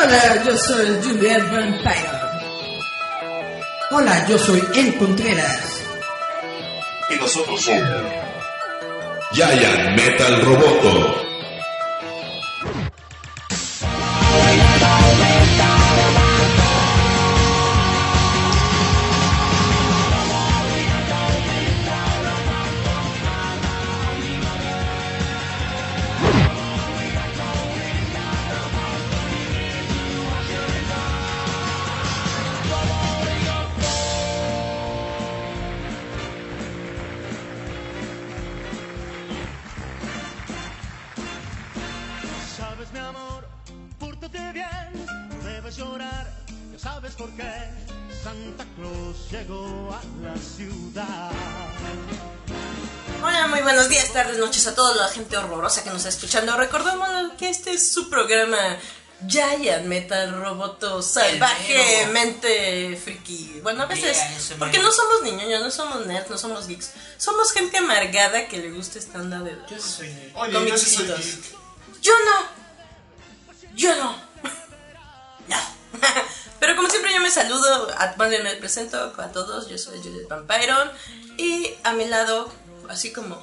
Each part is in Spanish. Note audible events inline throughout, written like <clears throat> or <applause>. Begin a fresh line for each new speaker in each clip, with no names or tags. Hola, yo soy Juliet Vampire.
Hola, yo soy El Contreras.
Y nosotros somos Giant Metal Roboto.
Sabes mi amor, pórtate bien, no debes llorar, ya sabes por qué. Santa Claus llegó a la ciudad.
Hola, muy buenos días, tardes, noches a toda la gente horrorosa que nos está escuchando. Recordemos que este es su programa Giant Metal Roboto salvajemente friki. Bueno, a veces,
Mira, ese
porque
mero.
no somos niños, no somos nerds, no somos geeks. Somos gente amargada que le gusta esta onda de los
Yo soy Ned.
Oye, yo sí soy
comiquitos.
geek.
Yo no. Yo no. No. <laughs> Pero como siempre yo me saludo, a- más bien me presento a todos. Yo soy Judith Vampiron y a mi lado, así como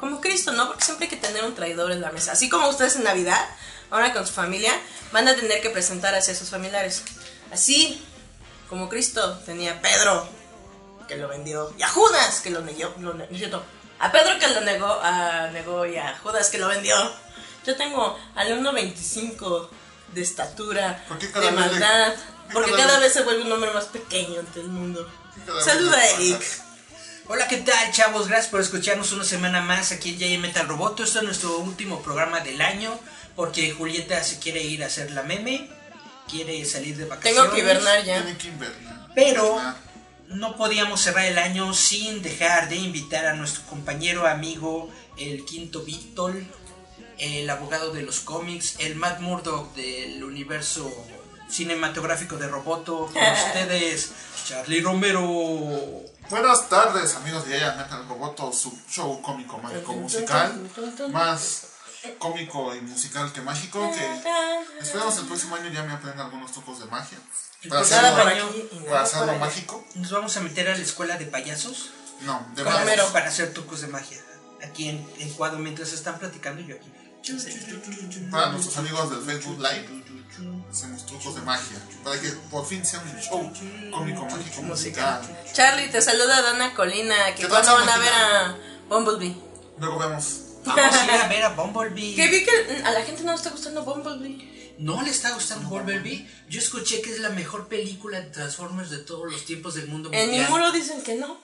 como Cristo, ¿no? Porque siempre hay que tener un traidor en la mesa. Así como ustedes en Navidad, ahora con su familia, van a tener que presentar hacia sus familiares. Así como Cristo tenía a Pedro, que lo vendió, y a Judas, que lo negó, lo ne- no es cierto, a Pedro que lo negó, a, negó y a Judas que lo vendió. Yo tengo al 1.25 de estatura,
¿Por qué cada
de
vez le-
maldad,
por qué
porque
cada
cada vez
vez-
se vuelve un hombre más pequeño ante el mundo.
qué cada vez
Saluda a
le pasa?
Eric.
Hola, ¿qué tal, chavos? Gracias por escucharnos una semana más aquí en Yaya Metal Roboto. Este es nuestro último programa del año porque Julieta se quiere ir a hacer la meme, quiere salir de vacaciones.
Tengo que hibernar ya.
Tiene que invernar.
Pero
Ah,
no podíamos cerrar el año sin dejar de invitar a nuestro compañero amigo, el quinto Víctor, el abogado de los cómics, el Matt Murdock del universo cinematográfico de Roboto,
<laughs>
con ustedes, Charlie Romero.
Buenas tardes, amigos de Yaya Metal Roboto, su show cómico, mágico, musical. Más cómico y musical que mágico. Que esperamos el próximo año ya me aprenda algunos trucos de magia. Para
pasado
Nada por
hacerlo,
año,
aquí y
para
nada por
hacerlo
allá.
mágico.
Nos vamos a meter a la escuela de payasos
No, de
Romero.
magia.
para hacer trucos de magia. Aquí en, en cuadro, mientras están platicando, yo aquí.
Para nuestros amigos del Facebook Live. Hacemos trucos de magia. Para que por fin sea un show cómico, mágico, musical.
Charlie, te saluda Dana Colina, que
¿Qué
cuando
tal,
van a ver
Colina?
a Bumblebee.
Luego vemos.
Vamos a ir a ver a Bumblebee.
<laughs> Que vi que a la gente no le está gustando Bumblebee.
¿No le está gustando Bumblebee? Yo escuché que es la mejor película de Transformers de todos los tiempos del mundo
En
mundial.
ninguno dicen que no.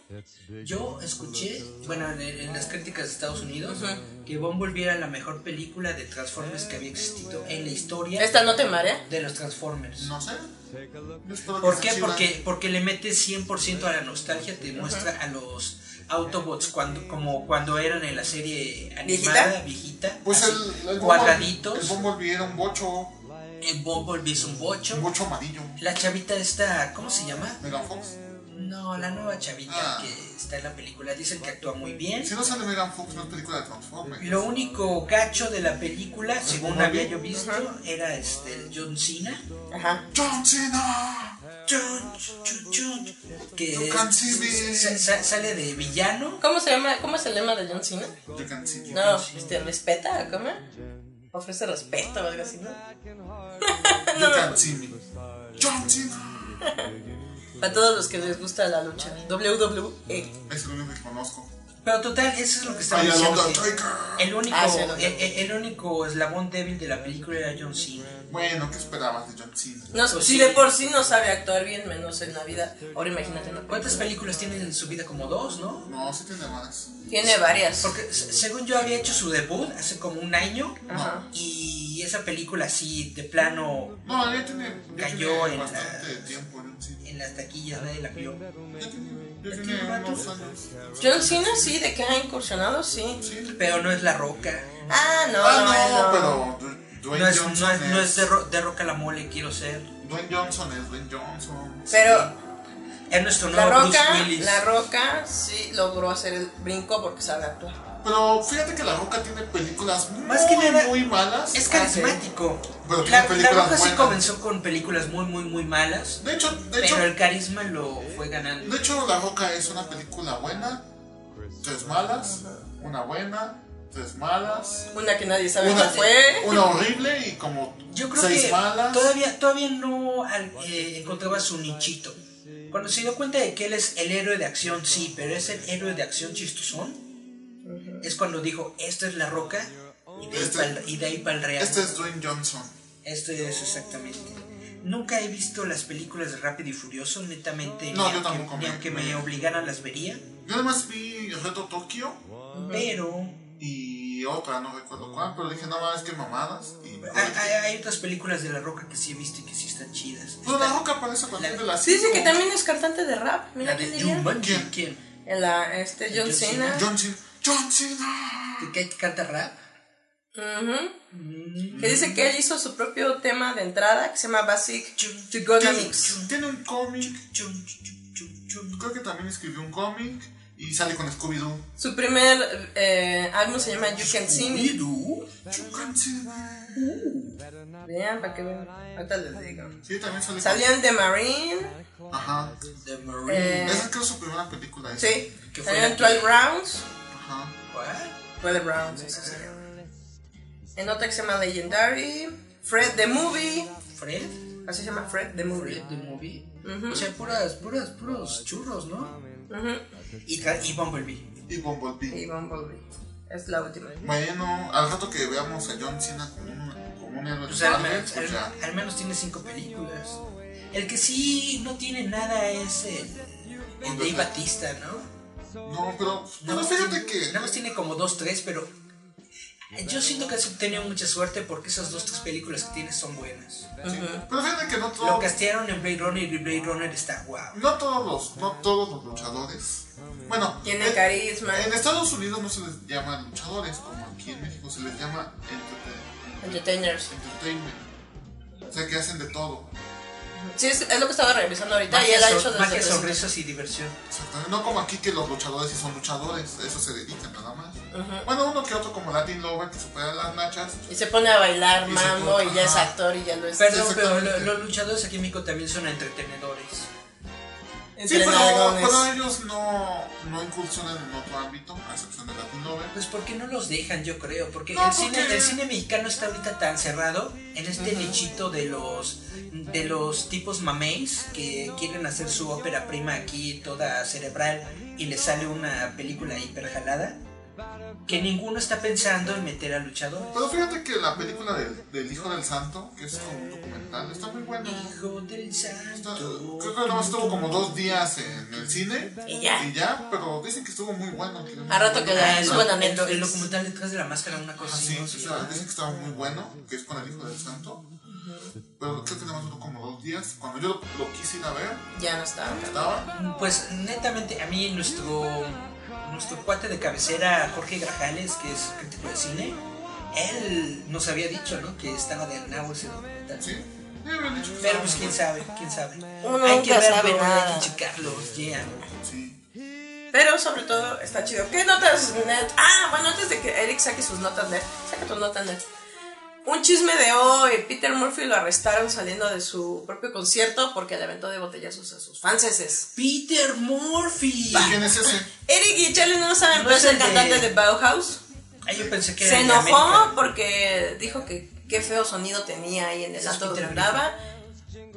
Yo escuché, bueno, en, en las críticas de Estados Unidos, que Bumblebee era la mejor película de Transformers que había existido en la historia
Esta no te marea.
de los Transformers.
No sé. Yo espero que
¿Por
sea
qué?
chida.
Porque, porque le mete 100% a la nostalgia, te muestra a los Autobots cuando, como cuando eran en la serie animada, viejita,
Pues
así,
el, el
cuadraditos,
Bumblebee- El Bumblebee era un bocho,
el Bumblebee es un
un
bocho,
bocho amarillo.
la chavita esta, ¿cómo se llama?
Megan Fox.
No, la nueva chavita
Ah.
que está en la película, dicen que actúa muy bien.
Si no sale Megan Fox, no es película de Transformers.
Lo único gacho de la película, según
Bumblebee.
había yo visto, era este, el John Cena.
Ajá.
¡John Cena!
John, John, John, que
You can see me.
sa- sa- sale de villano.
¿Cómo se llama? ¿Cómo es el lema de John Cena?
You can see me.
No, este, respeta, ¿cómo? Ofrece respeto o algo así, ¿no?
<laughs>
You can see me. ¡John Cena!
Para todos los que les gusta la lucha. E. WWE.
Es el único que conozco.
Pero total, eso es lo que estaba
¡Ay, el
diciendo. que
Undertaker!
El único,
Ah, sí, el
el, el- el único eslabón débil de la película era John Cena.
Bueno, ¿qué esperabas de John Cena?
No,
Pues
si de por sí no sabe actuar bien, menos en la vida. Ahora imagínate una
¿Cuántas películas tiene en su vida? Como dos, ¿no?
No, sí tiene más.
Tiene varias.
Porque se- según yo había hecho su debut hace como un año.
Ajá.
Y esa película así, de plano,
No, ya tiene. Ya
Cayó
tiene
en la-
bastante tiempo John Cena.
en las taquillas nadie la vio.
Ya tiene, ya
Aquí
tiene
un rato.
unos años.
John Cena sí, de que ha incursionado, sí.
Sí.
Pero no es La Roca.
Ah, no,
Ah,
no, no.
no, pero Du-
No
Dwayne
es, no
Johnson
es, no es de, Ro- de Roca la Mole, quiero ser.
Dwayne Johnson es Dwayne Johnson.
Pero
Es nuestro
La
nuevo Bruce
Roca,
Willis.
la Roca sí logró hacer el brinco porque sabe actuar.
Pero fíjate que La Roca tiene películas muy,
Más que nada,
muy malas.
Es carismático.
Pero tiene
La, la
películas
Roca sí
buenas.
comenzó con películas muy, muy, muy malas.
Ah, De hecho, de hecho,
Pero el carisma lo fue ganando.
de hecho, La Roca es una película buena, tres malas, una buena, tres malas,
Una que nadie sabe
una,
cuál fue.
una horrible y como
Yo creo
seis
que
malas.
todavía, todavía no al- eh, encontraba su nichito. Cuando se dio cuenta de que él es el héroe de acción, sí, pero es el héroe de acción chistosón, es cuando dijo, esta es la roca y de ahí
Este-
pa'l- y de ahí para el real.
Este es Dwayne Johnson.
Esto es exactamente. Nunca he visto las películas de Rápido y Furioso, netamente,
No,
ni,
yo
aunque,
tampoco,
ni
me-
aunque
me-
me obligaran las vería,
Yo además vi Reto Tokio
pero
y otra, no recuerdo cuál, pero dije, no, es que mamadas. Y
hay, hay- hay otras películas de La Roca que sí he visto y que sí están chidas.
Pues,
Pero La Roca aparece a partir
La-
de la
Sí, dice que
cinco.
también es cantante de rap. Mira
La
quién
de
diría.
Jumanji.
¿Quién?
¿Quién?
En la, este, John
John
Cena.
John Cena. John Cena.
¿Que- ¿Que canta rap?
Ujú.
Mm.
Que dice que él hizo su propio tema de entrada que se llama Basic to Godamics.
Tiene- Tiene un cómic.
Chum, chum, chum, chum.
Creo que también escribió un cómic y sale con Scooby-Doo.
Su primer eh, álbum se llama You Can See Me.
Scooby-Doo. John Cena.
Vean, para que vean. Ahorita les digo.
Sí, también sale
Salían de Marine.
con... Ajá.
The Marine.
Eh.
Esa creo que es su primera película. esa.
Sí.
¿Qué fue
Salieron
la
12
que-
Rounds.
Ajá.
¿What?
12 Rounds, eso se llama. En otra que se llama Legendary. Fred the Movie.
¿Fred?
Así se llama Fred the Movie.
¿Fred the Movie?
Ujú.
O sea, puras, puras, puros churros, ¿no?
Ujú.
Y, ca- y Bumblebee.
Y Bumblebee.
Y Bumblebee. Es la última.
Bueno, al rato que veamos a John Cena como un, como un héroe
O
de
sea, al,
Marvel,
menos-
pues
al-
ya.
al menos tiene cinco películas. El que sí no tiene nada es el, el Dave Batista, ¿no?
No, pero...
Nada
Pero
más
fíjate
tiene-
que...
Nada más tiene como dos, tres, pero... Yo siento que has tenido mucha suerte porque esas dos, tres películas que tiene son buenas.
sí. Pero fíjate que no
Lo
todo...
castearon en Blade Runner y Blade Runner está guau.
No todos los, no todos los luchadores. Bueno, eh,
Tiene
en-
carisma.
En Estados Unidos no se les llama luchadores, como aquí en México se les llama entrete-
Entertainers.
entertainment. O sea que hacen de todo.
Sí, es, es lo que estaba revisando ahorita. y
Magia,
él ha
sor-
hecho desde
magia,
los-
sonrisas y diversión.
Exactamente. No como aquí que los luchadores sí son luchadores, a eso se dedican nada más.
Ujú.
Bueno, uno que otro como Latin Lover que supera las nachas.
Y se pone a bailar
Y se
mambo
pone-
y ya es
ajá.
actor y ya lo es.
Perdón, pero
exactamente.
lo- los luchadores aquí en México también son entretenedores.
Entre
Sí, pero,
dragones.
pero ellos no, no incursionan en otro ámbito, a excepción de Latin Lover.
Pues porque no los dejan, yo creo. Porque,
No,
el, cine,
porque-
el cine mexicano está ahorita tan cerrado en este nichito de los de los tipos mameis que quieren hacer su ópera prima aquí toda cerebral y les sale una película hiperjalada que ninguno está pensando en meter al luchador.
Pero fíjate que la película del, del Hijo del Santo, que es como un documental, está muy buena.
Hijo del
Está-
santo.
Creo que nomás estuvo como dos días en el cine
Y ya.
y ya, pero dicen que estuvo muy bueno. que era muy
A rato que
bueno.
la
Ah, el,
suban a
el-
Netflix.
el documental detrás de la máscara, una cosa
Ah,
así.
sí,
¿no?
o sea, dicen que estaba muy bueno, que es con el Hijo del Santo. Pero creo que nomás duró como dos días. Cuando yo lo, lo quise ir a ver,
Ya no está.
estaba.
Pues netamente a mí nuestro nuestro cuate de cabecera Jorge Grajales, que es crítico de cine, él nos había dicho, ¿no? Que estaba de Arnau ese documental.
Sí, me habían dicho que estaba
Pero pues
muy
quién sabe, quién sabe.
Uno
hay que
nunca
verlo,
sabe nada.
hay que checarlo, yeah.
bueno. Sí.
Pero sobre todo está chido. ¿Qué notas, Ned? Ah, bueno, antes de que Eric saque sus notas, Ned. Saca tus notas, Ned. Un chisme de hoy. Peter Murphy lo arrestaron saliendo de su propio concierto porque le aventó de botellazos a sus fanses.
Peter Murphy.
¿Y quién es ese?
Eric y Charlie no lo saben,
No
pero
es
es el
el de-
cantante de Bauhaus.
Ah, yo pensé que
Se
era de
enojó
América.
porque dijo que qué feo sonido tenía ahí en el
Ese es
acto donde
Peter
andaba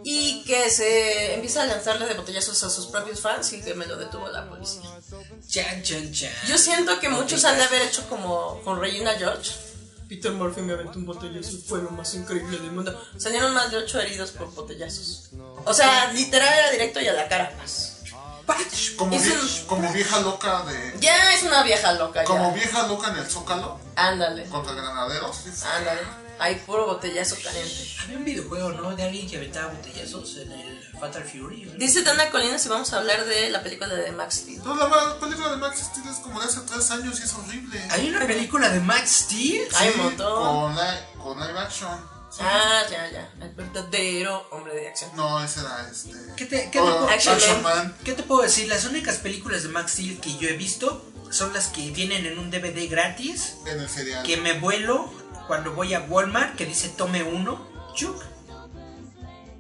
y que se empieza a lanzarle de botellazos a sus propios fans y que me lo detuvo la policía.
Chan, chan, chan.
Yo siento que muchos han de haber hecho como con Regina George. Peter Murphy me aventó un botellazo y fue lo más increíble del mundo. Salieron más de ocho heridos por botellazos. O sea, literal era directo y a la cara.
Como,
Es
vie-
el-
como vieja loca de.
Ya es una vieja loca.
Como
Ya.
vieja loca en el Zócalo
Ándale,
contra Granaderos. Ah, sí, sí.
ándale. Hay puro botellazo caliente.
Había un videojuego, ¿no? De alguien que aventaba botellazos en el Fatal Fury. ¿no?
Dice Dana Colinas y vamos a hablar de la película de Max Steel.
Pero pues, la ma- película de Max Steel es como de hace tres años y es horrible.
Hay una película de Max Steel.
Hay
Sí,
un montón.
Con, la, con live action. Sí.
Ah, ya, ya. El verdadero hombre de acción.
No, ese era este.
¿Qué te- qué
Oh,
te-
Action,
Action
Man.
¿Qué te puedo decir? Las únicas películas de Max Steel que yo he visto son las que vienen en un DVD gratis,
En el cereal.
que me vuelo cuando voy a Walmart, que dice tome uno, chuc,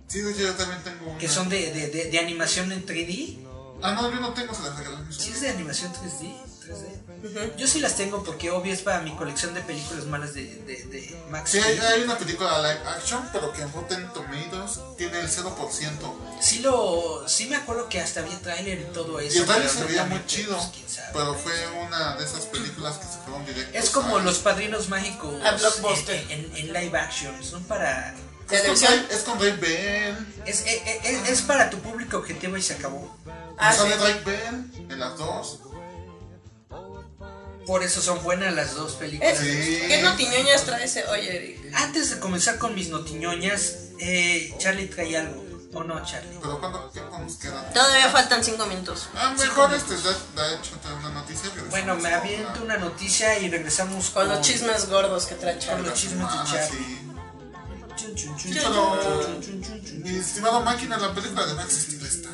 Sí, de hecho, yo también tengo una.
que son de, de- de- de animación en 3D.
Ah, no, yo no tengo, se las regalé a mis
Sí,
sobrinos.
es de animación 3D. 3D. Yo sí las tengo porque obvio es para mi colección de películas malas de, de, de Max.
Sí, hay,
Steel.
hay una película live action, pero que en Rotten Tomatoes tiene el 0%.
Sí lo, sí me acuerdo que hasta había tráiler y todo eso.
Y el trailer
pero
se veía muy
realmente,
chido,
pues, quién sabe.
pero fue una de esas películas que se fueron directo.
Es como los padrinos mágicos
A Blockbuster.
eh, En, en live action, son para.
Televisión.
Es con Drake Bell.
Es, eh, eh, es, es para tu público objetivo y se acabó.
Ah,
sale
sí.
Drake Bell en las dos.
Por eso son buenas las dos
Eh,
películas.
Sí.
¿Qué notiñoñas traes eh, hoy, Eric?
Antes de comenzar con mis notiñoñas, eh, Charlie trae algo. ¿O no, Charlie?
Pero ¿cuánto tiempo nos queda?
Todavía faltan cinco minutos.
Ah, mejor este, da, da hecho una noticia. regresamos
Bueno, me
con
aviento
la-
una noticia y regresamos
Con los chismes gordos que trae
Oh. con
Charlie.
los chismes de
Ah,
Charlie.
sí.
Chun, chun, chun,
Chicharro.
chun, chun, chun, chun.
Mi estimado máquina, la película de Max Steel está.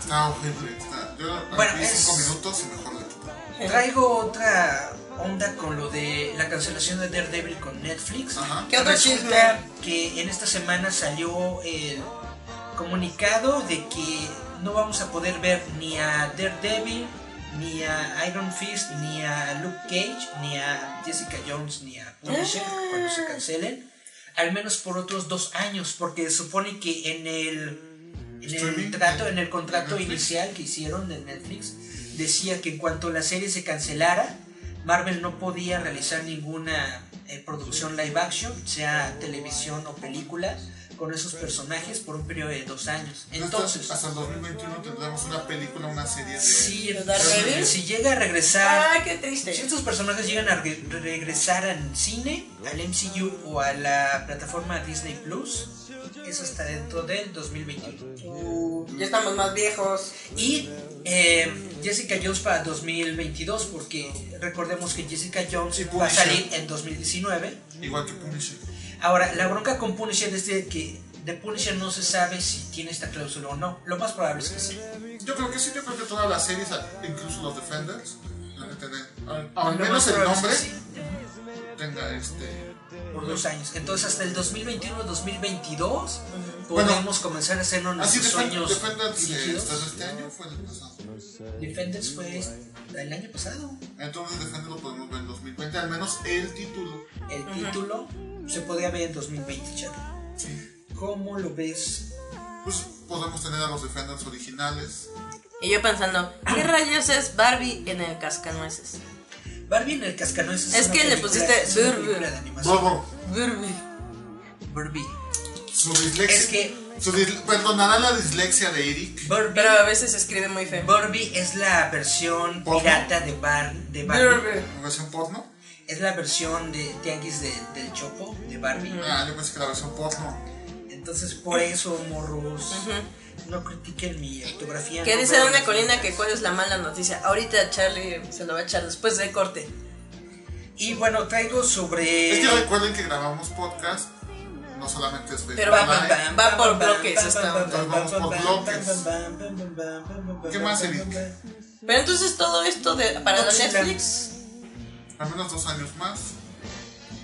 Está horrible. Está, yo la
Bueno,
vi
es-
5 minutos y mejor la quito.
Traigo otra onda con lo de la cancelación de Daredevil con Netflix.
Ajá.
¿Qué otro
Resulta
chisme?
que en esta semana salió el comunicado de que no vamos a poder ver ni a Daredevil, ni a Iron Fist, ni a Luke Cage, ni a Jessica Jones, ni a Punisher cuando
Ah.
se cancelen. Al menos por otros dos años, porque se supone que en el en el
Streaming,
trato, en el
de
contrato
Netflix.
inicial que hicieron de Netflix, decía que en cuanto la serie se cancelara, Marvel no podía realizar ninguna eh, producción live action, sea televisión o película, con esos personajes por un periodo de dos años. Entonces,
hasta el 2021 tendremos una película, una serie de.
si,
Daredevil.
si llega a regresar,
Ah, qué triste.
si estos personajes llegan a re- regresar al cine, al MCU o a la plataforma Disney Plus, eso está dentro del 2021.
Uh, ya estamos más viejos.
Y eh, Jessica Jones para 2022, porque recordemos que Jessica Jones
Y
va a
Punisher.
salir en 2019.
Igual que Punisher.
Ahora, la bronca con Punisher es de que de Punisher no se sabe si tiene esta cláusula o no. Lo más probable es que sí.
Yo creo que sí, yo creo que todas las series, incluso los Defenders, van a tener. Al,
Lo
al
más
menos el
probable es que
nombre
sí,
tenga este.
por dos años. Entonces, hasta el 2021-2022
Bueno,
podemos comenzar a hacernos
Así Defenders,
nuestros sueños
Defenders eh,
dirigidos.
¿está de este año fue el pasado.
Defenders fue el año pasado.
Entonces Defenders lo podemos ver en 2020, al menos el título.
El título se podría ver en 2020, Charlie.
Sí.
¿Cómo lo ves
Pues podemos tener a los Defenders originales.
Y yo pensando, ¿qué rayos es Barbie en el cascanueces?
Barbie en el cascanueces.
Es
una
que le
película-
pusiste
es una
Burbu.
película de animación.
Bobo,
Barbie.
Barbie.
su dislexia.
Es que-
su dis- perdonará la dislexia de Eric.
Barbie,
Pero a veces se escribe muy feo.
Barbie es la versión
Porno.
pirata de, Bar, de Barbie.
Barbie.
¿La versión porno?
Es la versión de Tianguis de- del Chopo de Barbie.
Ah, yo pensé que la versión porno.
Entonces, por eso, morros, no critiquen mi ortografía.
¿Qué
no
dice
vean
Dona
las
Colina
notas.
que cuál es la mala noticia? Ahorita Charlie se lo va a echar después de corte.
Y bueno, traigo sobre.
Es que recuerden que grabamos podcast, no solamente es de
Pero va,
online.
va, va por bloques esta onda.
Entonces vamos por bloques. ¿Qué más, Eric?
Pero entonces todo esto de, para la
Godzilla.
Netflix
Al menos dos años más.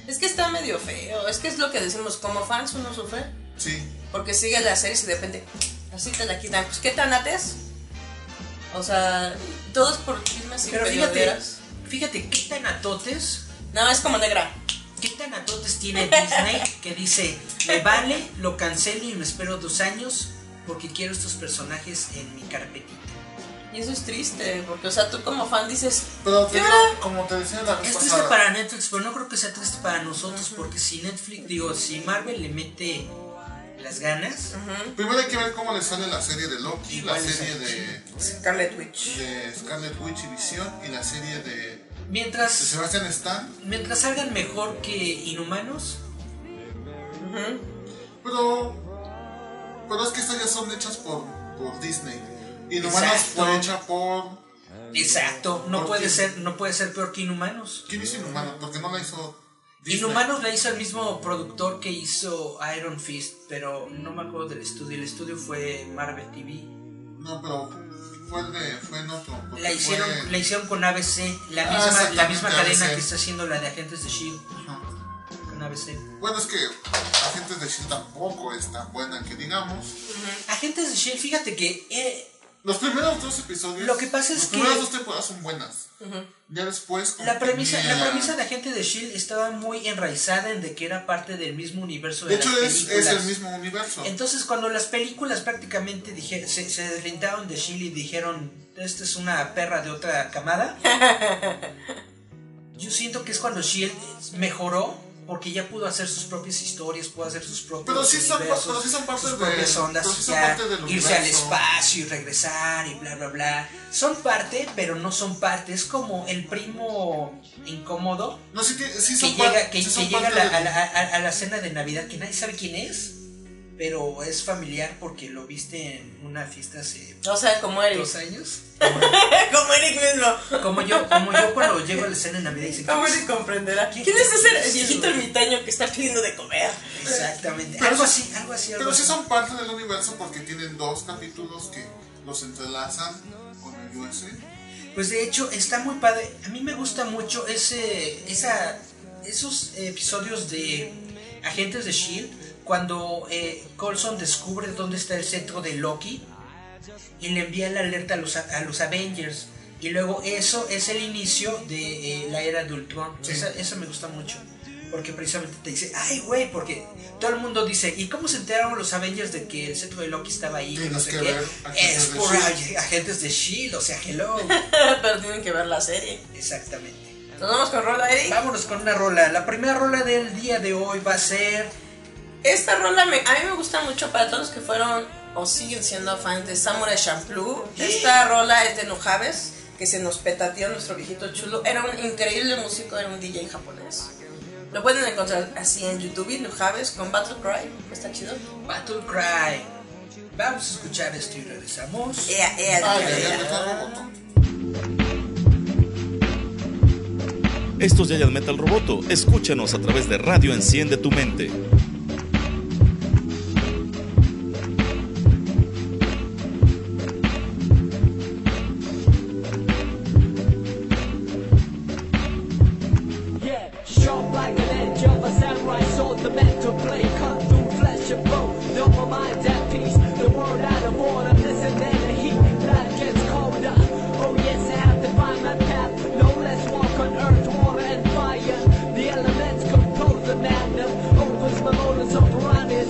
es que está medio feo. Es que es lo que decimos, como fans uno sufre.
Sí.
Porque sigue la serie y de repente así te la quitan. Pues qué tan ates. O sea, todos por chismes y
Pero fíjate,
perióderas.
fíjate qué tan atotes
No, es como negra.
¿Qué tan atotes tiene Disney que dice, me vale, lo cancelo y me espero dos años porque quiero estos personajes en mi carpetita?
Y eso es triste, porque o sea, tú como fan dices,
Pero te
¿Qué
digo,
hora?
como te decía la vez
Es triste
pasada,
para Netflix, pero no creo que sea triste para nosotros porque si Netflix, digo, si Marvel le mete las ganas,
primero hay que ver cómo le sale la serie de Loki, la
Igual es
serie
ahí,
de,
Scarlet Witch.
de Scarlet Witch y Visión y la serie de, de
mientras,
Sebastian Stan.
mientras salgan mejor que Inhumanos,
Pero, pero es que estas ya son hechas por, por Disney. Y nomás
Exacto.
fue hecha por.
exacto, no
¿Por
puede
qué?
ser, no puede ser peor que Inhumanos.
¿Quién hizo Inhumanos? Porque no la hizo Disney.
Inhumanos la hizo el mismo productor que hizo Iron Fist, pero no me acuerdo del estudio, el estudio fue Marvel TV.
No, pero fue, el de, fue en otro. porque
La
fue
hicieron,
fue-
la hicieron con ABC, la
Ah,
misma, la misma
exactamente,
cadena
ABC.
que está haciendo la de Agentes de Shield
Ajá.
con ABC.
Bueno, es que Agentes de Shield tampoco es tan buena que digamos.
Agentes de Shield, fíjate que eh,
Los primeros dos episodios.
Lo que pasa es
las
que-
primeras dos temporadas son buenas. Ya después. como
la
que
premisa,
tenía-
la premisa de Agentes de Shield E estaba muy enraizada en de que era parte del mismo universo de,
De hecho,
las
es, es
películas.
el mismo universo.
Entonces, cuando las películas prácticamente dije- se, se deslindaron de Shield y dijeron, esta es una perra de otra camada, yo siento que es cuando Shield mejoró porque ya pudo hacer sus propias historias, pudo hacer sus propios
Pero sí son pa-
universos,
pero sí son parte
sus
de-
propias ondas,
pero sí son
ya
parte del
irse al
universo.
espacio y regresar y bla bla bla. Son parte, pero no son parte. Es como el primo incómodo
no, sí, que- sí
que
son par-
llega, que,
sí
que
son
llega a
parte
la,
del-
a, la, a- a la cena de Navidad que nadie sabe quién es, pero es familiar porque lo viste en una fiesta hace
O sea, como Eric.
dos años.
<laughs> como Eric mismo.
Como yo, como yo cuando llego a la cena de Navidad y dicen
Como
"¿Quién
Eric comprenderá. ¿Quién es ese viejito ermitaño que está pidiendo de comer? <laughs>
es?". Exactamente,
Pero
algo
sí-
así, algo así. Algo
Pero sí
así.
son parte del universo porque tienen dos capítulos que los entrelazan con el US.
Pues de hecho está muy padre. A mí me gusta mucho ese, esa, esos episodios de Agentes de Shield E cuando eh, Coulson descubre dónde está el centro de Loki y le envía la alerta a los, a los Avengers. Y luego eso es el inicio de eh, la era de Ultron.
Sí.
Esa- eso me gusta mucho. Porque precisamente te dice, ay güey, porque todo el mundo dice, ¿y cómo se enteraron los Avengers de que el centro de Loki estaba ahí?
Tienes
no sé
que
qué?".
ver Agentes
Es
de
por
S.H.I.E.L.D..
Agentes de Shield, E o sea, hello.
Pero tienen que ver la serie.
Exactamente.
Nos vamos con Rola, Eric.
Vámonos con una rola. La primera rola del día de hoy va a ser.
Esta rola me- a mí me gusta mucho para todos los que fueron o siguen siendo fans de Samurai Champloo. Esta rola es de Nujaves, que se nos petateó nuestro viejito chulo. Era un increíble músico, era un DJ japonés. Lo pueden encontrar así en YouTube, Nujaves, con Battle Cry. Está chido.
Battle Cry. Vamos a escuchar esto y regresamos.
Ea, ea,
Ah,
ea,
ya, ya,
ea.
metal roboto.
Esto es Yayan Metal Roboto. Escúchanos a través de Radio Enciende tu Mente.
Yeah, sharp like an edge of a samurai sword, the meant to play, cut through flesh and bone. No, my mind's at peace, the world out of order, this and then the heat that gets colder. Oh yes, I have to find my path, no less walk on earth, water and fire. The elements compose the madness, opens my mind.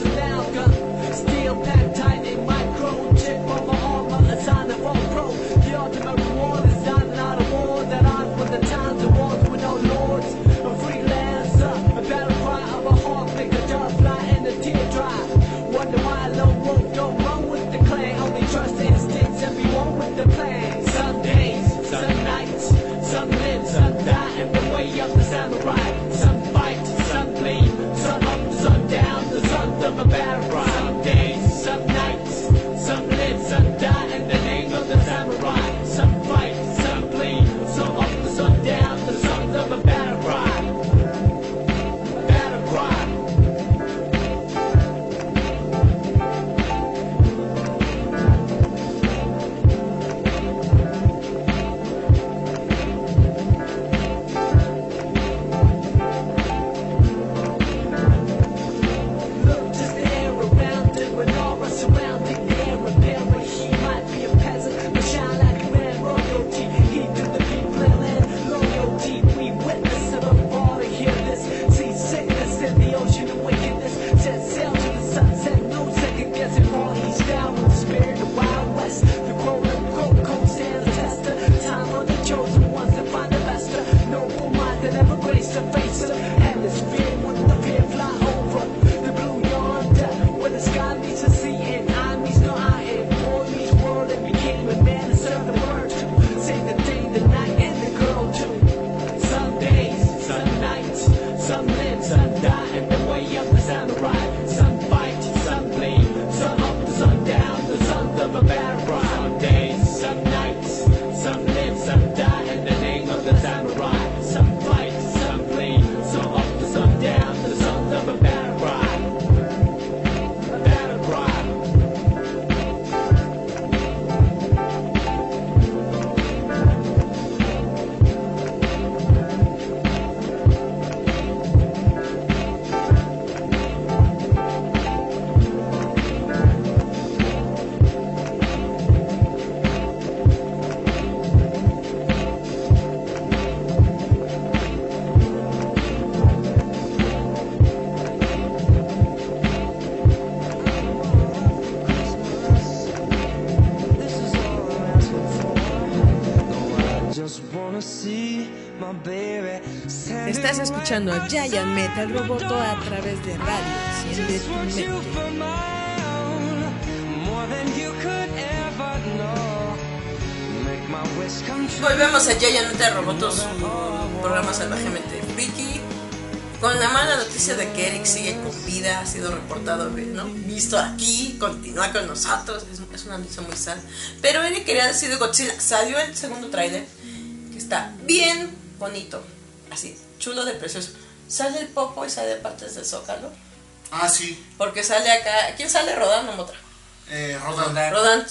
Estás escuchando a Giant Metal Roboto a través de radio. Enciende tu mente.
Volvemos a Giant Metal Robotos, un programa salvajemente freaky. Con la mala noticia de que Eric sigue con vida, ha sido reportado, ¿no? visto aquí, continúa con nosotros. Es, es una noticia muy sad. Pero Eric quería decir de Godzilla. Salió el segundo tráiler, que está bien bonito, así, chulo de precioso. Sale el popo y sale partes del zócalo,
Ah, sí.
porque sale acá. ¿Quién sale rodando, Motra?
Eh, Rodan.
Rodar.
Rodan.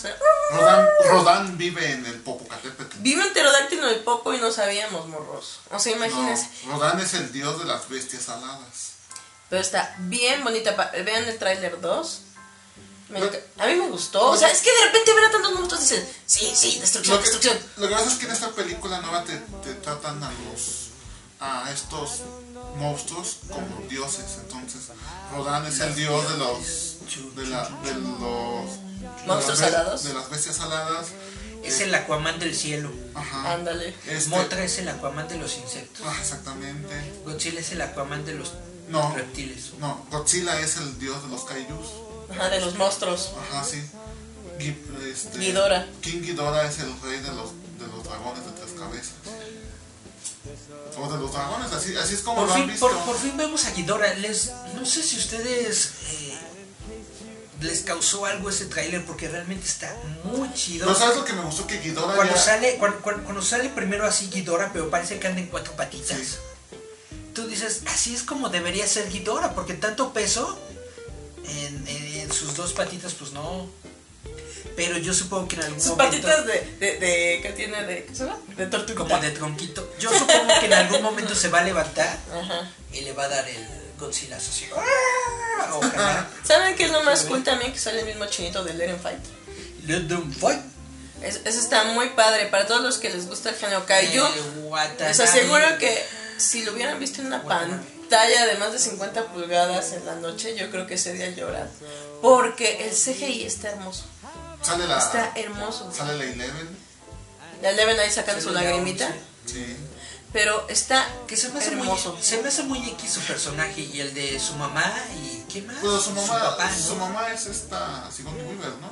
Rodan, Rodan vive en el Popocatépetl.
Vive un pterodáctilo en el popo y no sabíamos, morros. O sea,
No,
imagínense.
Rodan es el dios de las bestias aladas.
Pero está bien bonita. pa- Vean el tráiler 2. Me enca- a mí me gustó. O sea, es que de repente ver a tantos monstruos dicen, sí, sí, destrucción,
Lo que,
destrucción.
lo que pasa es que en esta película nueva te, te tratan a los a estos monstruos como dioses. Entonces, Rodan es el dios de los de, la, de los
Monstruos
de las be-
alados.
de las bestias aladas.
Es el Aquaman del cielo.
Ajá.
Ándale.
Este-
Motra es el Aquaman de los insectos.
Ah, exactamente.
Godzilla es el Aquaman de los
No.
reptiles.
No, Godzilla es el dios de los kaijus.
Ajá, de los monstruos.
Ajá, sí. Gui- este,
Ghidorah.
King Ghidorah es el rey de los, de los dragones de tres cabezas. O de los dragones, así, así es como
Por
lo han
fin,
visto.
por, por fin vemos a Ghidorah. Les, no sé si ustedes eh, les causó algo ese tráiler porque realmente está muy chido.
Pero ¿sabes lo que me gustó? Que Ghidorah
Cuando
ya...
sale, cuan- cuan- cuando, sale primero así Ghidorah, pero parece que anda en cuatro patitas.
Sí.
Tú dices, así es como debería ser Ghidorah, porque tanto peso en, en- en sus dos patitas, pues no. Pero yo supongo que en algún
Sus
momento.
patitas de, de, de, ¿qué tiene? De, ¿qué se llama? De tortuga.
Como de tronquito. Yo supongo que en algún momento se va a levantar
Ajá.
y le va a dar el Godzilla así. ¡Ah!
<laughs>
Ojalá.
¿Saben qué es lo más cool también? Que sale el mismo chinito de Let 'Em Fight.
Let them fight.
Es- Eso está muy padre. Para todos los que les gusta el género Kaiju,
Eh, Watanabe.
les aseguro que si lo hubieran visto en una
Watanabe.
pantalla de más de 50 pulgadas en la noche, yo creo que ese día lloran. Porque el CGI está hermoso.
Sale
Ah,
la...
Está hermoso.
Sale la Eleven.
La Eleven ahí sacando
Sale
su
la
lagrimita.
once.
Sí.
Pero está
Que se me hace
hermoso.
muy. Se me hace muy X su personaje y el de su mamá y. ¿Qué más?
Pero su mamá, su,
Ah, papá, ¿no?
mamá es esta Sigourney Weaver, ¿no?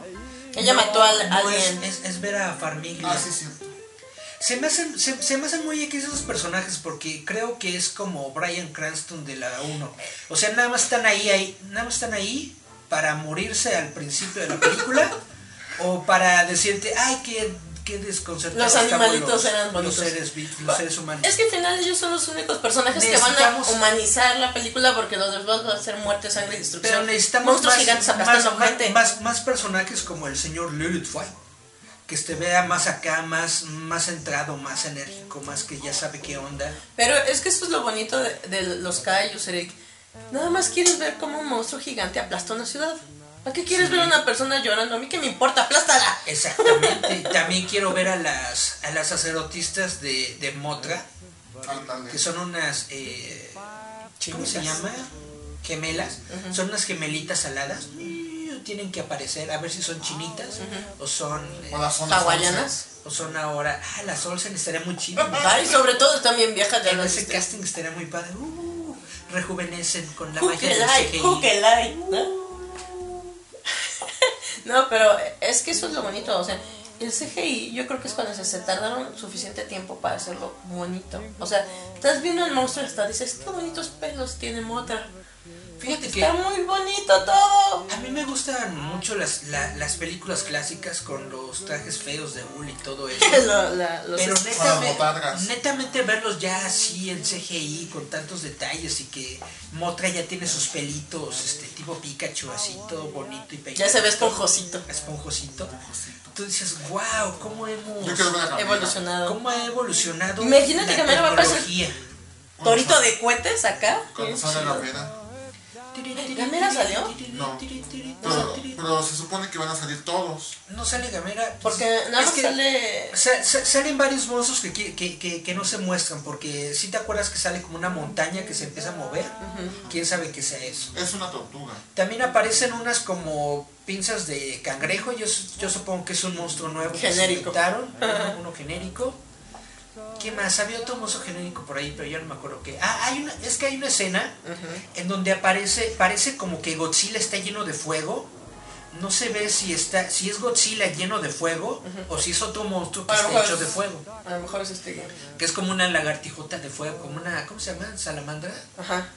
Ella mató al
No, es-
alguien.
Es, es Vera Farmiga.
Ah, sí, cierto.
Se me hacen, se, se me hacen muy X esos personajes porque creo que es como Brian Cranston de la 1. O sea, nada más están ahí, ahí, nada más están ahí para morirse al principio de
<laughs>
la película o para decirte, ay, qué, qué desconcertante.
Los animalitos eran bonitos.
Los seres, vi- los seres humanos.
Es que al final ellos son los únicos personajes que van a
Necesitamos-
humanizar la película porque los demás van a ser muerte, sangre y destrucción.
Pero necesitamos
monstruos
más,
gigantes
más,
aplastando
más-
gente.
más- más personajes como el señor Lilithway. Que se vea más acá, más, más centrado, más enérgico, más que ya sabe qué onda.
Pero es que eso es lo bonito de, de los kaijus, Eric. Nada más quieres ver cómo un monstruo gigante aplasta una ciudad. ¿Para qué quieres ver a una persona llorando? A mí que me importa, aplástala.
Exactamente. También quiero ver a las, a las sacerdotistas de, de Motra,
Ándale.
que son unas. eh, ¿Cómo se
Chinitas.
llama? Gemelas. Son unas gemelitas aladas. Mm, Tienen que aparecer, a ver si son chinitas o son. eh,
O las
<laughs>
zonas
Hawaianas.
o son ahora. Ah, las Olsen estaría muy
<laughs>
chido.
Ay, sobre todo también viejas ya
En
lo
ese
viste.
casting estaría muy padre. Uh, rejuvenecen con la magia del
Kukelai,
CGI.
Kukelai, ¿no? <laughs> No, pero es que eso es lo bonito, o sea, el CGI yo creo que es cuando se, se tardaron suficiente tiempo para hacerlo bonito. O sea, estás viendo al monstruo y hasta dices, qué bonitos pelos tiene Motra.
Fíjate que
Está muy bonito todo. <laughs>
a mí me gustan mucho las, la- las películas clásicas con los trajes feos de Bull y todo
<laughs>
eso.
Lo- la- los-
Pero
Con las
netamente,
botargas.
netamente verlos ya así en CGI con tantos detalles y que Motra ya tiene sus pelitos, este tipo Pikachu así todo bonito y peinado.
ya se ve esponjosito,
esponjosito. Tú dices, wow, cómo hemos,
Yo quiero ver a Gabriela.
evolucionado.
cómo ha evolucionado.
Imagínate
la
que me lo va a pasar.
tecnología.
Torito de cohetes acá.
Cuando salga Gamera.
¿Gamera salió?
No. Pero, pero se supone que van a salir todos.
No sale Gamera.
Porque
Es
nada más
que
sale...
sa- sa- salen varios monstruos que, qui- que, que- que no se muestran, porque si te acuerdas que sale como una montaña que se empieza a mover, quién sabe qué sea eso.
Es una tortuga.
También aparecen unas como pinzas de cangrejo, yo, su- yo supongo que es un monstruo nuevo que se
<laughs> Genérico.
inventaron, uno, uno genérico. ¿Qué más? Había otro mozo genérico por ahí, pero ya no me acuerdo qué. Ah, hay una, es que hay una escena en donde aparece, parece como que Godzilla está lleno de fuego. No se ve si está, si es Godzilla lleno de fuego o si es otro monstruo que
A lo
está
mejor
hecho
es-
de fuego.
A lo mejor es este ya.
Que es como una lagartijota de fuego, como una, ¿cómo se llama? Salamandra.
Ajá.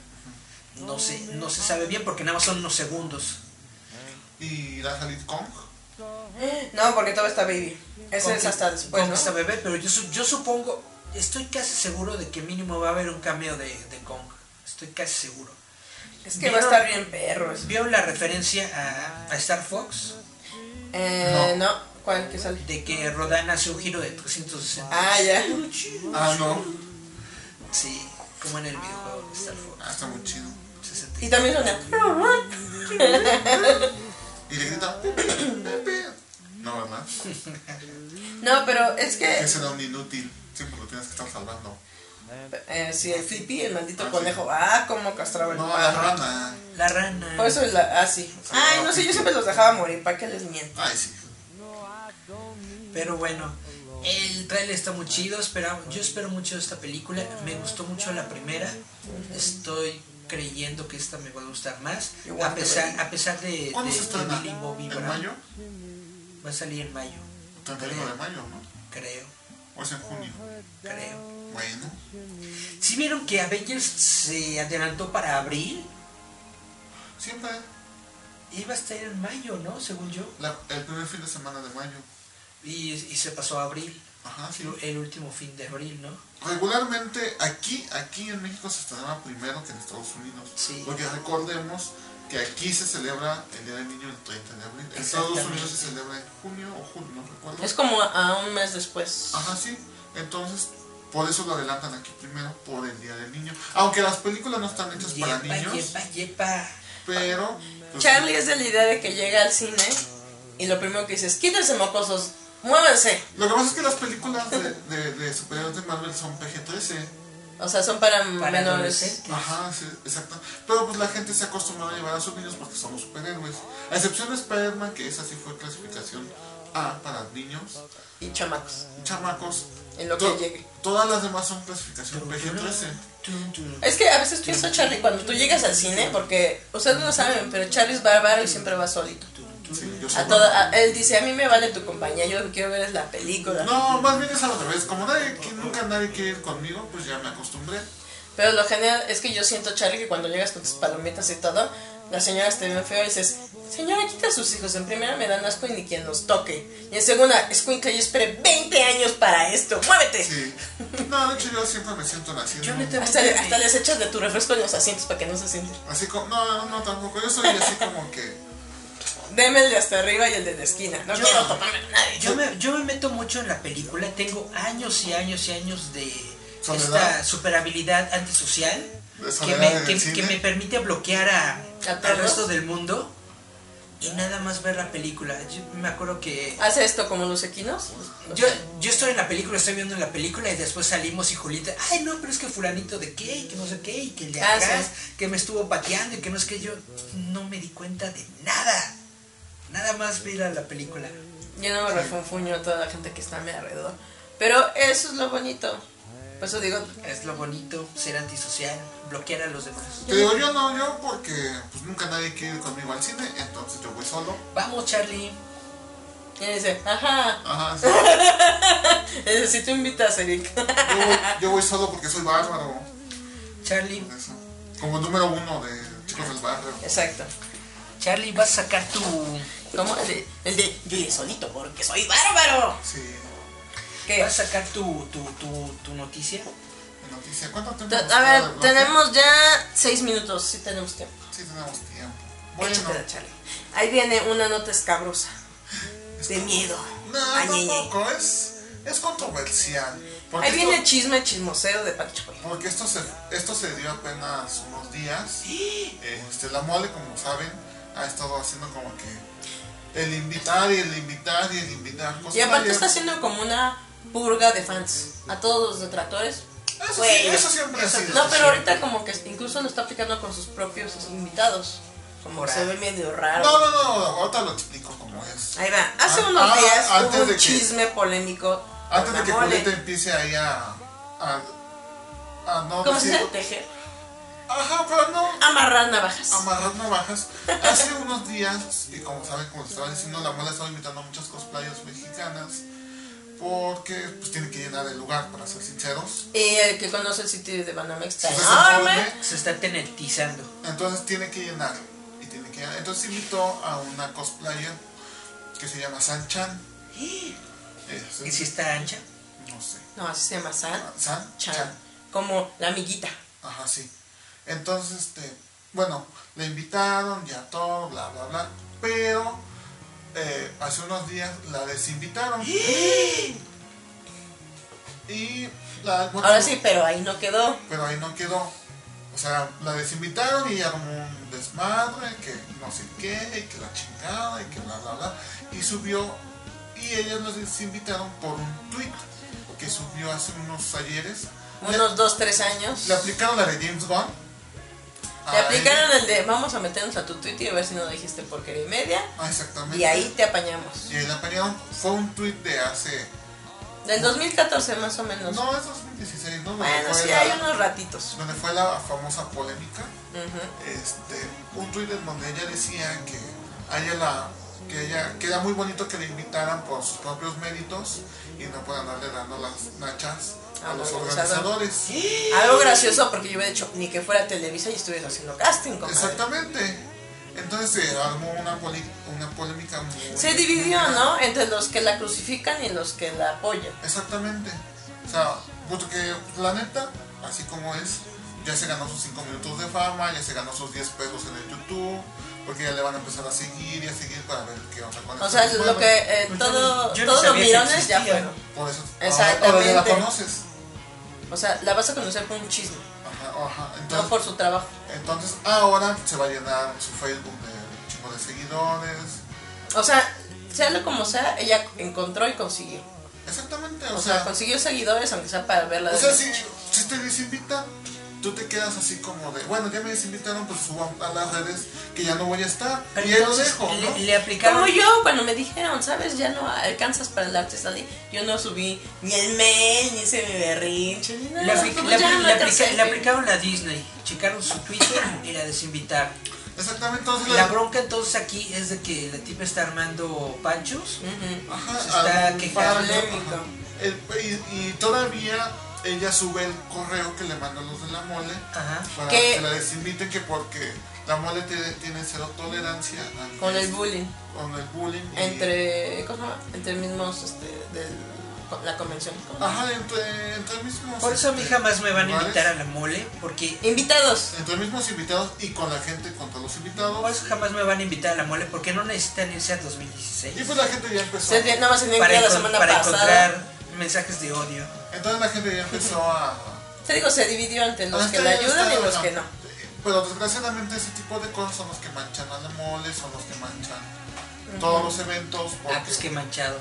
No sé, no se sabe bien porque nada más son unos segundos.
¿Y irá a salir Kong?
No, porque todo está baby. Eso es
Conquista-
hasta después, ¿no?
Conquista bebé, pero yo, su- yo supongo, estoy casi seguro de que mínimo va a haber un cameo de, de Kong. Estoy casi seguro.
Es que va a estar bien perro eso.
¿Vio la referencia a, a Star Fox?
Eh, no. ¿Cuál que sale?
De que Rodan hace un giro de 360.
Ah, ya.
Ah, no.
Sí, como en el videojuego de Star Fox.
Ah, está muy chido.
60.
Y también suena.
Y le grita, "Pepe, Pepe". No, ¿verdad?
<laughs> No, pero es que.
Ese era un inútil. Siempre lo tienes que estar salvando.
Eh, sí, el Flippy, el maldito conejo. Ah, cómo castraba el
No, la
padre.
rana.
La rana.
Por eso la. Ah, sí. Ay, no sé, yo siempre los dejaba morir. ¿Para qué les miento?
Ay, sí.
Pero bueno, el trailer está muy chido. espera- yo espero mucho esta película. Me gustó mucho la primera. Estoy creyendo que esta me va a gustar más.
Igual
A
te
pesar,
va
a pesar de, de,
¿Cuándo se
de
estrena?
Billy Bobby
¿En
Brown.
mayo?
Va a salir en mayo,
31 de mayo, ¿no?
creo,
O es en junio.
creo.
Bueno.
Si vieron que Avengers se adelantó para abril,
Siempre
iba a estar en mayo, ¿no? Según yo.
la- el primer fin de semana de mayo.
Y, y se pasó a abril,
Ajá, Ah, sí.
el último fin de abril, ¿no?
Regularmente aquí, aquí en México se celebra primero que en Estados Unidos.
Sí.
Porque recordemos que aquí se celebra el Día del Niño el 30 de abril. En Estados
Exactamente.
Unidos se celebra en junio o julio, no recuerdo.
Es como a un mes después.
Ajá, sí. Entonces, por eso lo adelantan aquí primero, por el Día del Niño. Aunque las películas no están hechas para
Yepa,
niños,
yepa, yepa.
pero... pues,
Charlie es de la idea de que llega al cine y lo primero que dice es: quítense mocosos, muévanse.
Lo que pasa es que las películas de, de, de superhéroes de Marvel son PG-13.
O sea, son para,
Para
menores.
adolescentes.
Ajá, sí, exacto. Pero pues la gente se ha acostumbrado a llevar a sus niños porque son los superhéroes. A excepción de Spider-Man, que esa sí fue clasificación A para niños,
Y chamacos.
chamacos.
En lo
To-
que llegue.
Todas las demás son clasificación PG-13.
Es que a veces pienso, Charlie, cuando tú llegas al cine, porque ustedes no lo saben, pero Charlie es bárbaro y siempre va solito.
Sí, yo soy
A toda, a- él dice: A mí me vale tu compañía, yo lo que quiero ver es la película.
No, más bien es al revés. Como nadie, que nunca nadie quiere ir conmigo, pues ya me acostumbré.
Pero lo genial es que yo siento, Charlie, que cuando llegas con tus palomitas y todo, las señoras te ven feo y dices, señora, quita a sus hijos. En primera me dan asco y ni quien los toque. Y en segunda, es yo esperé 20 años para esto. ¡Muévete!
Sí. No, de hecho yo siempre me siento en la silla,
Yo
¿no?
neta-
Hasta, hasta les echas de tu refresco en los asientos para que no se sienten.
Así como, no, no, tampoco. Yo soy así como que.
Deme el de hasta arriba y el de la esquina. No
Yo-
quiero toparme con nadie.
Yo me, yo me meto mucho en la película, tengo años y años y años de
Soledad.
esta super habilidad antisocial
De
que
soledad en
me,
el
que-
cine.
que me permite bloquear a, al
todos?
resto del mundo y nada más ver la película. Yo me acuerdo que
¿Hace esto como los equinos?
yo, yo estoy en la película, estoy viendo la película y después salimos y Julita, ay no, pero es que fulanito de qué, y que no sé qué, y que el de
Ah,
atrás,
sí.
que me estuvo pateando y que no es que yo no me di cuenta de nada. Nada más vi la, la película.
Yo no me refunfuño a toda la gente que está a mi alrededor. Pero eso es lo bonito. Por eso digo,
Es lo bonito, ser antisocial, bloquear a los demás.
Te digo, yo no, yo porque pues nunca nadie quiere ir conmigo al cine, entonces yo voy solo.
Vamos, Charlie.
y dice, ajá,
Ajá, sí.
necesito invitas, Eric. <laughs>
Yo voy, yo voy solo porque soy bárbaro.
Charlie,
Eso. Como número uno de Chicos del Barrio.
Exacto.
Charlie, vas a sacar tu.
¿Cómo? El de, el de yo iré solito porque soy bárbaro. Pues,
Sí.
¿Qué?
Vas a sacar tu, tu, tu, tu noticia.
Noticia. ¿Cuánto tiempo?
T-
nos
A
queda de
ver,
bloque?
tenemos ya seis minutos, sí tenemos tiempo.
Sí, tenemos tiempo.
Este,
Échatela,
Bueno.
Charlie. Ahí viene una nota escabrosa. De miedo.
No,
Ay, ay, ay.
tampoco. Es, es controversial. Porque
Ahí viene el
esto,
chisme chismoseo de Pancho. Coelho.
porque esto se, esto se dio apenas unos
<gasps>
días. Este, la mole, como saben, ha estado haciendo como que el invitar y el invitar y el invitar. Cosa
Y aparte
que-
está haciendo como una purga de fans. A todos los detractores.
Eso, sí,
Güey.
eso siempre ha sido.
No, pero ahorita como que incluso lo está aplicando con sus propios invitados. Como
Ahora.
se ve medio raro.
No, no, no, ahorita lo explico como es.
Ahí va. Hace
Ah,
unos
ah,
días
antes
hubo
de
un
que-
chisme polémico
Antes de que
Guacamole.
Julieta empiece ahí a. a, a no
¿Cómo se
decir.
dice? Tejer.
Ajá, pero no.
Amarrar navajas.
Amarrar navajas. Hace unos días, y como saben, como les estaba diciendo, la moda estaba invitando a muchas cosplayers mexicanas. Porque pues tienen que llenar el lugar, para ser sinceros.
Y el Eh, que conoce el sitio de Banamex está
Entonces,
enorme.
enorme,
Se está tenetizando.
Entonces tiene que llenar. Y tiene que llenar. Entonces invitó a una cosplayer que se llama San
<gasps>
Chan. Es-
¿Y si está ancha?
no sé.
No, así se llama San
San
Chan.
Chan.
Como la amiguita.
Ajá, sí. Entonces, este, bueno, le invitaron, ya todo, bla, bla, bla. Pero eh, hace unos días la
<gasps>
desinvitaron. y la
Ahora sí, pero ahí no quedó.
Pero ahí no quedó. O sea, la desinvitaron y armó un desmadre, que no sé qué, y que la chingada, y que bla, bla, bla. Y subió, y ellas nos desinvitaron por un tweet que subió hace unos ayeres.
Unos dos, tres años.
Le aplicaron la de James Gunn.
Te aplicaron el de vamos a meternos a tu Twitter y a ver si no dijiste porquería y media.
Ah, exactamente.
Y ahí te apañamos.
Y ahí la apañaron. Fue un tweet de hace.
Del 2014 más o menos.
No, es 2016, ¿no? Donde
bueno,
fue
sí,
la-
hay unos ratitos.
Donde fue la famosa polémica.
Ujú.
Este, un tweet en donde ella decía que a ella la. Que, ella, que era muy bonito que le invitaran por sus propios méritos y no por andarle dando las nachas a,
Al
los
organizador.
organizadores.
Algo gracioso porque yo hubiera dicho ni que fuera Televisa y estuvieras haciendo casting, compadre.
Exactamente. Entonces se armó una, poli- una polémica muy.
Se dividió,
muy-
¿no? Entre los que la crucifican y los que la apoyan.
Exactamente. O sea, porque la neta, así como es, ya se ganó sus 5 minutos de fama, ya se ganó sus 10 pesos en el YouTube, porque ya le van a empezar a seguir y a seguir para ver qué onda con
O
este
sea, es
nuevo.
lo que eh,
Pues yo
todo,
no- yo no
todos los
sabía que
mirones ya
existía.
fueron.
Por eso.
Exactamente.
Ahora ya la conoces.
O sea, la vas a conocer por un chisme,
Ajá, ajá.
no
Entonces,
por su trabajo.
entonces ahora se va a llenar su Facebook de un chingo de seguidores.
O sea, sea lo como sea, ella encontró y consiguió.
Exactamente,
O sea, consiguió seguidores, aunque sea para verla.
O
de
sea, si,
noche.
si te desinvitan, tú te quedas así como de, bueno, ya me desinvitaron, pues subo a las redes que ya no voy a estar.
Pero
y ahí lo
entonces,
dejo, ¿no?
le, le aplicaron.
Como yo, cuando me dijeron, ¿sabes? Ya no alcanzas para el artesanía. Yo no subí ni el mail, ni hice mi berrinche, ni nada.
Le, apli-
Como
le
Pues ya
apli-
no
le
alcancé,
aplica- le
güey.
aplicaron la Disney, checaron su Twitter y la desinvitaron.
Exactamente, entonces
La bronca entonces aquí es de que la tipa está armando panchos.
Ujú.
Ajá,
se está
al-
quejando.
para- ajá. El- y, y todavía ella sube el correo que le mandan los de la mole
Ajá.
para
Que-
que la desinviten, que porque la mole te- tiene cero tolerancia al-
Con el bullying.
con el bullying. y-
Entre, ¿cómo se llama? Entre mismos, este, del- con la convención. ¿cómo?
Ajá, entre, entre mismos.
Por eso a mí
este,
jamás me van a
lugares,
invitar a la mole, porque
Invitados.
Entre mismos invitados y con la gente contra los invitados.
por eso jamás me van a invitar a la mole, porque no necesitan irse a
Y
2016
pues la gente ya empezó.
Se te- nada más tenían que
para,
ir la
encon-
semana
para
pasada.
encontrar mensajes de odio.
Entonces la gente ya empezó a. este
Te digo, se dividió entre los
a
que la
estar-
ayudan
estar-
y los que no.
Pero Pues desgraciadamente ese tipo de cosas son los que manchan a la mole, son los que manchan todos los eventos. Porque,
Ah, pues qué manchado.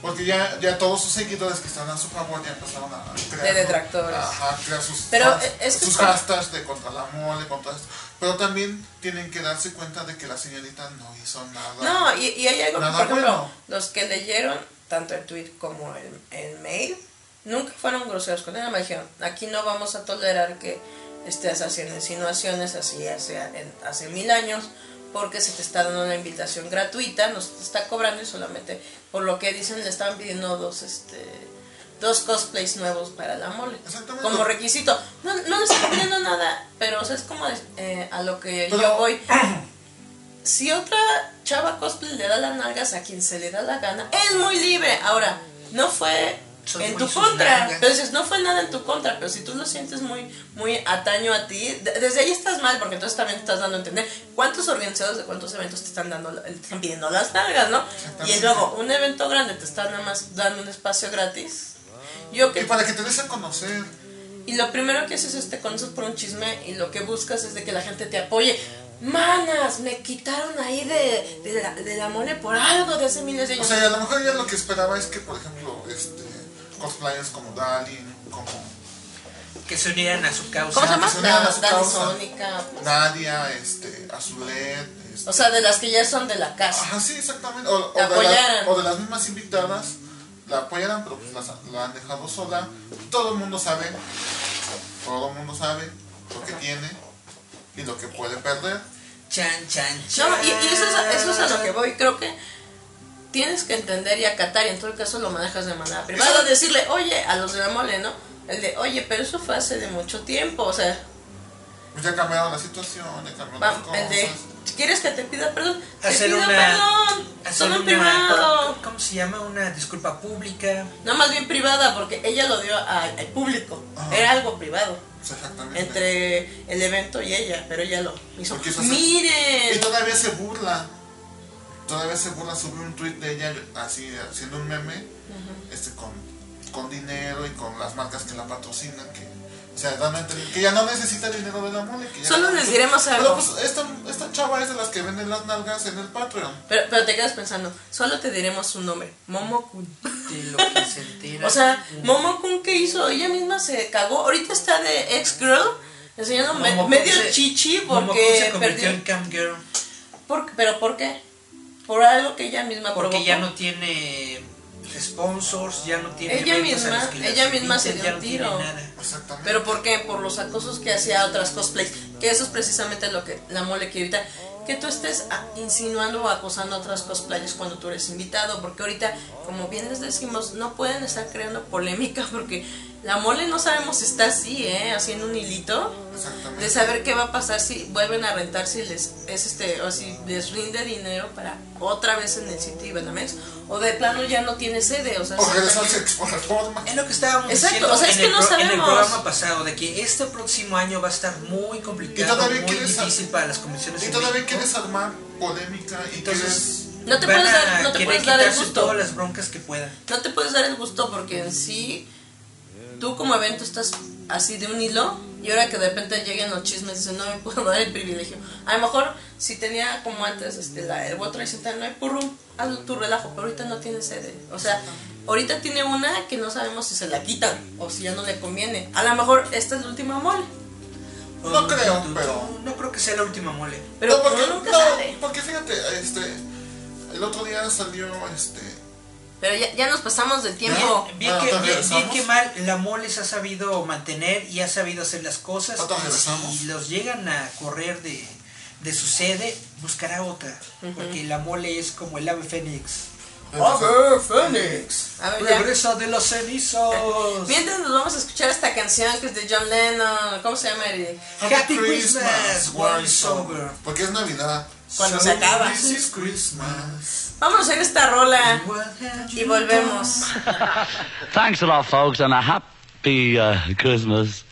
porque ya, ya todos sus seguidores que están a su favor ya empezaron a crear.
De detractores.
Ajá, crear sus,
Pero,
fans-
eh, es que
sus
es como-
hashtags de contra la mole, contra esto. Pero también tienen que darse cuenta de que la señorita no hizo nada.
No, y, y hay algo,
Nada
por ejemplo,
bueno.
los que leyeron tanto el tweet como el, el mail, nunca fueron groseros con ella, me dijeron, aquí no vamos a tolerar que estés haciendo insinuaciones así hace, en- hace mil años, porque se te está dando una invitación gratuita, no se te está cobrando y solamente, por lo que dicen, le estaban pidiendo dos, este, dos cosplays nuevos para la mole,
Exactamente.
como requisito. No, no le están pidiendo nada, pero o sea, es como eh, a lo que
Pero-
yo voy. Si otra chava cosplay le da las nalgas a quien se le da la gana, es muy libre. Ahora, no fue
Soy
en
muy
tu
sus
contra.
nalgas.
Entonces, no fue nada en tu contra, pero si tú lo sientes muy, muy ataño a ti, de- desde ahí estás mal, porque entonces también estás dando a entender cuántos organizadores de cuántos eventos te están dando, la- te están pidiendo las nalgas, ¿no? Y
Exactamente.
luego, un evento grande te está nada más dando un espacio gratis. Yo
Y
que
para que te des a conocer.
y lo primero que haces es te conoces por un chisme y lo que buscas es de que la gente te apoye. Manas, me quitaron ahí de, de, la, de la mole por algo de hace miles de
O
años.
sea, y a lo mejor ella lo que esperaba es que, por ejemplo, este, cosplayers como Dalin, como
Que se unieran a su causa.
¿Cómo se llama?
que se unieran a
Da-
su
Dani
causa.
Sónica. pues.
Nadia, este, Azulet. Este,
O sea, de las que ya son de la casa.
ajá, sí, exactamente. O, o
Te
de la-
apoyaran.
o de las mismas invitadas la apoyaran, pero pues la, la han dejado sola. Todo el mundo sabe, todo el mundo sabe lo que tiene y lo que puede perder.
Chan, chan, chan.
No, y, y eso, es, eso es a lo que voy. Creo que tienes que entender y acatar, y en todo caso lo manejas de manera privada. Decirle, oye, a los de la mole, ¿no? El de, oye, pero eso fue hace de mucho tiempo, o sea,
Pues ya cambiaron la situación, ya cambiaron
va,
las
el
cosas.
de, ¿quieres que te pida perdón? Te
Hacer
pido
una-
perdón,
hacer
solo en
una-
privado.
¿Cómo se llama? Una disculpa pública.
No, más bien privada, porque ella lo dio a- al público.
Ajá.
Era algo privado
Pues exactamente.
entre el evento y ella, pero ella lo hizo.
Porque eso hace- Y
Miren,
todavía se burla. Todavía se burla, subió un tweet de ella así haciendo un meme este con, con dinero y con las marcas que la patrocinan que o sea, dan a entender que ya no necesita dinero de la mole. Que ya
Solo les diremos
Pero
algo.
pues esta, esta chava es de las que venden las nalgas en el Patreon.
pero, pero te quedas pensando, solo te diremos su nombre, Momo Kun.
De lo que se entera.
O sea, Momo Kun, ¿qué hizo? Ella misma se cagó. Ahorita está de ex-girl enseñando me-
Momo Kun
medio
se-
chichi
Momo Kun
porque
se convirtió
perdió.
en cam girl
Por- ¿Pero por qué? Por algo que ella misma
porque
provocó.
ya no tiene sponsors, ya no tiene
Ella
eventos a los
misma-
que las
ella misma se
invitan,
dio
ya no
un
tiene
tiro.
nada.
Exactamente.
¿Pero por qué? Por los acosos que hacía a otras cosplays. Que eso es precisamente lo que la mole quiere evitar. Que tú estés a- insinuando o acosando a otras cosplayers cuando tú eres invitado. Porque ahorita, como bien les decimos, no pueden estar creando polémica. <laughs> Porque la mole no sabemos si está así, ¿eh? Haciendo un hilito.
Exactamente.
De saber qué va a pasar si vuelven a rentar, si les, es este, o si les rinde dinero para otra vez en el sitio Banamex. O de plano ya no tiene sede. O sea,
o
si-
regresarse por la forma.
Es lo que estábamos
Exacto,
diciendo
o sea, es
en,
que
el
no
en el
sabemos.
programa pasado, de que este próximo año va a estar muy
Y
complicado,
todavía
muy
quieres
difícil
sa-
para las convenciones.
Y
en
todavía
México.
quieres armar polémica y
Entonces,
No te
van
puedes
a
dar- no te
querer
puedes dar el
quitarse
gusto.
todas las broncas que puedan.
no te puedes dar el gusto porque en sí tú como evento estás así de un hilo y ahora que de repente lleguen los chismes dicen no me puedo <laughs> dar el privilegio a lo mejor si tenía como antes este la el World Trade Center no hay purrum hazlo tu relajo pero ahorita no tiene sede o sea ahorita tiene una que no sabemos si se la quitan o si ya no le conviene a lo mejor esta es la última mole
No creo, pero-
No creo que sea la última mole.
pero
no, porque,
uno nunca
no,
sabe
porque fíjate, este, el otro día salió este.
pero ya, ya nos pasamos del tiempo
Bien,
Bueno,
que,
¿te
bien- bien
regresamos?
que mal, la Moles ha sabido mantener y ha sabido hacer las cosas.
¿Cuánto regresamos?
Y si los llegan a correr de, de su sede, buscará otra. Porque la Mole es como el ave fénix. ¡Ave fénix!
A ver, ya.
¡Regresa de los cenizos!
Mientras nos vamos a escuchar esta canción que es de John Lennon, ¿cómo se llama Eric?
Happy Christmas,
war
one
is over.
sober.
Porque es Navidad.
Cuando se acaba.
This is Christmas.
Vamos a hacer esta rola y volvemos.
Thanks a lot, folks, and a happy uh, Christmas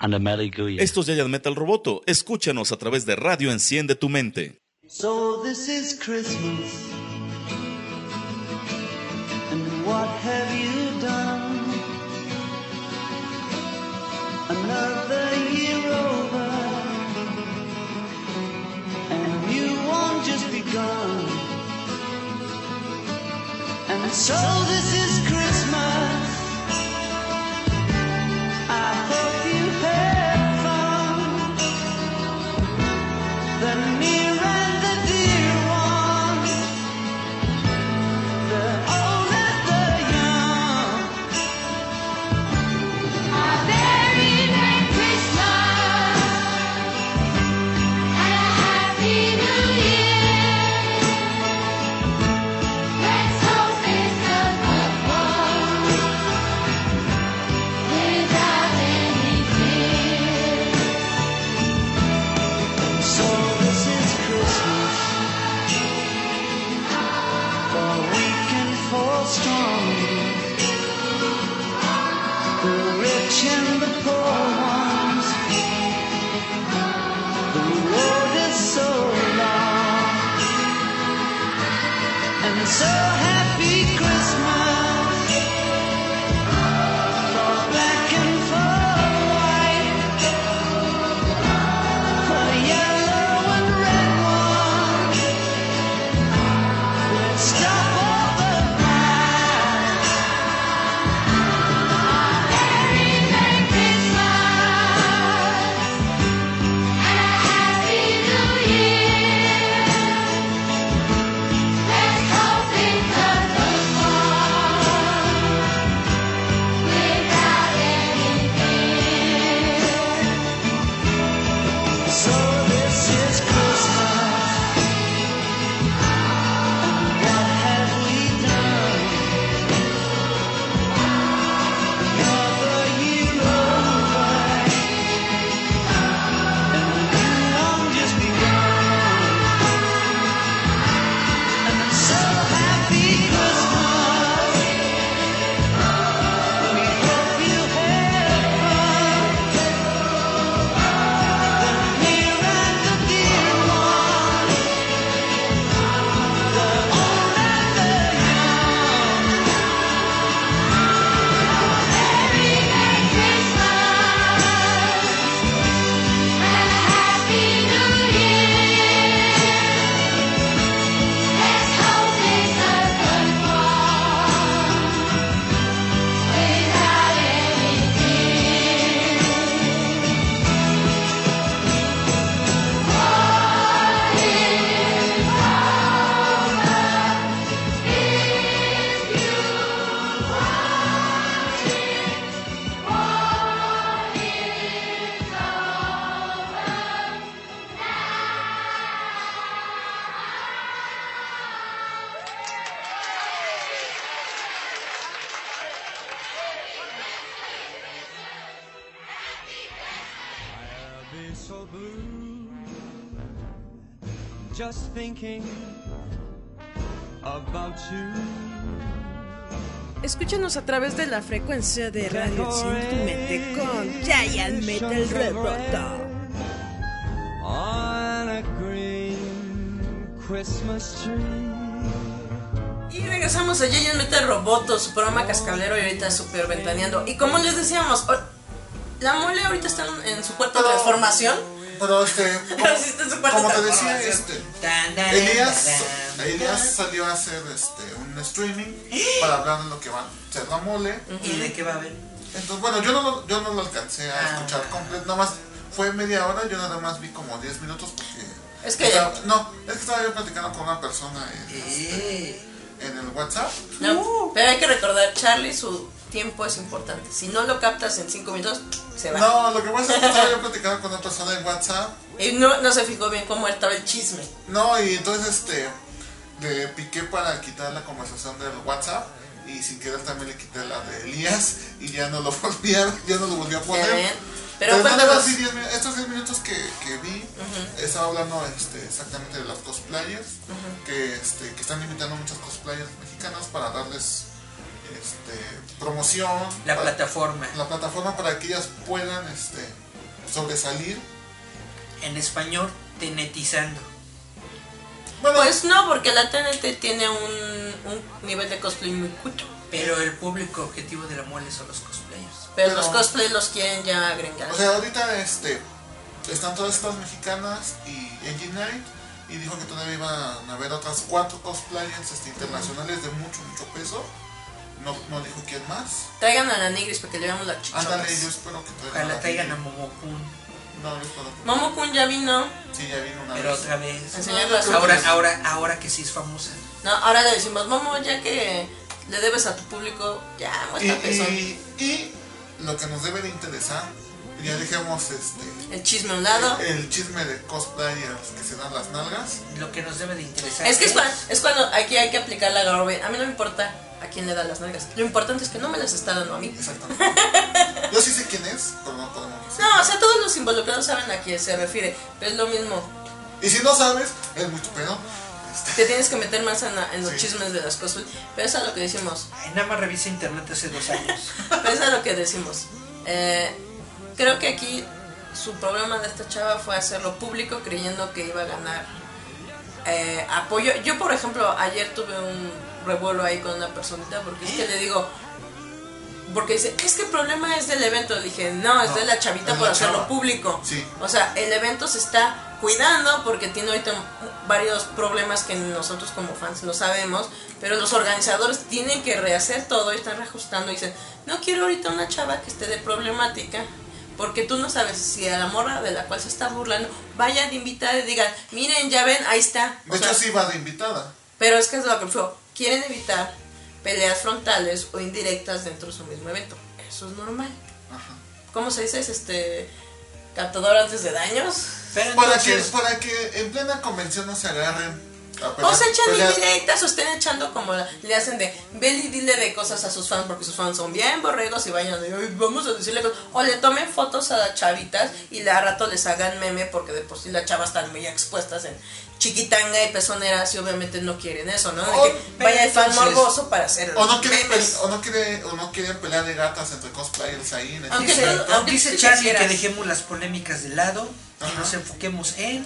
and a Merry New Year.
Estos Yayan Metal Roboto, escúchanos a través de Radio Enciende tu Mente.
So this is Christmas. And what have you done? Another year over. And you won't just be gone. And so this is Christmas. I hope you had fun. The the near and the dear ones, the old and the young.
A very merry Christmas and a happy New Year. Let's hope it's a good one without any fear.
So this is Christmas, for weak and for strong, the rich and the poor ones. The road is so long, and so happy Christmas. for Black and for white, for yellow and red ones. Let's stop all the pride.
Merry Christmas
I'm so blue. Just thinking about you.
Escúchanos a través de la frecuencia de Radio Sin tu Mente con Giant Metal Roboto.
On a green Christmas tree.
Y regresamos a Yayan Metal Roboto, su programa cascablero y ahorita super ventaneando. Y como les decíamos, o- la mole ahorita está en- en su cuarta transformación. <laughs>
Pero este,
Así está en su cuarta
como te
transformación.
decía, este, Elías, Elías salió a hacer este, un streaming para hablar de lo que va a ser la mole.
¿Y de qué va a haber?
Entonces, bueno, yo no, lo- yo no lo alcancé a
Ah.
escuchar completo, nada más fue media hora, yo nada más vi como 10 minutos porque...
Es que-
estaba- no, es que estaba yo platicando con una persona en,
Eh,
este, en el WhatsApp.
No, pero hay que recordar, Charlie, su tiempo es importante. Si no lo captas en 5 minutos, se va.
No, lo que pasa es que estaba yo platicando con una persona en WhatsApp
Y no, no se fijó bien cómo estaba el chisme.
No, y entonces este le piqué para quitar la conversación del WhatsApp y sin querer también le quité la de Elías y ya no lo <laughs> volví a, ya no lo volví a poner.
Ya ven. Pero
nada
cuéntanos.
más, sí, 10 min- estos 10 minutos que, que vi, estaba hablando este, exactamente de las cosplayers, que, este, que están invitando a muchas cosplayers mexicanas para darles este, promoción.
La
para-
plataforma.
La plataforma para que ellas puedan este, sobresalir.
En español, tenetizando.
Pues no, porque la TNT tiene un, un nivel de cosplay muy cucho.
Pero el público objetivo de la mole son los cosplayers.
Pero, los cosplays los quieren ya agregar.
O sea, ahorita este, están todas estas mexicanas y Angie Knight y dijo que todavía iban a haber otras cuatro cosplayers este, internacionales de mucho, mucho peso. No, no dijo quién más.
Traigan a la Nigris porque le veamos la chichona.
Ándale, yo espero que traigan.
Ojalá traigan a
Momokun. No, yo espero que-
Momo-kun ya vino.
Sí, ya vino una
Pero
Ah,
vez.
otra vez.
Enseñando las
ahora,
fotos.
ahora, ahora que sí es famosa.
No, ahora le decimos, Momo, ya que le debes a tu público, ya
Y,
muestra pezón.
y, y lo que nos debe de interesar, ya dejemos este,
El chisme a un lado.
el chisme de cosplayers que se dan las nalgas.
Lo que nos debe de interesar.
Es que es cuando, es cuando aquí hay que aplicar la Garvey. A mí no me importa a quién le da las nalgas. Lo importante es que no me las está dando a mí.
Exactamente.
<laughs>
Yo sí sé quién es, pero no podemos decir.
No, o sea, todos los involucrados saben a quién se refiere. Pero es lo mismo.
Y si no sabes, es mucho este, pedo.
Te tienes que meter más en, la- en los
Sí.
chismes de las cosas. Pero eso es lo que decimos.
Ay, nada más revisa internet hace
<laughs>
dos años.
Pero eso es lo que decimos. Eh, creo que aquí su problema de esta chava fue hacerlo público creyendo que iba a ganar eh, apoyo. Yo, por ejemplo, ayer tuve un revuelo ahí con una personita porque es que le digo... Porque dice, es que el problema es del evento. Dije, no, es
No,
de la chavita
es
por
la
hacerlo
chava.
público.
Sí.
O sea, el evento se está cuidando porque tiene ahorita varios problemas que nosotros como fans no sabemos, pero los organizadores tienen que rehacer todo y están reajustando y dicen, no quiero ahorita una chava que esté de problemática. Porque tú no sabes si a la morra de la cual se está burlando vaya de invitada y digan, miren, ya ven, ahí está. O
De hecho,
sea,
sí va de invitada.
Pero es que es lo que fue. Quieren evitar peleas frontales o indirectas dentro de su mismo evento. Eso es normal.
Ajá.
¿Cómo se dice? Es Este, captador antes de daños.
Pero
Para que,
entonces,
para que en plena convención no se agarren. a pelear.
O se echan
Pelear.
indirectas o estén echando como la- le hacen de ven y dile de cosas a sus fans porque sus fans son bien borregos y vayan de "Ay, vamos a decirle cosas. O le tomen fotos a las chavitas y le- a rato les hagan meme porque de por sí las chavas están muy expuestas en chiquitanga y pezoneras y obviamente no quieren eso, ¿no? De
Oh,
que
pero
vaya el fan
entonces-
morboso para hacer
O no, pues? quieren
memes.
pele- o, no quiere- o no quieren pelear de gatas entre cosplayers ahí. En el
Aunque
evento.
sea- aunque
dice
sí
Charlie que
quisieras.
dejemos las polémicas de lado y
Ajá.
nos enfoquemos en.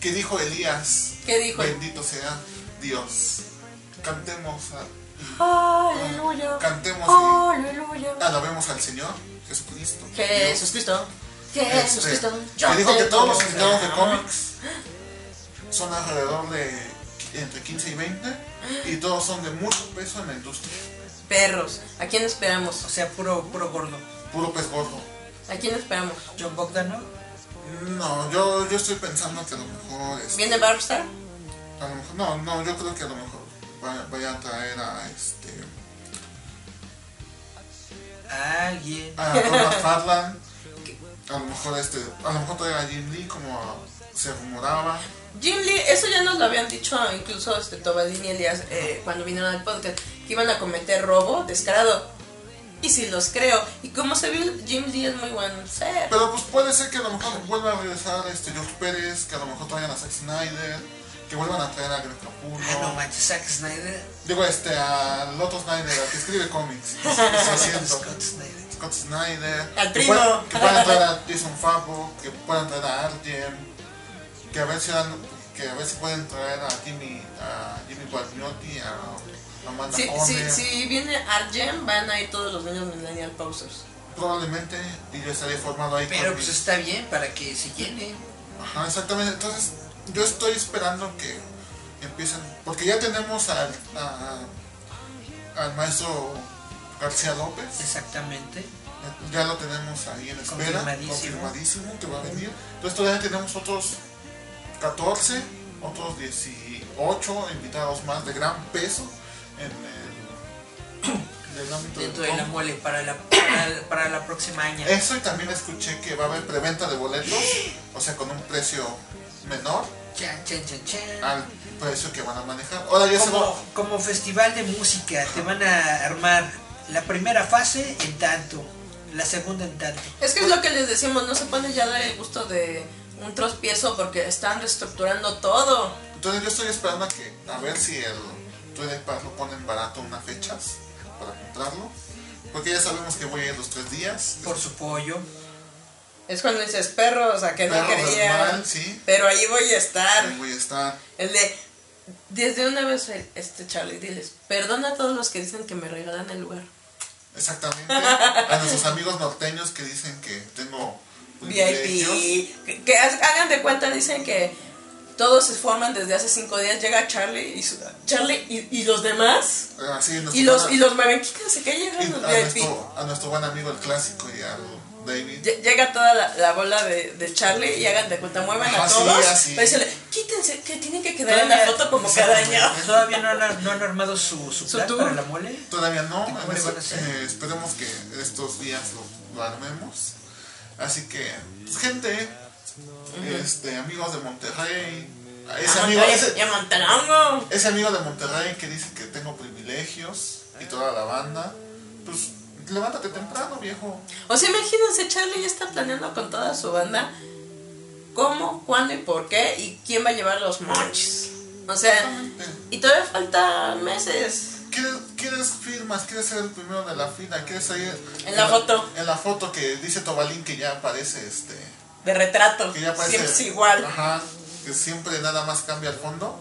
Que dijo Elías.
¿Qué dijo?
Bendito sea Dios. Cantemos, a-
Aleluya.
cantemos
Oh. Aleluya.
y alabemos al Señor Jesucristo.
Jesús Cristo. Jesús
Este,
Cristo. yo
que dijo
te
que todos los
amo.
invitados de cómics son alrededor de entre 15 y 20 y todos son de mucho peso en la industria.
Perros. ¿A quién esperamos?
O sea, puro, puro gordo.
Puro pez gordo.
¿A quién esperamos?
John Bogdanov.
No, yo, yo estoy pensando que a lo mejor es-
¿Viene Barbstar?
a lo mejor- no, no, yo creo que a lo mejor vaya, vaya a traer a este
Alguien.
Ah,
a Ronald Farland, a lo mejor este, a lo mejor trae a Jim Lee como se rumoraba.
Jim Lee, eso ya nos lo habían dicho incluso este, Tobadín y Elias eh, cuando vinieron al podcast, que iban a cometer robo descarado. Y si los creo. Y como se vio, Jim Lee es muy buen ser.
Pero pues puede ser que a lo mejor vuelva a regresar este George Pérez, que a lo mejor traigan a Zack Snyder, que vuelvan a traer a Greg Capullo.
Ah, no manches, Zack Snyder.
Digo, este, al otro Snyder, al que escribe
<laughs>
cómics. Lo siento.
Scott Snyder.
Scott Snyder.
Al
que
primo.
puedan- Que puedan traer a Jason Favreau, que puedan traer a Arjen, que a ver si, dan- que a ver si pueden traer a Jimmy, a Jimmy Guadagnotti, a Amanda
Si, si,
Horner.
si viene Arjen, van a ir todos los niños Millennial Posers.
Probablemente, y yo estaré formado ahí
Pero
con
pues
mi-
está bien para que se llene.
Ajá, exactamente. Entonces, yo estoy esperando que empiecen. Porque ya tenemos al, a- al maestro García López.
Exactamente.
Ya lo tenemos ahí en espera.
Confirmadísimo.
confirmadísimo que va a venir. Entonces, todavía tenemos otros 14, otros 18 invitados más de gran peso en el, en el ámbito del
Dentro de la
cómic.
mole para la, para, para la próxima año.
Eso y también escuché que va a haber preventa de boletos, o sea, con un precio menor
Chan, chan, chan, chan.
al precio que van a manejar. Ahora ya se va.
Como, como festival de música, te van a armar la primera fase en tanto, la segunda en tanto.
Es
Pues
que es lo que les decimos, no se pueden ya dar el gusto de un trospiezo porque están reestructurando todo.
Entonces yo estoy esperando a que a ver si el Twitter Pass lo ponen barato unas fechas para comprarlo. Porque ya sabemos que voy a ir los tres días.
Por su pollo.
Es cuando dices perros, a que no
Perro del
quería.
mal, sí.
Pero ahí voy a estar.
Ahí voy a estar.
El de. Desde una vez, el- este Charlie, diles, perdona a todos los que dicen que me regalan el lugar.
Exactamente. A nuestros amigos norteños que dicen que tengo privilegios.
VIP. Que, que ha- hagan de cuenta, dicen que todos se forman desde hace cinco días. Llega Charlie y, su- Charlie y, y los demás.
Así, nuestro
Y los,
buen-
y los merenquitas, se que
y
llegan los
a,
VIP.
nuestro, a nuestro buen amigo el clásico y al David.
Lle- Llega toda la, la bola de, de Charlie y hagan de cuenta, muevan a
Ajá, sí,
todos.
así.
Pero dicen, quítense, que tienen que quedar en la foto como cada
Exactamente.
año.
Todavía no han, no han armado su, su
¿Su
plan
tour?
para la mole.
Todavía no,
¿Cómo
en
le
eso-
van a hacer?
eh, esperemos que estos días lo, lo armemos. Así que, pues, gente, este, amigos de Monterrey, a ese
A
amigo,
Ah, Monterrey,
ese-
y a Montelongo.
ese amigo de Monterrey que dice que tengo privilegios y toda la banda, pues levántate temprano, viejo.
O sea, imagínense, Charlie ya está planeando con toda su banda cómo, cuándo y por qué y quién va a llevar los monches. O sea, y todavía faltan meses.
¿Quieres, quieres firmas? ¿Quieres ser el primero de la fila? ¿Quieres salir
En la foto.
En la foto que dice Tobalín que ya aparece este.
De retrato,
que ya parece
siempre es igual.
Ajá, que siempre nada más cambia el fondo.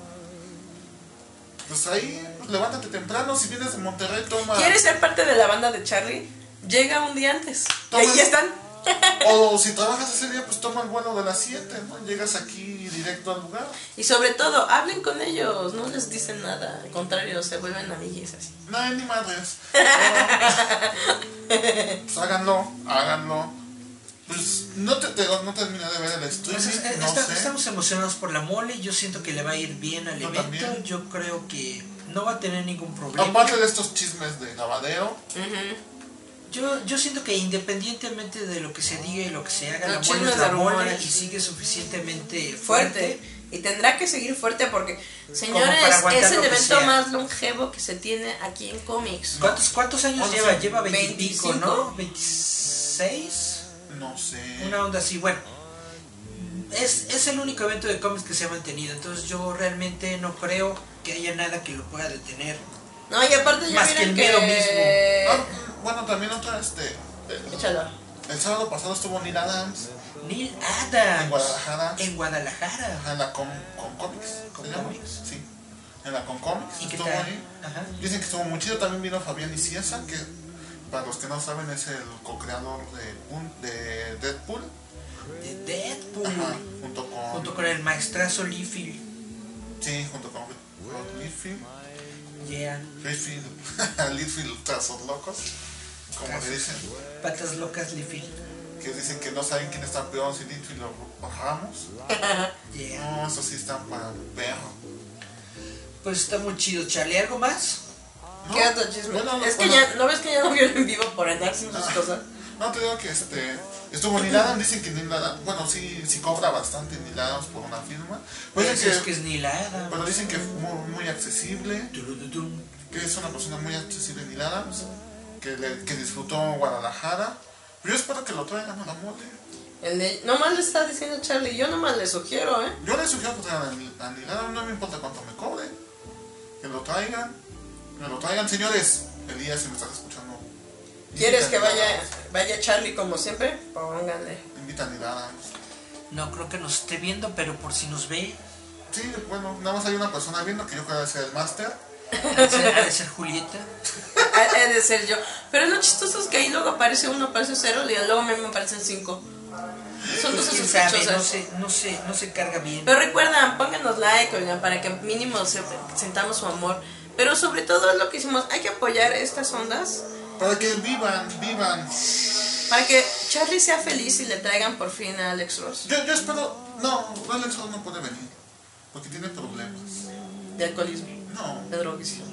Pues ahí, pues, levántate temprano, si vienes de Monterrey, toma.
¿Quieres ser parte de la banda de Charlie? Llega un día antes. Y
Toma-
ahí están.
O si trabajas ese día, pues toma el vuelo de las 7, ¿no? Llegas aquí directo al lugar.
Y sobre todo, hablen con ellos, no les dicen nada. Al contrario, se vuelven amigues así.
No, ni
<laughs>
madres. Pero, pues háganlo, háganlo. Pues no te, te- no terminé de ver el streaming,
Pues, eh,
no
está-
sé.
Estamos emocionados por la mole. Yo siento que le va a ir bien al
Yo
evento.
también.
Yo creo que no va a tener ningún problema.
Aparte de estos chismes de lavadero,
Yo, yo siento que independientemente de lo que se diga y lo que se
Los
haga, la mole
chismes
es la
de
mole
rumores.
y sigue suficientemente
fuerte.
fuerte.
Y tendrá que seguir fuerte porque,
para
señores,
aguantar
es
lo
el
que
evento
sea.
más longevo que se tiene aquí en cómics.
¿Cuántos, cuántos años
Once.
lleva? Lleva veintipico,
25.
¿no? ¿Veintiséis?
no sé.
Una onda así, bueno. Es, es el único evento de cómics que se ha mantenido, entonces yo realmente no creo que haya nada que lo pueda detener.
No, y aparte ya
Más que
vieron
el miedo
Ah, bueno, también otra, este. el-
Échalo.
El sábado pasado estuvo Neil Adams
Neil Adams.
en Guadalajara,
En Guadalajara.
ajá, en la Con, con Comics.
Con
¿se llama?
Comics.
Sí, en la Con Comics.
¿Y qué
estuvo
tal?
ahí.
Ajá.
Dicen que estuvo muy chido. También vino Fabián Iciesa, que para los que no saben es el co-creador de, Pun- de Deadpool.
De Deadpool.
Ajá, junto con.
Junto con el maestrazo Lee Field.
Sí, junto con Rod Liefeld.
Yeah.
Liefeld. <laughs> Liefeld, trazos locos. Como le dicen.
Patas locas Lee Field.
Que dicen que no saben quién está peor, si Liefeld o bajamos.
Yeah.
No, eso sí está para ver.
Pues está muy chido, Charlie. ¿Algo más?
¿Qué otro chisme?
Bueno,
es que
bueno.
ya, ¿no ves que ya no vieron en vivo por andar sin
Ah.
sus cosas?
No te digo que este estuvo Neil Adams, dicen que Neil Adams, bueno sí, sí cobra bastante Neil Adams por una firma, pero
Pues
dicen
es
que,
que es Neil Adams.
pero dicen que es muy, muy accesible,
Turudutum.
que es una persona muy accesible Neil Adams, pues, que, le- que disfrutó Guadalajara. Yo espero que lo traigan a la mole.
El de- nomás le está diciendo Charlie, yo nomás le sugiero, ¿eh?
Yo le sugiero que traigan a Ni- a Nilgara, no me importa cuánto me cobre. Que lo traigan. Que lo traigan, señores. Elías, si me estás escuchando.
¿Quieres
invita
que
a
vaya,
Nilgara,
vaya Charlie como siempre? Pónganle. <laughs>
Invita a Nilgara.
No creo que nos esté viendo, pero por si nos ve,
Sí, bueno, nada más hay una persona viendo que yo creo que es el máster.
ha de ser, ha de ser Julieta.
Ha ha de ser yo. Pero lo chistoso es que ahí luego aparece uno, aparece cero y luego a mí me aparecen cinco. Son
Pues,
cosas
quién sabe,
sospechosas.
no se, no se, no se carga bien.
Pero recuerdan, pónganos like, oigan, para que mínimo se- sintamos su amor. Pero sobre todo es lo que hicimos, hay que apoyar estas ondas
Para que vivan, vivan.
para que Charlie sea feliz y le traigan por fin a Alex Ross.
Yo, yo espero. No, Alex Ross no puede venir. Porque tiene problemas.
De alcoholismo,
No,
de drogadicción.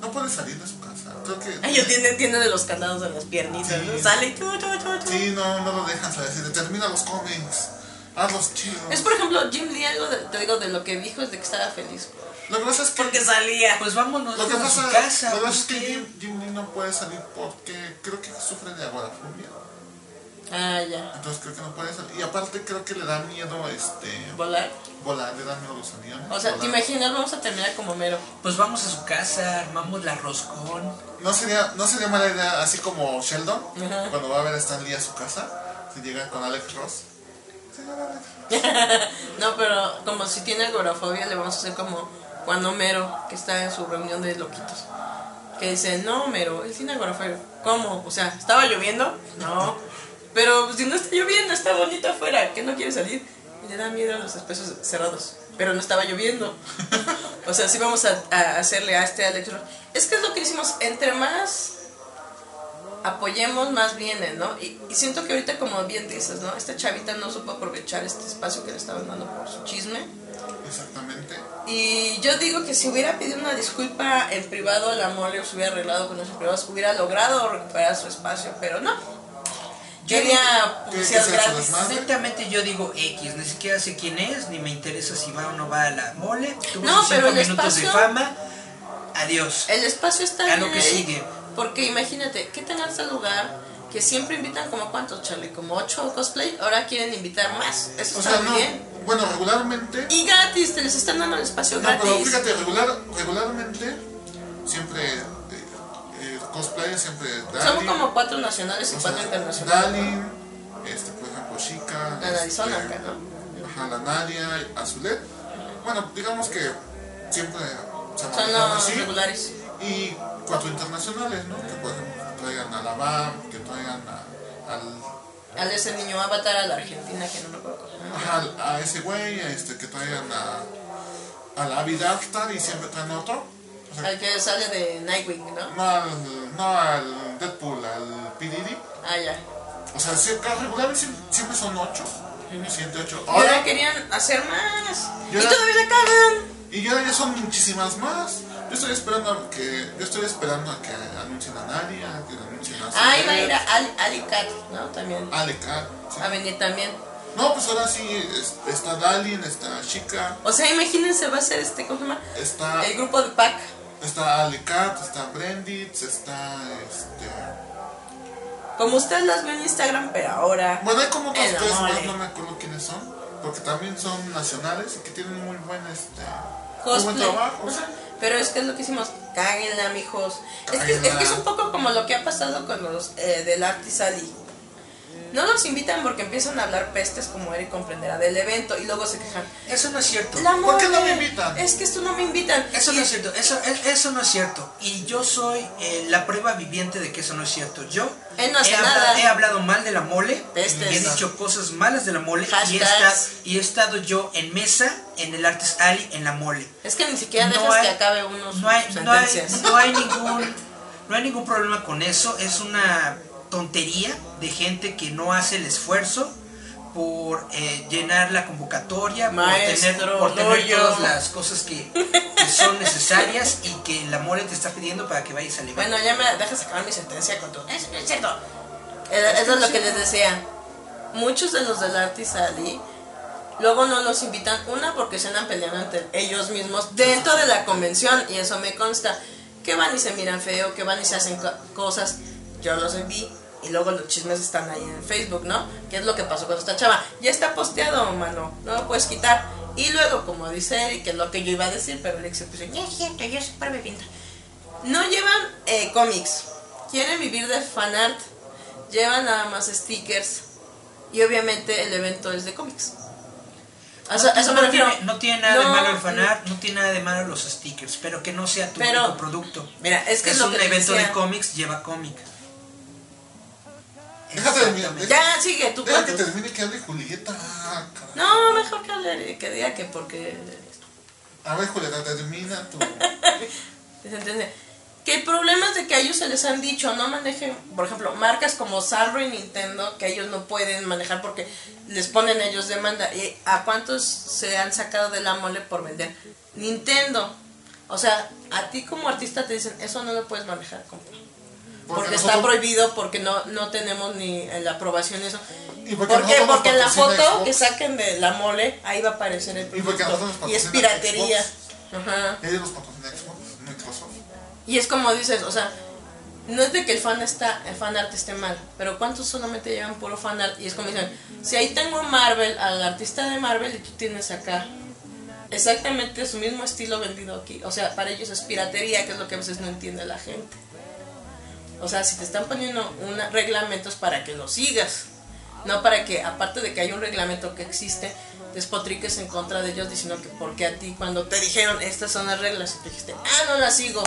no puede salir de su casa. Creo que.
Ay, yo tiene, tiene de los candados en las piernitas, ¿no?
Sí.
Sale y tu, tu, tu, tu.
Sí, no, no lo dejan salir. Así de, Termina los cómics. Hazlos chidos.
Es por ejemplo, Jim Lee, algo de, te digo, de lo que dijo es de que estaba feliz.
Lo que pasa es que.
Porque salía.
Pues vámonos
Lo que
a su
pasa,
casa.
lo que pasa
pues,
es que
¿qué?
Jim, Jim Lee no puede salir porque creo que sufre de agorafobia.
Ah, ya.
Entonces creo que no puede salir. Y aparte creo que le da miedo este
Volar.
volar, le da miedo los aviones.
O sea, te
volar.
imaginas, vamos a terminar como mero.
Pues vamos a su casa, armamos la roscón.
No sería, no sería mala idea, así como Sheldon,
Ajá.
cuando va a ver a Stan Lee a su casa, se llega con Alex Ross. Señora Alex.
<laughs> No, pero como si tiene agorafobia, le vamos a hacer como cuando Homero, que está en su reunión de loquitos, que dice, no, Homero, él tiene agorafobia. ¿Cómo? O sea, ¿estaba lloviendo? No. Pero pues, si no está lloviendo, está bonito afuera, que no quiere salir. Y le da miedo a los espacios cerrados. Pero no estaba lloviendo. o sea, sí vamos a, a hacerle a este Alex Ross. Es que es lo que hicimos, entre más apoyemos más bienes, ¿no? Y, y siento que ahorita, como bien dices, ¿no? Esta chavita no supo aprovechar este espacio que le estaban dando por su chisme.
Exactamente.
Y yo digo que si hubiera pedido una disculpa en privado a la mole o se hubiera arreglado con los privados, hubiera logrado recuperar su espacio, pero no. Yo haría
¿Qué- qué
publicidad
se ha hecho
gratis.
desmadre?
Netamente yo digo X, ni siquiera sé quién es, ni me interesa si va o no va a la mole. Tuvo
No,
sus
pero
cinco
el
minutos de
espacio-
fama. Adiós.
El espacio está
A lo
bien
que
ahí,
sigue.
Porque imagínate, ¿qué tan este lugar? Que siempre invitan como cuántos, Charlie, como 8 cosplay, ahora quieren invitar más. Eso
O
está
sea,
muy
no,
bien.
bueno, regularmente
Y gratis, te les están dando el espacio
No,
gratis.
pero fíjate, regular, regularmente siempre eh, eh, cosplayer, siempre Dalin.
Somos como cuatro nacionales y
o sea,
cuatro internacionales.
Dalin, este, por ejemplo, Chica.
La narizona
este,
acá, ¿no?
Ajá, la Nadia, Azulet. Bueno, digamos que siempre se
Son
manejan
los
así.
regulares.
Y cuatro internacionales, ¿no? Que por ejemplo traigan a la BAM, que traigan a, al,
Al ese niño avatar a la Argentina que no me acuerdo.
ajá, a ese güey, a este, que traigan a, a la Avid Aftar y siempre traen otro. O sea,
Al que sale de Nightwing, ¿no?
No al, no al Deadpool, al P. Diddy.
Ah, ya.
O sea, siempre, regularmente siempre, siempre son 8. 7, 8.
Y ahora
Ahora,
querían hacer más.
Yo
Y
la-
todavía la cagan.
y ahora ya son muchísimas más. Yo estoy esperando a que, yo estoy esperando a que anuncien a Nadia, a que anuncien a
Ah, iba a ir a Ali, Ali Cat, ¿no?
Ah.
También.
Aleca. sí.
A venir también.
No, pues ahora sí es- está Dalin, está Chica,
O sea, imagínense, va a ser este, ¿cómo se llama?
está,
El grupo de Pac.
está Alecat, está Brenditz, está este.
Como ustedes las ven en Instagram, pero ahora.
Bueno, hay como otros
El
tres más,
mole.
no me acuerdo quiénes son, porque también son nacionales y que tienen muy buen este. Muy buen
Cosplay.
trabajo.
Ajá. Pero es que es lo que hicimos. Cáguenla, mijos. Es que, es
Cáguenla.
que es un poco como lo que ha pasado con los eh, del Artisali. No los invitan porque empiezan a hablar pestes, como Eric comprenderá, del evento y luego se quejan.
Eso no es cierto.
La
¿Por qué no
mole,
me invitan?
Es que esto no me invitan.
Eso
Y-
no es cierto, eso, e- eso no es cierto. Y yo soy eh, la prueba viviente de que eso no es cierto. Yo
Él no hace
he, habla-
nada.
he hablado mal de la mole,
Pestes.
y he dicho cosas malas de la mole, y he,
Hashtags.
esta- y he estado yo en mesa, en el Artes Alley, en la mole.
Es que ni siquiera
No
dejas
hay-
que acabe unos
No hay, no hay,
sentencias.
no hay ningún, no hay ningún problema con eso. Es una tontería de gente que no hace el esfuerzo por eh, llenar la convocatoria,
Maestro,
por tener, por tener
no yo.
todas las cosas que, que son necesarias y que la mole te está pidiendo para que vayas al evento.
Bueno, ya me dejas acabar mi sentencia con tu. Es, es cierto. Eh, Eso es lo que les decía. Muchos de los del Artisali luego no los invitan. Una, porque se andan peleando entre ellos mismos dentro de la convención, y eso me consta. que van y se miran feo, que van y se hacen co- cosas. Yo los vi y luego los chismes están ahí en Facebook, ¿no? ¿Qué es lo que pasó con esta chava? Ya está posteado, mano, no lo puedes quitar. Y luego, como dice Eric, que es lo que yo iba a decir, pero Eric se puso, ya es cierto, yo siempre me pinta. No llevan eh, cómics, quieren vivir de fanart, llevan nada más stickers y obviamente el evento es de cómics. O sea, a eso me
no,
refiero.
tiene, no tiene nada de
No, mm.
malo el fanart, no tiene nada de malo los stickers, pero que no sea tu
Pero,
único producto.
mira, es que es lo
un
que te
evento
decía.
de cómics, lleva cómic.
Déjate de mirar.
Ya, sigue, tú
Deja que
cuentas.
termine que hable Julieta. Ah, caray.
No, mejor que, hable- que diga que porque
A ver, Julieta, termina
<laughs>
tu.
¿Se entiende? Que el problema es de que a ellos se les han dicho, no manejen, por ejemplo, marcas como Salvo y Nintendo, que ellos no pueden manejar porque les ponen ellos demanda. ¿Y a cuántos se han sacado de la mole por vender? Nintendo. O sea, a ti como artista te dicen, eso no lo puedes manejar, compa. Porque, está
nosotros-
prohibido, porque no, no tenemos ni eh, la aprobación eso.
Y
¿Por
porque
qué?
nosotros nos
Porque en la
patrocina
foto
Xbox.
que saquen de la mole, ahí va a aparecer el
Y porque a nosotros nos
producto. Y es
patrocina
piratería.
Xbox.
Ajá.
Ellos nos patrocinan Xbox, Microsoft.
Y es como dices, o sea, no es de que el fan está, el fan art esté mal, pero cuántos solamente llevan puro fan art y es como dicen, si ahí tengo a Marvel, al artista de Marvel y tú tienes acá exactamente su mismo estilo vendido aquí, o sea, para ellos es piratería, que es lo que a veces no entiende la gente. O sea, si te están poniendo una, reglamentos para que lo sigas, no para que, aparte de que hay un reglamento que existe, despotriques en contra de ellos diciendo que porque a ti cuando te dijeron estas son las reglas y tú dijiste, ah, no las sigo,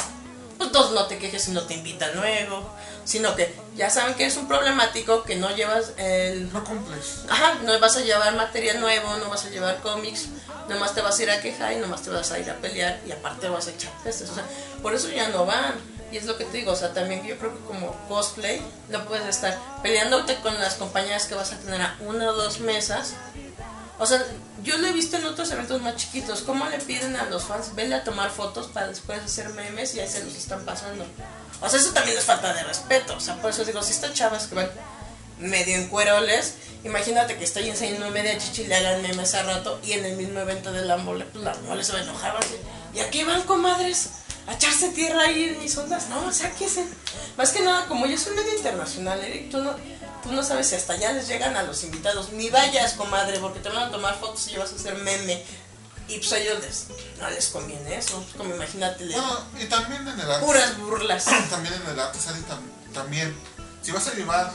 pues entonces no te quejes si no te invitan luego, sino que ya saben que es un problemático que no llevas el...
No cumples.
Ajá, no vas a llevar material nuevo, no vas a llevar cómics, nomás te vas a ir a quejar y nomás te vas a ir a pelear y aparte vas a echar pestes. O sea, por eso ya no van. Y es lo que te digo, o sea, también yo creo que como cosplay no puedes estar peleándote con las compañías que vas a tener a una o dos mesas. O sea, yo lo he visto en otros eventos más chiquitos, cómo le piden a los fans, venle a tomar fotos para después hacer memes y ahí se los están pasando. O sea, eso también es falta de respeto. O sea, por eso digo, si estas chavas que van medio en cueroles. Imagínate que estoy enseñando media chichi y le hagan memes a rato y en el mismo evento de la mole, pues la mole se va a enojar. va a decir, ¿Y aquí van, comadres? A echarse tierra ahí en mis ondas. No, o sea, ¿qué es? Más que nada, como yo soy medio internacional, Eric, tú no, tú no sabes si hasta allá les llegan a los invitados. Ni vayas, comadre, porque te van a tomar fotos y vas a hacer meme. Y pues a ellos les, no les conviene eso. Pues, como imagínate, le-
Bueno, y también en el arte.
puras burlas.
También en el arte, Sari, tam- también. Si vas a llevar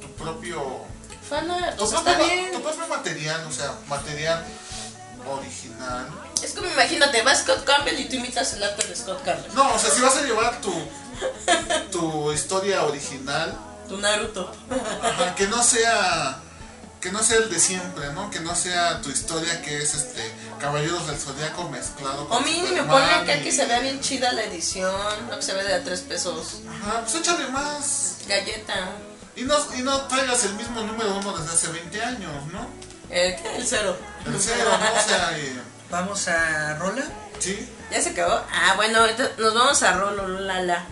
tu propio.
Fanart,
Tu,
o sea,
propio,
pues, está
ma-
bien.
tu propio material, o sea, material original.
Es como imagínate, va Scott Campbell y tú imitas el arte de Scott Campbell.
No, o sea, si vas a llevar tu, tu historia original,
Tu Naruto. <laughs>
Ajá, que no sea que no sea el de siempre, ¿no? Que no sea tu historia que es este Caballeros del Zodiaco mezclado
O
con
mínimo,
Superman
ponle acá
y-
que se vea bien chida la edición, no que se vea de a tres pesos.
Ajá, pues échale más.
Galleta.
Y no, y no traigas el mismo número uno desde hace 20 años, ¿no?
El, Eh, ¿qué? El cero.
El cero, ¿no? O sea, eh,
Vamos a Rola.
sí.
¿Ya se acabó? Ah, bueno, ahorita nos vamos a Rolo la, la.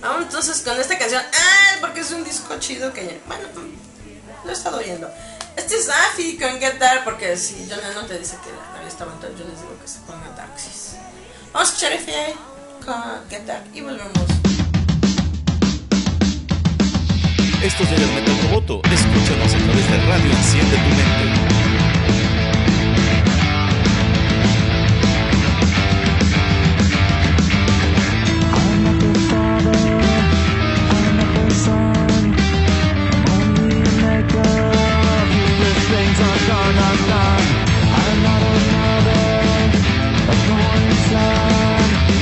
Vamos entonces con esta canción. Ah, porque es un disco chido que ya. Bueno, mm, lo he estado oyendo. Este es Afi con Get Dark, porque si Jonah no te dice que la radio está aguantando, yo les digo que se ponga taxis. Vamos a escuchar FA con Get Dark y volvemos.
Esto es Yayas Metal Roboto. Escúchanos a través de Radio Enciende tu Mente.
Here's one.
Keep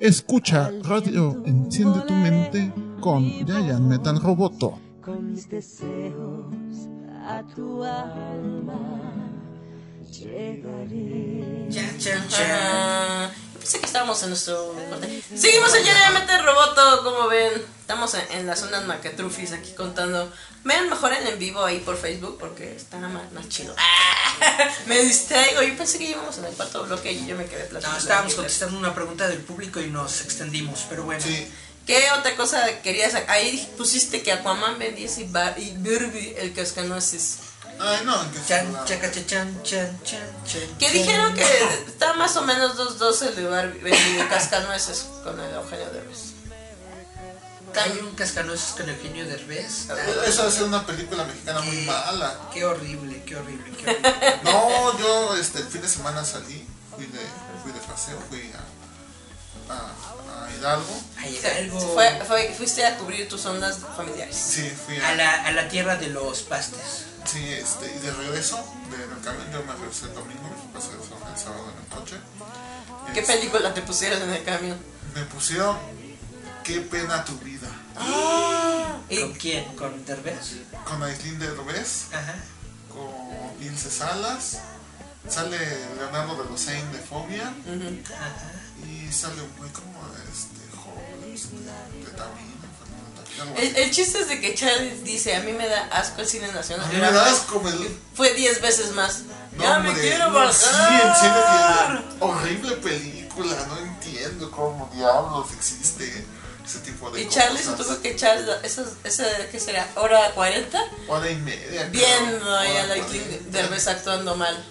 Escucha Radio Enciende tu Mente con Giant Metal Roboto.
Con mis deseos a tu alma llegaré.
Chan, chan, chan. Yo Pensé que estábamos en nuestro corte. Seguimos en Generalmente Roboto, como ven. Estamos en, en las zonas macatrufis aquí contando. Vean mejor el en vivo ahí por Facebook porque está más, más chido. <laughs> ¡Ah! Me distraigo. Yo pensé que íbamos en el cuarto bloque y yo me quedé platicando.
No, estábamos
aquí.
contestando una pregunta del público y nos extendimos, pero bueno.
¿Qué otra cosa querías? Ahí pusiste que Aquaman, Ben 10 y, Bar y Barbie, el cascanosis.
Ay, no, que
Chan, chaca, cha, chan, chan, chan, chan,
Que
chan.
dijeron que está más o menos 2-2 el de Barbie, el de Cascanueces con el Eugenio Derbez.
Hay un cascanueces con Eugenio Derbez. Ah,
Esa va a ser una película mexicana muy mala.
Qué horrible, qué horrible, qué
<laughs>
horrible.
No, yo este, el fin de semana salí, fui de, fui de paseo, fui a, a, a Hidalgo.
Hay
Fue-
algo
fue- fue- fuiste a cubrir tus ondas familiares.
Sí, fui
a la, a la tierra de los pastes.
Sí, este, y de regreso, de, del camino, yo me regresé el domingo, me pasé el sábado- el sábado en el coche.
¿Qué
Este,
película te pusieron en el camión?
Me pusieron Qué pena tu vida.
¿Con quién? ¿Con Derbez?
Con Aislinn Derbez,
Ajá.
con Lince Salas, sale Leonardo de Losein de Fobia y sale un güey como este joven este, de Tamina, Fernando Tamina, algo
El,
así.
el chiste es de que Charles dice, a mí me da asco el cine nacional.
A mí me das como el.
Fue 10 veces más.
No,
ya me
hombre,
quiero
no, sí, en serio
bajar.
que horrible película, no entiendo cómo diablos existe ese tipo de
Y
cosas.
Charlie se tuvo que echar esas, esa, ¿qué será? ¿Hora 40?
Hora y media. creo.
Viendo ahí
Hora
a
y
Lightning
media.
Derbez actuando mal.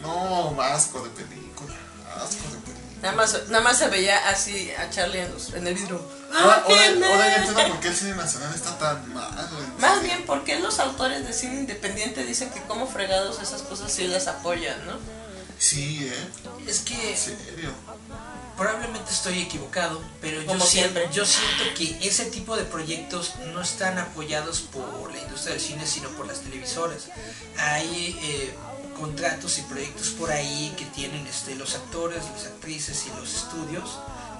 No, asco de película, asco de película.
Nada más, nada más se veía así a Charlie en, los- en el vidrio.
Ahora,
¡Ah,
ahora-
qué mal!
ahora ya entiendo por qué el cine nacional está tan mal.
Más bien, ¿por qué los autores de cine independiente dicen que como fregados esas cosas sí las apoyan, no?
Sí, ¿eh?
Es que
En serio.
probablemente estoy equivocado, pero yo,
Como
sien-
siempre.
yo siento que ese tipo de proyectos no están apoyados por la industria del cine, sino por las televisoras. Hay eh, contratos y proyectos por ahí que tienen este, los actores, las actrices y los estudios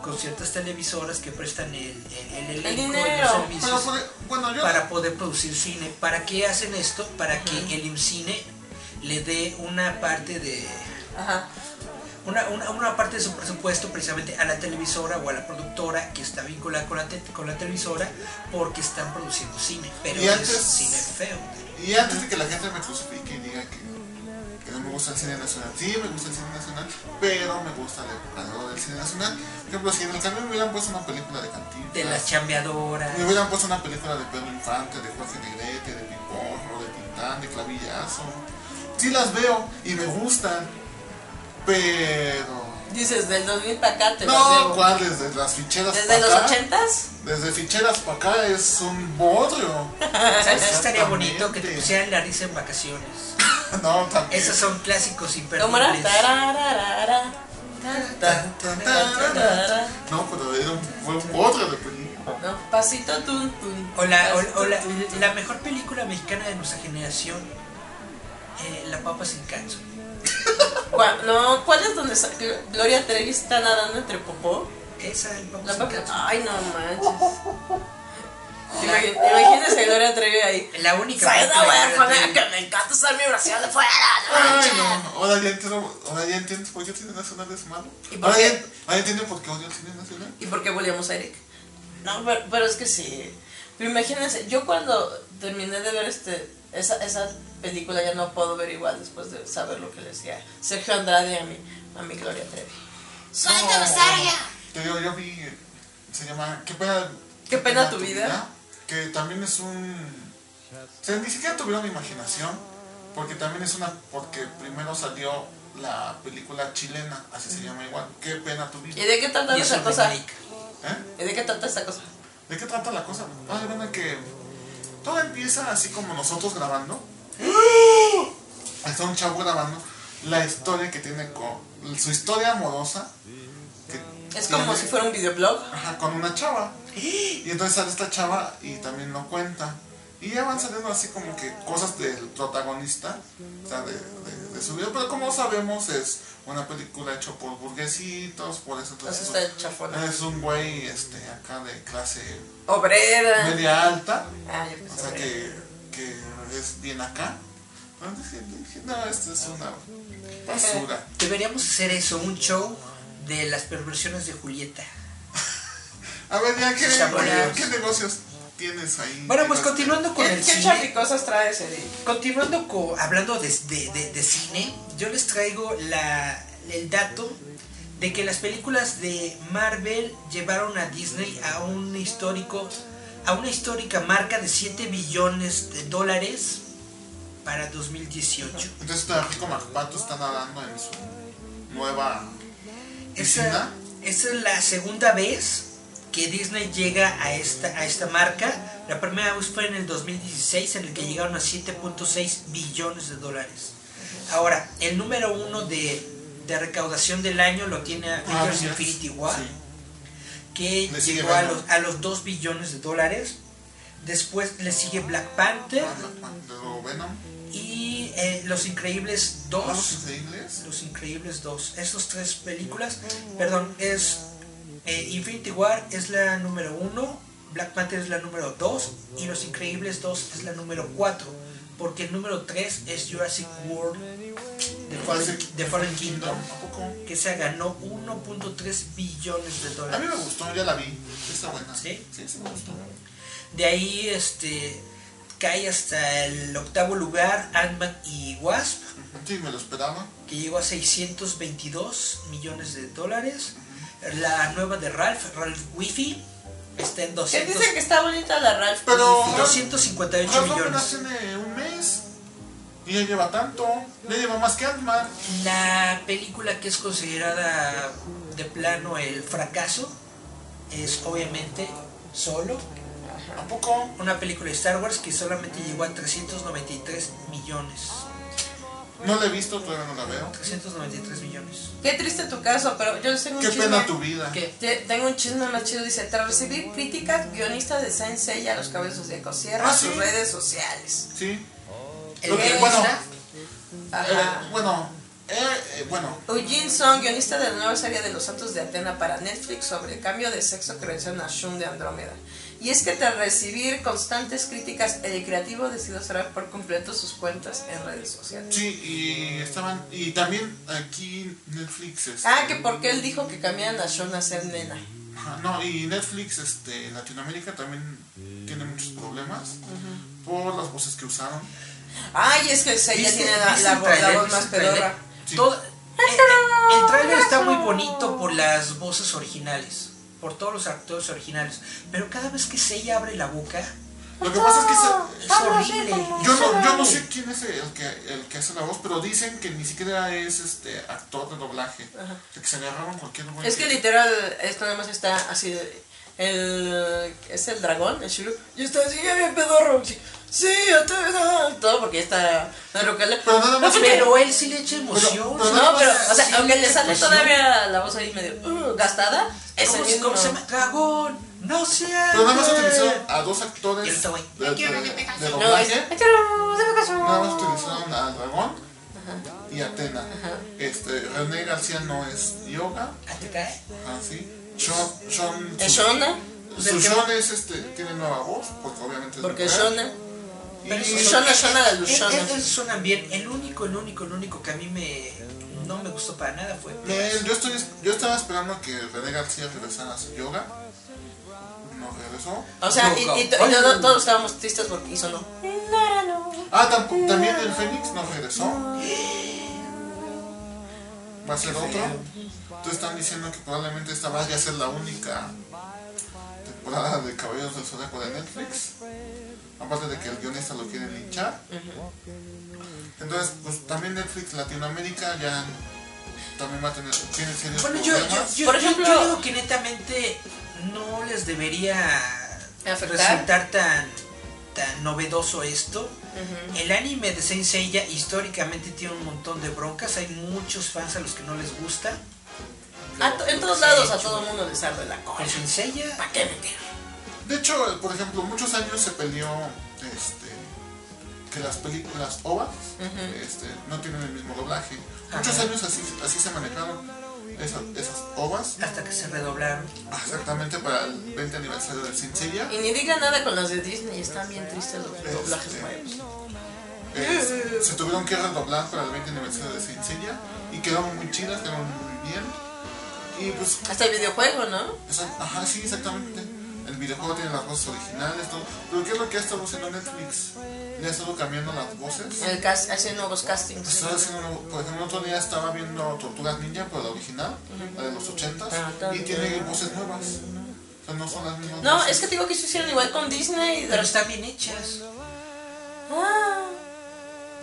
con ciertas televisoras que prestan el, el- el elenco y
dinero.
los
Pero,
servicios
por- bueno, yo.
para poder producir cine. ¿Para qué hacen esto? Para que el IMCINE le dé una parte de
Ajá.
una, una, una parte de su presupuesto precisamente a la televisora o a la productora que está vinculada con la, te- con la televisora porque están produciendo cine, pero
Y antes-
es cine feo.
Y antes de que la gente me crucifique y diga que, que no me gusta el cine nacional, sí me gusta el cine nacional, pero me gusta el- algo del cine nacional. Por ejemplo, si en el camión me hubieran puesto una película de cantina,
De las chambeadoras.
me hubieran puesto una película de Pedro Infante, de Jorge Negrete, de Piporro, de Tintán, de Clavillazo. Sí las veo y me gustan, pero.
Dices, del 2000 para acá te las
No,
debo.
¿cuál? Desde las ficheras
¿Desde
pa'
los
acá.
80s?
Desde ficheras para acá es un bodrio. <laughs>
¿Sabes qué estaría bonito que te
Exactamente.
pusieran la risa en vacaciones?
No, también.
Esos son clásicos
¿Cómo era?
imperdibles.
Tararara,
Tan, tan, tan,
tararara.
tan. No, pero era un, fue un bodrio de película.
No, pasito tun tun.
O la,
pasito
o- o la-
tun, tun.
la mejor película mexicana de nuestra generación, eh, La Papa sin Canso.
¿Cuál- no, ¿cuál es donde sa- Gloria Trevi está nadando entre popó?
Esa, El Papa
La
sin
papa-
Canso.
Ay, no
<laughs>
manches. Imagin- Imagínense a Gloria Trevi ahí.
La única
Soy una
película que era
huérfana
terrible.
que me encanta usar mi oración de fuera. no
Ay,
manches.
no. Ahora ya entiendo, ahora ya entiendo por qué el cine nacional es malo.
¿Y por
Ahora ya,
qué?
ahora entiendo por qué odio el cine nacional.
¿Y por qué volvíamos a Eric? No, pero, pero es que sí. Pero imagínense, yo cuando terminé de ver este, esa, esa película ya no puedo ver igual después de saber lo que le decía Sergio Andrade a mi, a mi Gloria Trevi.
Suéltame,
No.
Sarga.
Te digo, yo vi, eh, se llama Qué pena,
¿Qué pena tu vida?
Que también es un... O sea, ni siquiera tuvieron imaginación, porque también es una... Porque primero salió la película chilena, así se llama igual, Qué pena tu vida.
¿Y de qué trata
Y es
esa
un
cosa?
remake.
¿Eh?
¿Y de qué trata esa cosa?
¿De qué trata la cosa? Ah, de verdad que todo empieza así como nosotros grabando. Está un chavo grabando la historia que tiene con su historia amorosa. que
Es como
tiene-
si fuera un videoblog.
Ajá, con una
<gasps>
chava. Y entonces sale esta chava y también no cuenta. Y ya van saliendo así como que cosas del protagonista, o sea, de, de- de su vida, pero como sabemos es una película hecha por burguesitos, por eso entonces
Entonces
es
está
un-
chafona.
es un güey este, acá de clase
Obrera.
media alta,
Ah, yo
o
pensé
sea
obrera.
que, que es bien acá. Pero dije- dije, No, esto es una basura.
Deberíamos hacer eso, un show de las perversiones de Julieta.
A ver, ya, ¿qué,
Chabolas.
qué negocios tienes ahí? Este,
Bueno, pues continuando con
¿Qué, qué
el cine.
chapicosas traes, Eric?
Continuando co- hablando de, de- de- de cine, yo les traigo la- el dato de que las películas de Marvel llevaron a Disney a un histórico a una histórica marca de 7 billones de dólares para 2018.
Entonces, Tajico Macpato está nadando en su nueva
Esa,
piscina.
esa es la segunda vez que Disney llega a esta, a esta marca. La primera vez fue en el 2016 en el que llegaron a 7.6 billones de dólares. Ahora, el número uno de, de recaudación del año lo tiene Avengers
mira.
Infinity War,
Ah, Sí.
que
Le sigue
llegó a
Venom.
los, a los 2 billones de dólares. Después le sigue Black Panther
Luego Venom.
y eh, Los Increíbles 2.
Los Increíbles.
Los Increíbles 2. Estas tres películas, perdón, es eh, Infinity War es la número 1, Black Panther es la número 2 y Los Increíbles 2 es la número 4, porque el número 3 es Jurassic World de Fallen, The Fallen Kingdom,
¿A poco?
que se ganó 1.3 billones de
A mí me
dólares.
gustó, ya la vi. Está buena.
¿Sí?
Sí, sí me gustó.
De ahí este cae hasta el octavo lugar Ant-Man y Wasp,
Sí, me lo esperaba.
que llegó a 622 millones de dólares. La nueva de Ralph, Ralph Wifi, está en
Que
200,
dicen que está bonita la Ralph.
Pero- que-
258
Ralph apenas
millones.
tiene un mes. Y ya lleva tanto. Ya lleva más que Ant-Man.
La película que es considerada de plano el fracaso es obviamente Solo,
¿A poco?
una película de Star Wars que solamente llegó a 393 millones.
No la he visto, todavía no la veo.
393 millones.
Qué triste tu caso, pero yo tengo un
Qué
chisme.
pena tu vida.
Que te- tengo un chisme más chido, dice, tras recibir críticas, guionista de Sensei a los cabezos zodíacos cierra
Ah,
sus
sí.
redes sociales.
Sí.
El
Lo que-
guionista,
bueno, eh,
Ajá.
bueno, eh, eh, bueno,
Eugene Song, guionista de la nueva serie de Los Santos de Atena para Netflix sobre el cambio de sexo que menciona Shun de Andrómeda. Y es que tras recibir constantes críticas, el creativo decidió cerrar por completo sus cuentas en redes sociales.
Sí, y estaban. Y también aquí Netflix. Este,
Ah, que porque él dijo que cambian a Shun a ser nena.
ajá, No, y Netflix este, Latinoamérica también tiene muchos problemas por las voces que usaron.
Ay, es que Seiya
¿Viste-
tiene la,
viste
la
el
vo-
tráiler?
la voz
¿Viste
más
el tráiler?
pedorra.
Sí.
Todo- eh, eh, el tráiler está muy bonito por las voces originales, por todos los actores originales, pero cada vez que Seiya abre la boca
Lo que pasa es que
es
esa-
horrible.
yo, no, yo no sé quién es el que, el que hace la voz, pero dicen que ni siquiera es este actor de doblaje. De que se agarraron cualquier güey.
Es que literal, esto nada más está así de- El, es el dragón, el Shuruk. Y está así, ya bien pedorro. Sí, sí, ya te- ah, todo porque ya está. No lo que le-
Pero nada
<laughs>
más-
Pero él sí le echa emoción.
Pero-
No, pero, o sea,
Sí,
aunque le
echa
sale
emoción.
todavía la voz ahí medio uh, gastada, es el
Pues ¿Cómo, se-
mismo.
cómo se llama? Dragón. No sé.
Pero nada más utilizaron a dos
Y el
actores de,
güey,
de- de
No, es.
doblaje. Nada más utilizaron a Dragón y Atena. Este, René García no es yoga.
Ah, ¿te cae?
Ah, sí. Sean, Sean,
¿Es
su,
Shona?
su Sean es este, tiene nueva voz, porque obviamente es
Porque
mujer.
Shona.
Pero
Y-
Sí.
Shona, Shona, la
Eh,
Lushona.
Estos suenan bien. El único, el único, el único que a mí me no me gustó para nada fue.
Eh, yo, estoy, yo estaba esperando que René García regresara a su yoga. No regresó.
O sea, y, y, y
Oye.
no- todos estábamos tristes porque hizo no.
Ah, tam- también el Fénix no regresó. Va a ser otro. Entonces están diciendo que probablemente esta vaya a ser la única temporada de Caballeros del Zodíaco de Netflix. Aparte de que el guionista lo quieren linchar. Entonces, pues también Netflix Latinoamérica ya también va a tener tiene serios
Bueno, yo,
problemas.
yo, yo-
Por
yo-
ejemplo-
yo digo que netamente no les debería
¿Afectar?
resultar tan, tan novedoso esto. El anime de Saint Seiya históricamente tiene un montón de broncas. Hay muchos fans a los que no les gusta.
A to- en todos lados a todo el mundo le sale la cola.
El Saint Seiya,
¿Para qué meter?
De hecho, eh, por ejemplo, muchos años se peleó este que las películas OVA este, no tienen el mismo doblaje. Muchos años así, así se manejaron esas, esas OVAs.
Hasta que se redoblaron.
Exactamente para el 20 aniversario del Cincilla.
Y ni diga nada con las de Disney, están bien tristes los doblajes
Este,
nuevos.
eh, se tuvieron que redoblar para el 20 aniversario de Cincilla y quedaron muy chidas, quedaron muy bien. Y pues
Hasta el videojuego, ¿no?
Exact- Ajá, sí, exactamente. El videojuego tiene las voces originales, todo. Pero ¿qué es lo que ha estado haciendo Netflix? Le ha estado cambiando las voces.
El cas- hacen nuevos castings.
Está haciendo nuevo- por ejemplo, otro día estaba viendo Tortugas Ninja, pero la original, la de los 80
Ah,
y tiene voces nuevas. O sea, no son las mismas.
No,
voces.
es que te digo que se hicieron igual con Disney.
Pero están bien hechas.
Ah,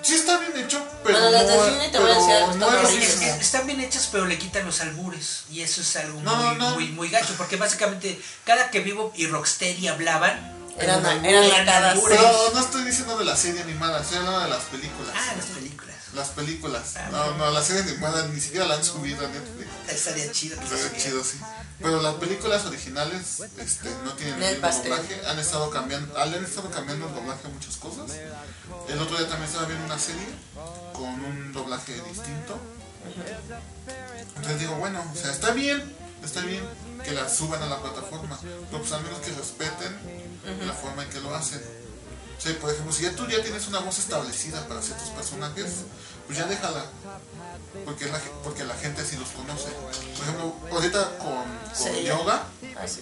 Sí está bien hecho, pero
Bueno,
no,
las de Disney te voy a
pero
decir,
no es lo
están
Es que
mismo.
están bien hechas, pero le quitan los albures. Y eso es algo
No,
muy,
no.
muy, muy gacho. Porque básicamente, cada que Vivo y Rocksteady hablaban,
eran
Eran
eran
eran
arcadas.
algunas.
Pero no estoy diciendo de la serie animada, estoy hablando de las películas.
ah, las películas.
Las películas. No, no, la serie animada ni siquiera la han subido a Netflix.
Estaría chido. que
Estaría
subiera.
chido, sí. Pero las películas originales este, no tienen
Del
el mismo
pastel.
doblaje. Han estado cambiando, han estado cambiando el doblaje a muchas cosas. El otro día también estaba viendo una serie con un doblaje distinto. Entonces digo, bueno, o sea, está bien, está bien que la suban a la plataforma, pero pues al menos que respeten la forma en que lo hacen. O sea, por ejemplo, si ya tú ya tienes una voz establecida para ciertos personajes, pues ya déjala. Porque la, ge- porque la gente sí los conoce. Por ejemplo, ahorita con, con
Sí.
yoga,
Ah, sí.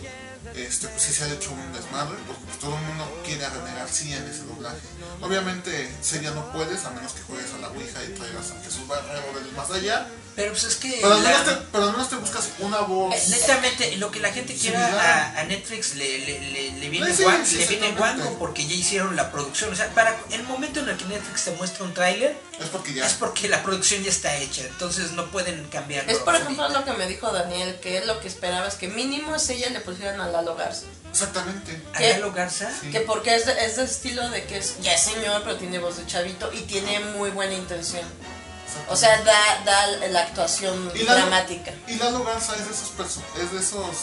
este, pues sí se ha hecho un desmadre, porque pues todo el mundo quiere renegar sí en ese doblaje. Obviamente, Seria no puedes, a menos que juegues a la Ouija y traigas a Jesús Barrero del más allá.
Pero pues es que.
Pero al
la-
menos te, pero al menos te buscas una voz.
Eh, Netamente, lo que la gente quiera
Similar.
a, a Netflix le, le, le, le viene
Sí, sí,
guan-
sí,
le viene
exactamente.
guango porque ya hicieron la producción. O sea, para el momento en el que Netflix te muestra un tráiler
Es porque ya.
es porque la producción ya está hecha, entonces no pueden cambiarlo.
Es por ejemplo
ahorita.
lo que me dijo Daniel, que es lo que esperaba, es que mínimo es ella le pusieran a Lalo Garza.
Exactamente.
¿A
¿Qué?
Lalo Garza?
Sí.
Que porque es, de- es del estilo de que es, ya es señor, pero tiene voz de chavito y tiene muy buena intención.
exactamente.
O sea, da, da la actuación
Y Lalo-
dramática.
Y Lalo Garza es de esos, perso- es de esos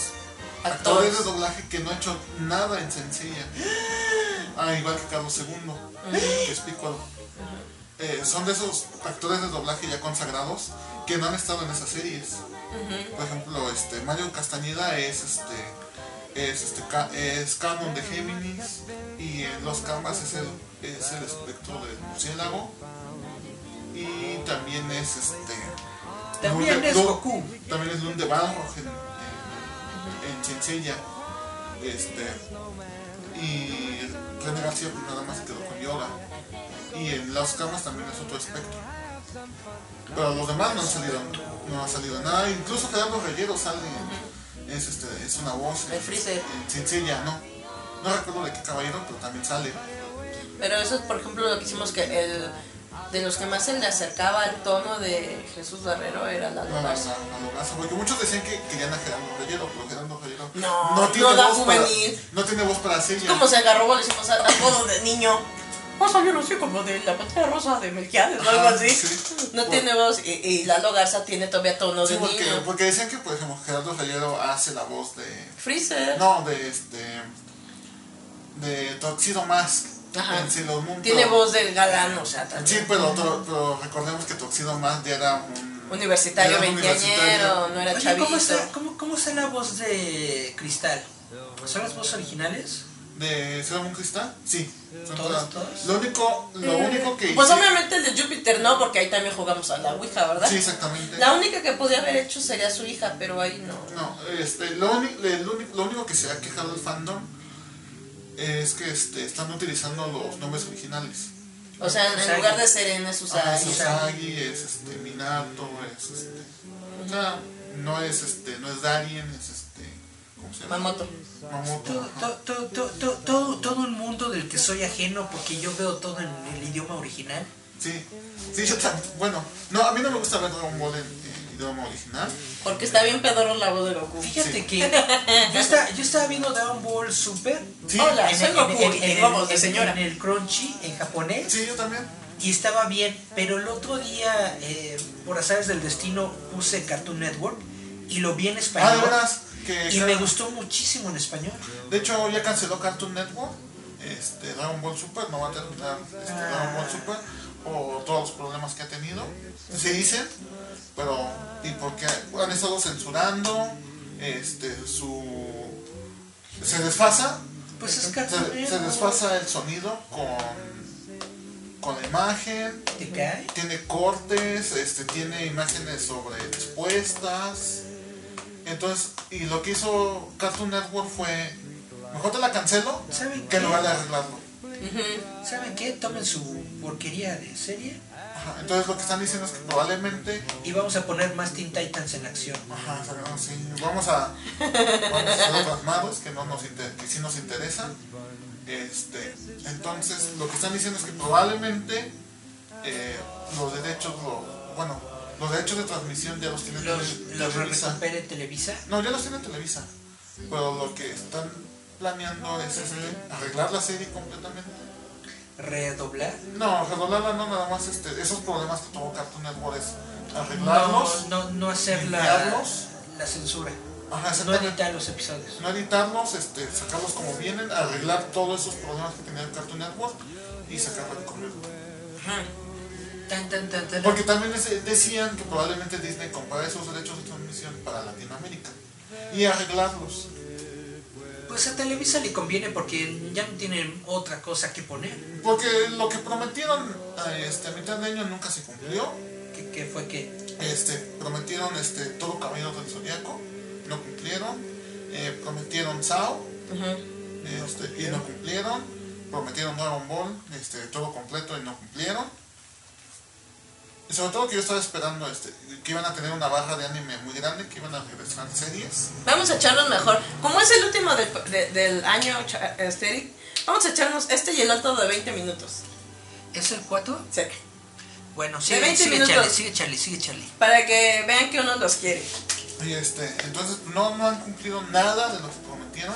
Actores.
actores de doblaje que no ha hecho nada
<gasps>
en sencilla. Ah, igual que Carlos II, que es Piccolo. Eh, son de esos actores de doblaje ya consagrados que no han estado en esas series. Por ejemplo, este Mario Castañeda es este es este ca- es canon de Géminis y en los Canvas es el es el espectro del murciélago y también es este
También
Lun de-
es
Lu-
Goku.
También es Lun de Balrog en, en, en Chinchilla. Este. Y René García pues, nada más se quedó con Yoga. Y en Las Camas también es otro espectro. Pero los demás no han salido, no ha salido nada. Incluso Gerardo Reyero sale. en- Es, este, es una voz.
El Freezer.
En Chinchilla, no. No recuerdo de qué caballero, pero también sale.
Pero eso es, por ejemplo, lo que hicimos que el de los que más se le acercaba al tono de Jesús Barrero era Lalo
No, no, no,
Garza.
no lo hace, porque muchos decían que querían a Gerardo Reyero, pero Gerardo Reyero
No, no da juvenil.
para, no tiene voz para hacer
Es como se agarró le hicimos a apodo de niño. O sea, yo no sé, como de la pantalla rosa de Melquiades o algo
Ajá,
así.
sí.
Ah, No
Por-
tiene voz. Y, y Lalo Garza tiene todavía tono
Sí,
de
porque,
niño.
porque decían que, por ejemplo, Gerardo Reyero hace la voz de...
Freezer.
No, de este... De Toxido Mask
Ajá.
en Sailor Moon,
Tiene
pero-
voz de galán, o sea,
Sí, pues,
también.
pero, otro- pero recordemos que Toxido Mask ya era un...
Universitario,
ya era un
veinteañero,
universitario.
no era
Oye,
chavito.
¿cómo está, cómo, cómo está la voz de Cristal? ¿Son las voces originales?
¿De Sailor Moon Cristal? Sí. son todas-
Todos, todos.
Lo único, lo único que...
Pues
hice-
obviamente el de Júpiter no, porque ahí también jugamos a la Ouija, ¿verdad?
Sí, exactamente.
La única que podía haber hecho sería su hija, pero ahí no.
No, este, lo, uni- el único- lo único que se ha quejado el fandom es que este, están utilizando los nombres originales.
O sea, en
Usagi.
lugar de Serena es Usagi.
Ah, es Usagi, es este, Minato, es este. O sea, no es este, no es Darien, es este. ¿Cómo se llama?
Mamoto.
Mamoto.
Todo,
ajá.
todo, todo, todo, todo, todo un mundo del que soy ajeno porque yo veo todo en el idioma original.
Sí, sí, yo también. Bueno, no, a mí no me gusta ver Dragon Ball en, en idioma original.
Porque está bien pedorro la voz de Goku.
Fíjate
Sí.
que yo estaba, yo estaba viendo Dragon Ball Super.
Sí,
Hola,
en
soy
el-
Goku.
en el-
y
en el-
tengo voz de
eh, en-
señora.
En el Crunchy, en japonés.
sí, yo también.
Y estaba bien. Pero el otro día, eh, por azares del destino, puse Cartoon Network y lo vi en
Ah, de
español.
veras, que.
y me gustó muchísimo en español.
De hecho, ya canceló Cartoon Network. este, Dragon Ball Super, no va a terminar este, Dragon Ball Super por todos los problemas que ha tenido. Se dicen, pero y porque han estado censurando, este, su se desfasa,
Pues es
se,
cartonero.
se desfasa el sonido con con la imagen,
¿Te cae?
tiene cortes, este, tiene imágenes sobre expuestas. Entonces, y lo que hizo Cartoon Network fue, mejor te la cancelo
¿Saben
que
qué?
en lugar de arreglarlo.
¿Saben qué? Tomen su porquería de serie
Ajá, Entonces lo que están diciendo es que probablemente,
y vamos a poner más Teen Titans en acción.
ajá, pero sí, vamos a, vamos a hacer otras madres que, no nos inter- que sí nos interesan. Este, entonces lo que están diciendo es que probablemente eh, los derechos, lo- bueno, los derechos de transmisión ya los tiene
Los,
Tele-
los
Televisa.
recupere Televisa.
No, ya los tiene Televisa. Pero lo que están planeando es este, arreglar la serie completamente.
Redoblar.
No, redoblarla no, nada más este, esos problemas que tuvo Cartoon Network es arreglarlos,
No, no, no hacer la,
limpiarlos,
la censura.
Ajá,
No
exactamente.
editar los episodios.
no editarlos, este, sacarlos como vienen, arreglar todos esos problemas que tenía Cartoon Network y sacarlo de corrido.
Tan, tan, tan, tan.
Porque también es- decían que probablemente Disney comprara esos derechos de transmisión para Latinoamérica y arreglarlos.
Pues a Televisa le conviene porque ya no tienen otra cosa que poner.
Porque lo que prometieron eh, este, a mitad de año nunca se cumplió.
Que, que fue que
este, prometieron este, todo Camino del Zodiaco, no cumplieron, eh, prometieron Sao, este, y no cumplieron, prometieron Dragon Ball, este, todo completo y no cumplieron. Y sobre todo que yo estaba esperando este, que iban a tener una barra de anime muy grande, que iban a regresar series.
Vamos a echarnos mejor. Como es el último del, de- del año cha- este, Eric, vamos a echarnos este y el otro de 20 minutos.
¿Es el 4?
Sí.
Bueno,
De
sigue,
20
sigue
minutos.
Charlie, sigue Charlie, sigue Charlie.
Para que vean que uno los quiere.
Y este, entonces no, no han cumplido nada de lo que prometieron.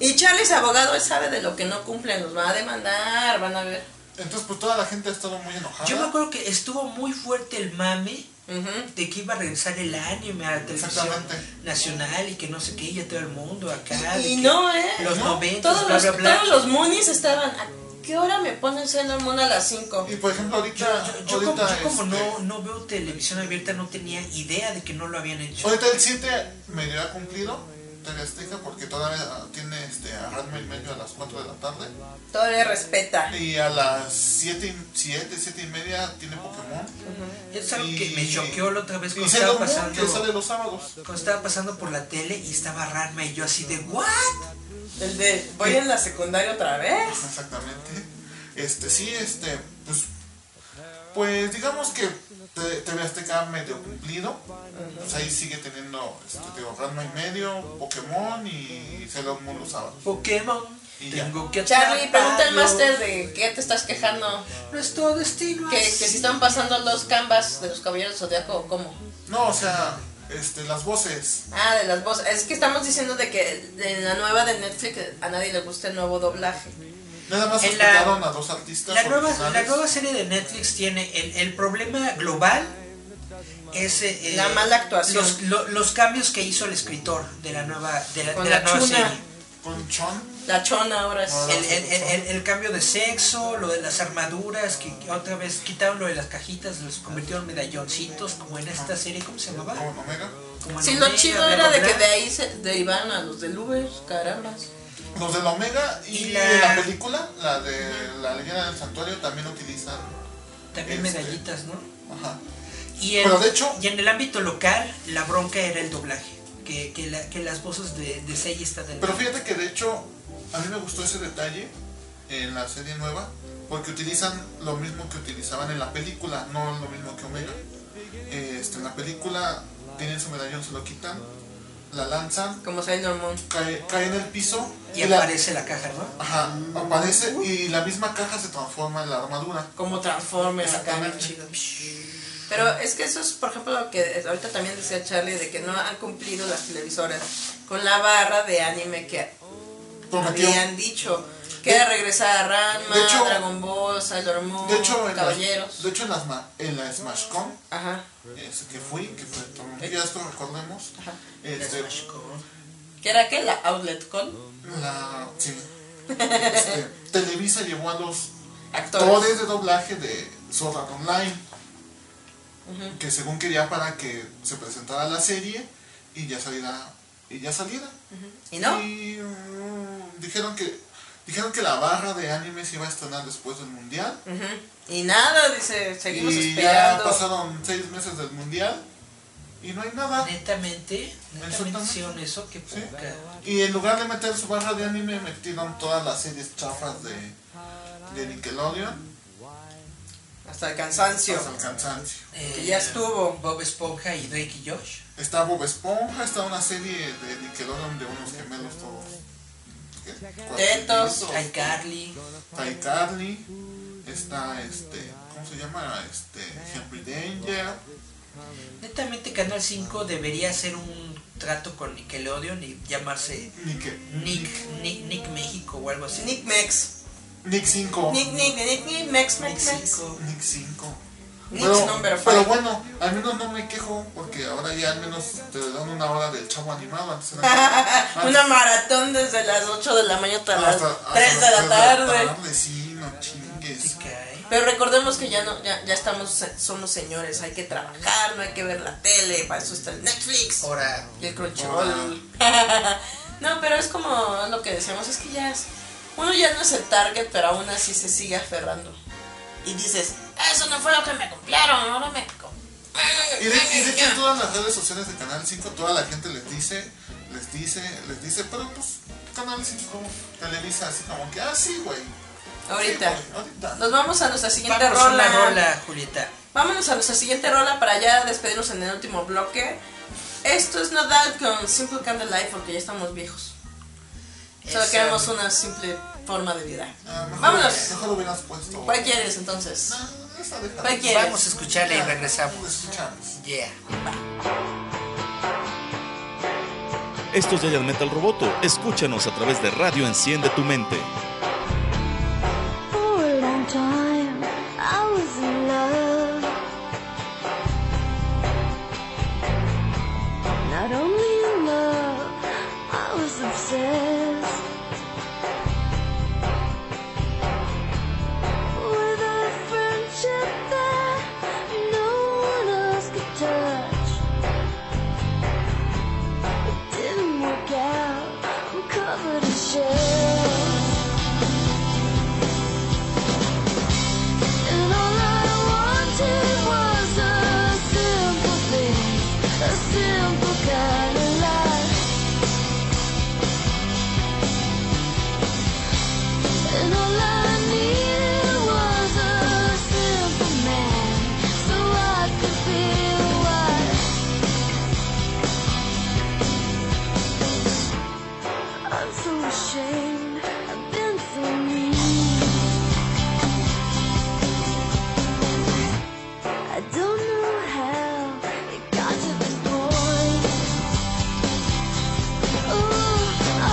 Y Charles, abogado, él sabe de lo que no cumplen. Los va a demandar, van a ver.
Entonces pues toda la gente ha estado muy enojada.
Yo me acuerdo que estuvo muy fuerte el mame
Ujú.
de que iba a regresar el anime a la televisión
Exactamente.
nacional y que no sé qué, y a todo el mundo acá. de
Y
que
no, ¿eh?
Los
No.
noventas,
Todos
bla,
los,
bla, bla.
todos los Moonies estaban. ¿A qué hora me ponen Sailor Moon a las 5?
Y por ejemplo ahorita,
Yo, yo como,
ahorita,
yo como
este,
no, no veo televisión abierta, no tenía idea de que no lo habían hecho.
Ahorita el 7 medio ha cumplido TV Azteca porque todavía tiene este, a Ranma y medio a las 4 de la tarde.
Todavía respeta.
Y a las 7 y, 7, 7 y media tiene Pokémon.
Es algo
Y-
que me choqueó la otra vez
Y
cuando
Sailor
estaba
Moon que sale
pasando.
los sábados.
Cuando estaba pasando por la tele y estaba Ranma y yo así de ¿What?
El de voy en la secundaria otra vez.
Exactamente. Este, sí, este, pues, pues digamos que te- TV Azteca medio cumplido. Pues ahí sigue teniendo, este, digo, Ranma y medio, Pokémon y Sailor Moon los sábados.
Pokémon.
Y ya.
Tengo que
Charlie, pregunta al
atraparlo.
máster de qué te estás quejando.
Nuestro destino
Que, que
es-
si están pasando los canvas de los caballeros del zodiaco o cómo.
No, o sea, este, las voces.
Ah, de las voces. Es que estamos diciendo de que en la nueva de Netflix a nadie le gusta el nuevo doblaje.
Nada más
En la-
explotaron a dos artistas
La nueva, la
originales.
nueva serie de Netflix tiene el, el problema global es eh,
La mala actuación.
Los, lo- los cambios que hizo el escritor de la nueva de la,
Con
de
la
la nueva
chuna.
serie.
Con Chon.
La chona ahora es.
El, el- el- el- el cambio de sexo, lo de las armaduras, que que otra vez quitaron lo de las cajitas, los convirtieron en medalloncitos, como en esta serie, ¿cómo se llamaba?
Con Omega.
Como en
Si lo
Omega,
chido
bla,
era
bla,
de que
bla.
de ahí se derivaron a los del Uber, carambas.
Los de la Omega y,
Y
la...
la-
película, la de la leyenda del santuario, también utilizan.
También
este-
medallitas, ¿no?
Ajá.
Y en,
Pero de hecho-
y en el ámbito local, la bronca era el doblaje. Que, que, la- que las voces de, de Seiya están en
Pero fíjate que de hecho, a mí me gustó ese detalle en la serie nueva, porque utilizan lo mismo que utilizaban en la película, no lo mismo que Omega. Este, en la película tienen su medallón, se lo quitan, la lanzan,
Como Sailor Moon.
cae, cae en el piso
Y
la-
aparece la caja, ¿no?
Ajá, aparece y la misma caja se transforma en la armadura.
Como Transformers acá, bien
Exactamente.
chido. Pero es que eso es, por ejemplo, lo que ahorita también decía Charlie, de que no han cumplido las televisoras con la barra de anime que
Prometió.
habían dicho. Que era regresar a Ranma,
De hecho-
Dragon Ball, Sailor Moon,
De hecho, en la,
Caballeros.
de hecho en, las ma- en la SmashCon
Ajá.
este, que fui, que fue todo un fiasco, recordemos.
Ajá.
Este,
¿Qué era qué? La Outlet Con.
la, sí, Este, Televisa llevó a los actores de doblaje de Sword Art Online, uh -huh. que según quería para que se presentara la serie y ya saliera. Y ya saliera.
Uh -huh. ¿Y no?
Y, uh, dijeron que Dijeron que la barra de anime se iba a estrenar después del mundial.
Uh -huh. Y nada, dice, seguimos
y
esperando.
Ya pasaron seis meses del mundial y no hay nada.
Netamente, netamente hicieron eso, que ¿Sí?
Y en lugar de meter su barra de anime, metieron todas las series chafas de, de Nickelodeon.
Hasta el cansancio.
Hasta el cansancio.
Eh, que ya estuvo
Bob Esponja y Drake y Josh.
Está Bob Esponja, está una serie de Nickelodeon de unos gemelos todos.
Tetos, Ty Carly.
Ty Carly. Está este. ¿Cómo se llama? Este. Henry Danger.
Netamente Canal 5 debería hacer un trato con Nickelodeon y llamarse
Nick
Nick, Nick, Nick México o algo así.
Nick Mex.
Nick 5.
Nick Nick Nick Nick Mex Mex Mex.
Nick 5.
Pero, number
pero bueno, al menos no me quejo porque ahora ya al menos te dan una hora del chavo animado. Antes
era <laughs> una maratón desde las 8 de la mañana hasta, hasta las 3 de la tarde.
tarde sí, no chingues.
Pero recordemos que ya no ya, ya estamos somos señores, hay que trabajar, no hay que ver la tele, para eso está el Netflix
Ahora
y el Crunchyroll. <laughs> no, pero es como lo que decíamos, es que ya es, uno ya no es el target, pero aún así se sigue aferrando. Y dices, eso no fue lo que me compraron, ahora me...
Y de, y de hecho en todas las redes sociales de Canal 5 toda la gente les dice, les dice, les dice, pero pues Canal 5 televisa así como que, ah sí güey.
Ahorita.
Sí, güey, ahorita.
Nos vamos a nuestra siguiente
Vamos
rola.
A la rola, Julieta.
Vámonos a nuestra siguiente rola para ya despedirnos en el último bloque. Esto es Nodal con Simple Candlelight porque ya estamos viejos. Solo
Eso.
queremos una simple forma de vida.
Ah, mejor-
Vámonos.
Mejor hubieras puesto.
¿Cuál quieres entonces?
No, esa déjala.
¿Cuál quieres?
Vamos a escucharla y regresamos.
Escuchamos.
Yeah.
Esto es Giant Metal Roboto. Escúchanos a través de Radio Enciende tu Mente.
For a long time, I was in love. Not only in love, I was obsessed with a friendship that no one else could touch. It didn't work out. I'm covered in shells. And all I wanted was a simple thing, a simple kind of life. And all I needed was a simple man, so I could feel alive. I'm so ashamed. I've been so mean. I don't know how it got to this point. Ooh, I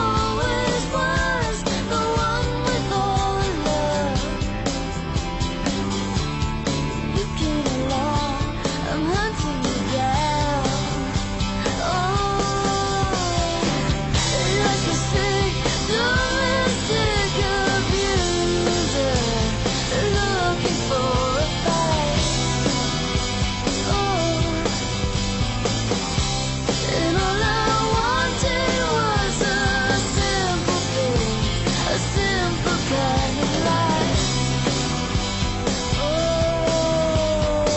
always was the one with all the love. You came along, I'm hunting you down. Oh, like a sick, domestic abuser. Looking for a fight. Oh, and all I wanted was a simple thing, a simple kind of life. Oh,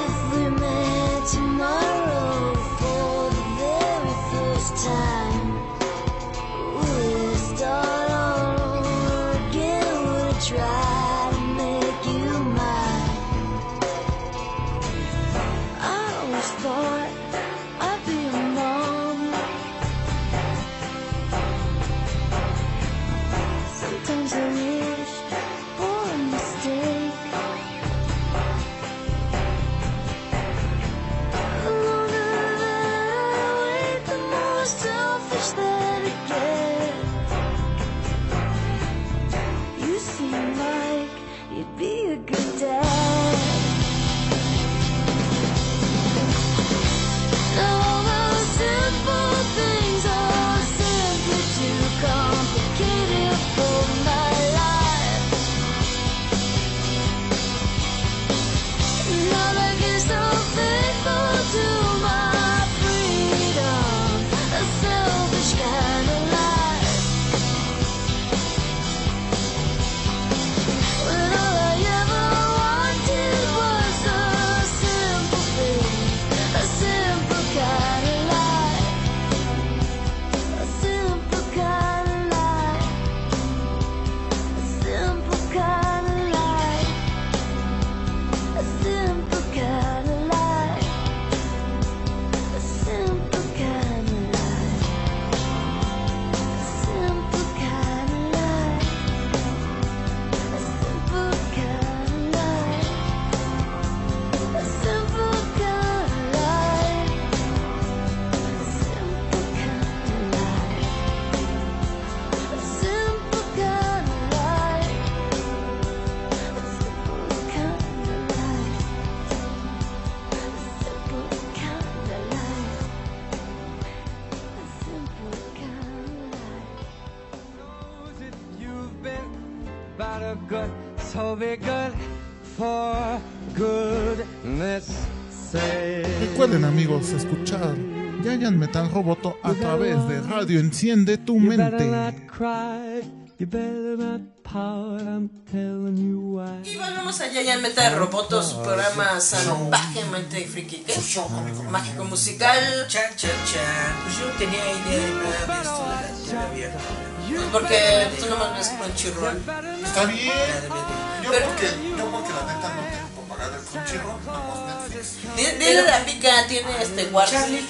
if we met tomorrow for the very first time. Would it start all over again? Would I try to make you mine? I always thought I'd be a mom. Sometimes I wish for a mistake. The longer that I wait, the more selfish that I get. You seem like you'd be a good dad. Now all those simple things are simple.
It'll be good for goodness
Recuerden amigos escuchar Giant Metal Roboto a través de Radio Enciende tu mente.
Y volvemos a Yayan Meta Roboto, su programa salvajemente friki, ¿qué? Mágico musical.
Chan, chan, chan. Pues yo no tenía idea de nada de esto de la tele abierta.
Pues porque tú nomás ves Crunchyroll.
Está bien. Yo porque, yo porque la neta no tengo para pagar el Crunchyroll, nada más Netflix.
Dile dile a la pica, tiene este Warner.
Charlie,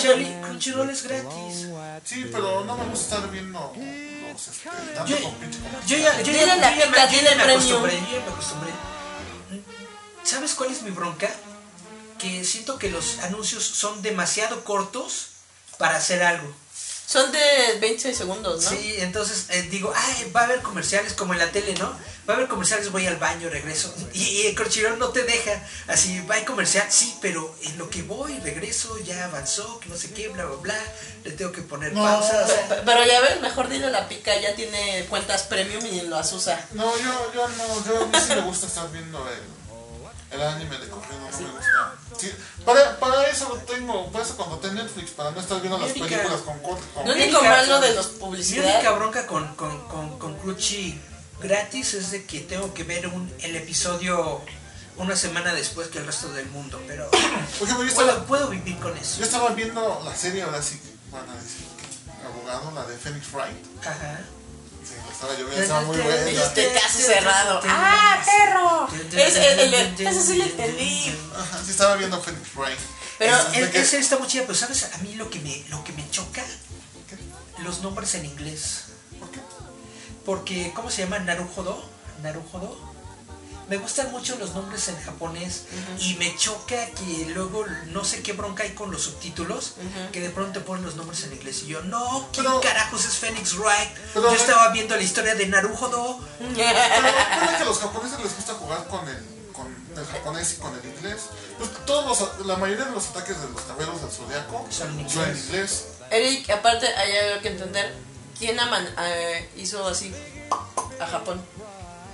Charlie, Crunchyroll es gratis.
Sí, pero no me gusta estar viendo los este, tanto
Yo-
con pinche
Yo ya, yo
Dile
ya,
a la
yo ya
pica,
me, yo
dile
ya me
premium.
acostumbré, yo ya me acostumbré. ¿Sabes cuál es mi bronca? Que siento que los anuncios son demasiado cortos para hacer algo.
<laughs> Son de 20 segundos, ¿no?
Sí, entonces eh, digo, ay, va a haber comerciales como en la tele, ¿no? Va a haber comerciales, voy al baño, regreso. Y, y el Crunchyroll no te deja. Así, va a comercial, sí, pero en lo que voy, regreso, ya avanzó, que no sé qué, bla, bla, bla. Le tengo que poner pausa. o sea,
Pe- Pero ya ves, mejor dile a la pica, ya tiene cuentas premium y lo asusa.
No, yo, yo no, yo a mí sí me gusta estar viendo el, el anime de corrido, no me gusta. Sí, para, para eso lo tengo, para eso cuando tengo Netflix, para no estar viendo las
Erika.
películas con corte. Con...
No
Mi
único
única-
malo de los
Mi única
publicidad.
bronca con, con, con, con Crunchy gratis es de que tengo que ver un, el episodio una semana después que el resto del mundo, pero
Por ejemplo, yo
puedo,
estaba,
puedo vivir con eso.
yo estaba viendo la serie, ahora sí que van a decir que abogado, la de Phoenix Wright.
Ajá.
Sí, la estaba yo viendo, estaba muy buena.
Y este caso cerrado. ¡Ah, perro! Es, el- el- el- ese sí le entendí. <laughs>
Ajá, sí estaba viendo Phoenix Wright.
Pero
Entonces,
El,
de que-
ese está muy chida, pero ¿sabes? A mí lo que me, lo que me choca, los nombres en inglés.
¿Por qué?
Porque, ¿cómo se llama? Narujodo. Narujodo. Me gustan mucho los nombres en japonés y me choca que luego no sé qué bronca hay con los subtítulos que de pronto ponen los nombres en inglés y yo, no, ¿quién
Pero-
carajos es Phoenix Wright?
Pero-
yo estaba viendo la historia de Narujodo.
Pero recuerda que a los japoneses les gusta jugar con el, con el japonés y con el inglés. Pues todos los- la mayoría de los ataques de los caballeros del zodiaco
Son en
son en
inglés.
inglés.
Eric, aparte, hay algo que entender. ¿Quién aman- eh, hizo así a Japón?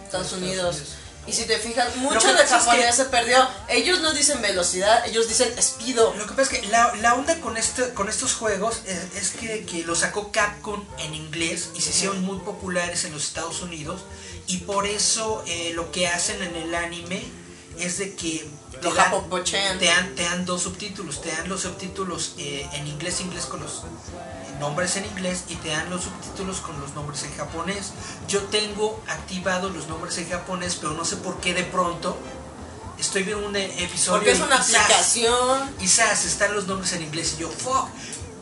Estados Unidos.
Unidos.
Y si te fijas,
que
mucho del
pasa es
japonés
que-
se perdió. Ellos no dicen velocidad, ellos dicen espido.
Lo que pasa es que la, la onda con, este, con estos juegos es, es que, que lo sacó Capcom en inglés y se hicieron muy populares en los Estados Unidos y por eso eh, lo que hacen en el anime es de que
Lo
dan-
japopochean.
te dan, te dan dos subtítulos, te dan los subtítulos eh, en inglés, inglés con los eh, nombres en inglés y te dan los subtítulos con los nombres en japonés. Yo tengo activados los nombres en japonés, pero no sé por qué de pronto estoy viendo un eh, episodio
Porque es
y
una
¡zas!
aplicación.
quizás están los nombres en inglés y yo, fuck,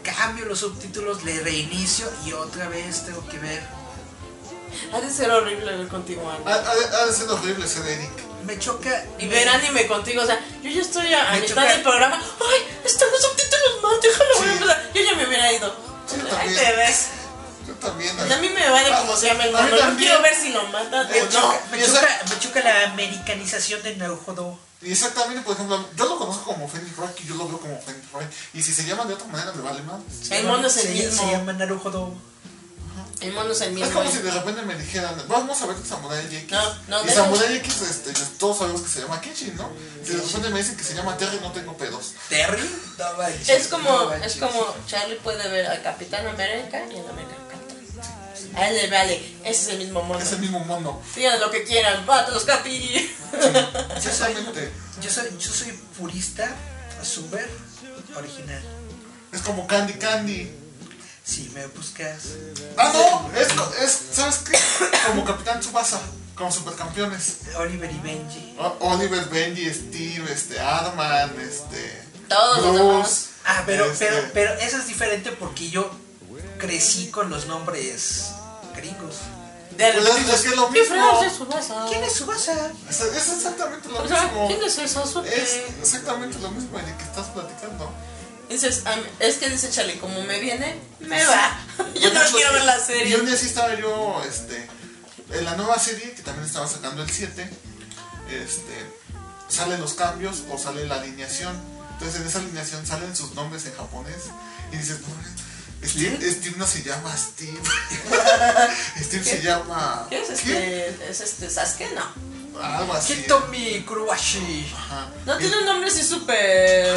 cambio los subtítulos, le reinicio y otra vez tengo que ver.
Ha de ser horrible ver contigo anime.
Ha, ha de- ha de ser horrible ser Eric.
Me choca
Y ver anime contigo, o sea, yo ya estoy a, a
Me
mitad
choca.
del programa. ¡Ay! Están los subtítulos mal, déjalo
Sí.
voy a empezar. Yo ya me hubiera ido.
Sí, yo
Ahí
también.
te ves.
Yo también.
Pues
Ah,
A mí me vale como se llama el
A mí
mono. Yo
también.
quiero ver si lo matan
Eh,
o no.
no.
Me
Y esa-
choca, me choca la americanización de Narujodo.
Y exactamente, por ejemplo, yo lo conozco como Phoenix Rock y yo lo veo como Phoenix Rock. Y si se llaman de otra manera, me vale más.
El mono es el
Se-
mismo.
Se llama Narujodo.
El mono es el
Es
mismo.
como si de repente me dijeran, vamos a ver Samurai X.
No, no,
y
no.
Samurai X, este, todos sabemos que se llama Kichi, ¿no? Si de repente me dicen que se llama Terry, no tengo pedos.
Terry. No manches,
Es como,
no
es
manches.
como Charlie puede ver al Capitán América y al American Capitán. A él le vale, ese es el mismo mono.
Es el mismo mono.
Digan lo que quieran, vatos, <laughs> capi.
Exactamente.
Yo soy, yo soy purista, super original.
Es como Candy Candy.
Si me buscas.
Ah, no, es, co- es ¿sabes qué? Como Capitán Tsubasa, como supercampeones.
Oliver y Benji.
O- Oliver, Benji, Steve, este, Arman, este.
Todos los demás.
Ah, pero,
este,
pero, pero eso es diferente porque yo crecí con los nombres gringos.
De
Pues es, es que es lo
¿Qué fregos
mismo.
es su masa?
¿Quién es Subasa?
Es, es exactamente lo
O sea,
mismo.
¿quién es eso?
Es exactamente lo mismo de que estás platicando.
Dices, "Am- es que dice Charlie, como me viene, me va. <laughs> Yo no quiero ver la
Y un
serie.
día sí estaba yo, este. En la nueva serie, que también estaba sacando el 7, este. Salen los cambios o sale la alineación. Entonces en esa alineación salen sus nombres en japonés. Y dices, "Pues, Steve, Steve no se llama
<laughs>
Steve. Steve se llama.
¿Qué es este? ¿Es este Sasuke? No.
Algo así.
Hitomi Kuruwashi.
Ajá.
No
Y-
tiene un nombre así súper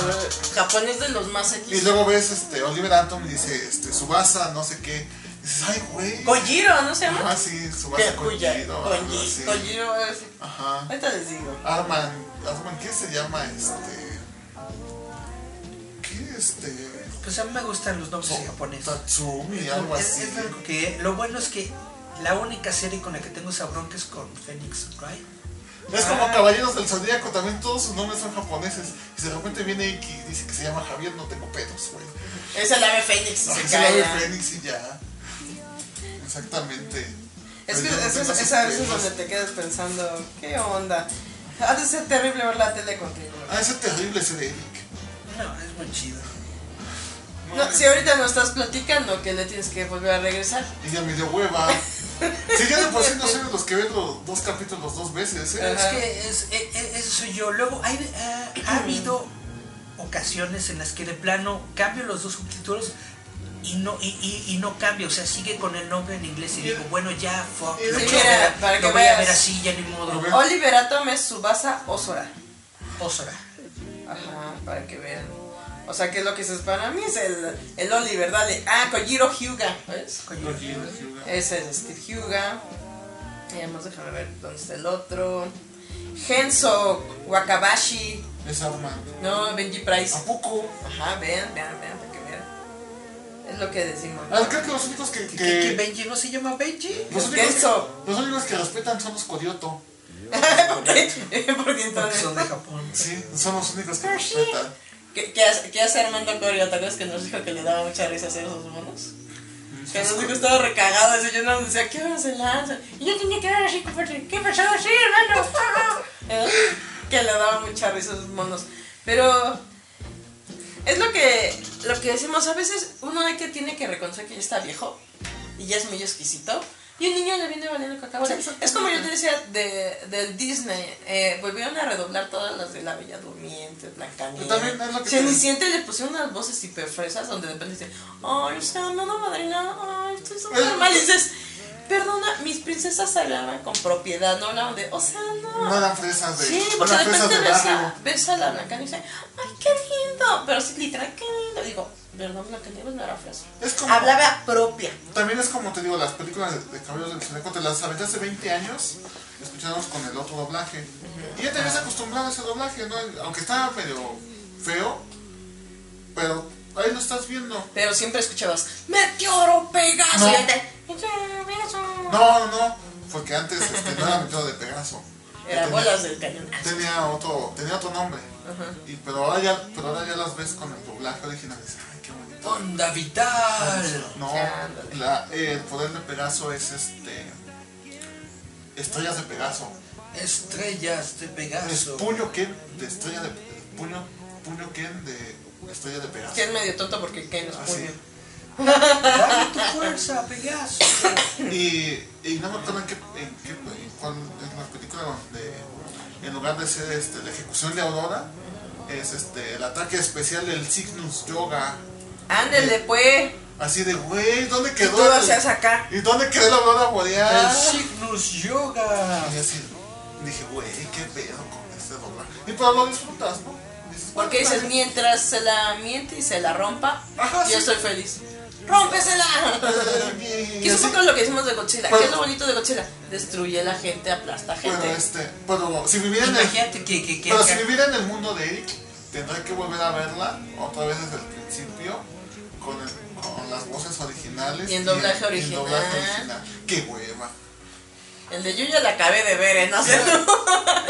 japonés de los más
Y
X.
luego ves este Oliver Atom y dice este Subasa, no sé qué. Y dices, ay, güey.
Kojiro, ¿no se llama?
Ah, sí, Subasa
Yakuya,
Kojiro.
Koji-
algo así.
Kojiro, así.
Ajá.
Ahorita les digo.
Arman, Arman, ¿qué se llama este? ¿Qué este?
Pues a mí me gustan los nombres en japonés.
Tatsumi, algo
Es-
así.
es algo que- lo bueno es que la única serie con la que tengo esa bronca es con Phoenix Wright.
Es
Ah.
como Caballeros del Zodíaco, también todos sus nombres son japoneses. Y de repente viene X y dice que se llama Javier, no tengo pedos, güey.
Es el ave
<laughs>
fénix. y
No,
se
es Ah, el
cae, ¿eh?
ave
ya.
Fénix y ya. Exactamente.
Es que
Pero ya no
esa
tengo
es a veces
pedos.
donde te quedas pensando, ¿qué onda? Ha de ser terrible ver la tele contigo.
Ah, ese terrible ese de Eric.
No, es muy chido.
No, si ahorita no estás platicando, que le tienes que volver a regresar.
Y ya me dio hueva. Si ya de por sí no soy de los que ven los dos capítulos dos veces, ¿eh?
Es que es- e- e- eso soy yo. Luego, hay, ah, <clears throat> ha habido ocasiones en las que de plano cambio los dos subtítulos y no, y, y- y no cambio. O sea, sigue con el nombre en inglés y digo, bueno, ya, fuck.
y
Lo,
mira,
voy, a ver,
para
lo
que
voy a
veas.
ver así, ya ni modo.
Oliver Atom es Subasa Osora.
Osora.
Ajá, para que vean. O sea, que es lo que se para mí es el, el Oliver, dale. Ah, Kojiro Hyuga, ¿ves? Es el Steve Hyuga. Y además déjame ver dónde está el otro. Genso Wakabashi.
Es Arma.
No, Benji Price.
¿A poco?
Ajá, vean, vean, vean, para que vean. Es lo que decimos.
Ah, creo que los únicos que.
¿Que, que
que
Benji no se llama Benji?
los, únicos que los únicos que respetan son los Corioto.
¿Por qué? <laughs> Porque
Porque
entonces.
son de Japón.
Sí, son los únicos que respetan.
¿Qué, qué hace, qué hace Armando Corio? ¿Te acuerdas que nos dijo que le daba mucha risa hacer esos monos? Que nos dijo que estaba recagado, así yo no decía, ¿qué hora se lanza? Y yo tenía que ver así, porque, ¿qué pasó? Sí, hermano. <laughs> Eh, que le daba mucha risa a esos monos. Pero es lo que, lo que decimos, a veces uno de que tiene que reconocer que ya está viejo y ya es muy exquisito. Y un niño le viene valiendo cacao. Es como yo te decía de, del Disney. eh, volvieron a redoblar todas las de La Bella Durmiente, Blancanieves.
Pero también es lo que te-
Cenicienta le pusieron unas voces hiperfresas donde de repente dicen, ay, sea, no, no, madrina, ay, estoy súper mal. Y dices, perdona, mis princesas hablaban con propiedad, no hablaban de, o sea, no.
No eran fresas de.
Sí,
no
porque de
eran fresas
repente
de
ves
barrio.
a, ves a la Blanca y dice, ay, qué lindo. Pero sí, literal, qué lindo. Digo, perdón, Blancanieves no era fresa.
Es como.
Hablaba propia.
También es como te digo, las películas de, de Caballeros del Zodiaco te las aventé hace 20 años escuchándonos con el otro doblaje. Y ya te habías acostumbrado a ese doblaje, ¿no? Aunque estaba medio feo, pero ahí lo estás viendo.
Pero siempre escuchabas, meteoro Pegaso.
No.
Y ahorita, "Meteoro, Pegaso".
No, no, no, porque antes este, no era metido de Pegaso.
Era
Tenía-
bolas del cañón.
Tenía otro, tenía otro nombre. Y, pero, ahora ya, pero ahora ya las ves con el doblaje original. y dices, ay, qué bonito.
Onda Vital.
No, la- eh, el poder de Pegaso es este. Estrellas de Pegaso.
Estrellas de
Es
Pegaso.
puño Ken de estrella de. Puño, puño Ken de estrella de Pegaso.
Que es medio tonto porque Ken es
Ah, sí.
puño.
Dame tu fuerza, Pegaso.
Y, y no me acuerdo en qué. En qué en cuál es la película donde. En lugar de ser este, la ejecución de Aurora, es este, el ataque especial del Cygnus Yoga.
Ándele, pues.
Así de, güey, ¿dónde
Y
quedó?
tú lo
el-
hacías acá.
¿Y dónde quedó la Aurora Boreal?
El Cygnus Yoga.
Y así, dije, güey, qué pedo con este doblaje. Y pero lo disfrutas, ¿no? Dices,
Porque
bueno,
dices,
está bien.
mientras se la miente y se la rompa,
Ajá,
yo
sí.
estoy feliz.
<laughs>
¡Rómpesela!
Eh, y
que es
así-
un poco lo que decimos de Godzilla.
Pero-
¿Qué es lo bonito de Godzilla? Destruye la gente, aplasta
Pues- Bueno,
gente.
este, pero si viviera en el,
Imagínate que, que, que
pero
acá-
si viviera en el mundo de Eric, tendré que volver a verla otra vez desde el principio con, el- con las voces originales
Y el doblaje
y el
original.
doblaje original. Qué hueva.
El de Yuya la acabé de ver, ¿eh? No sé.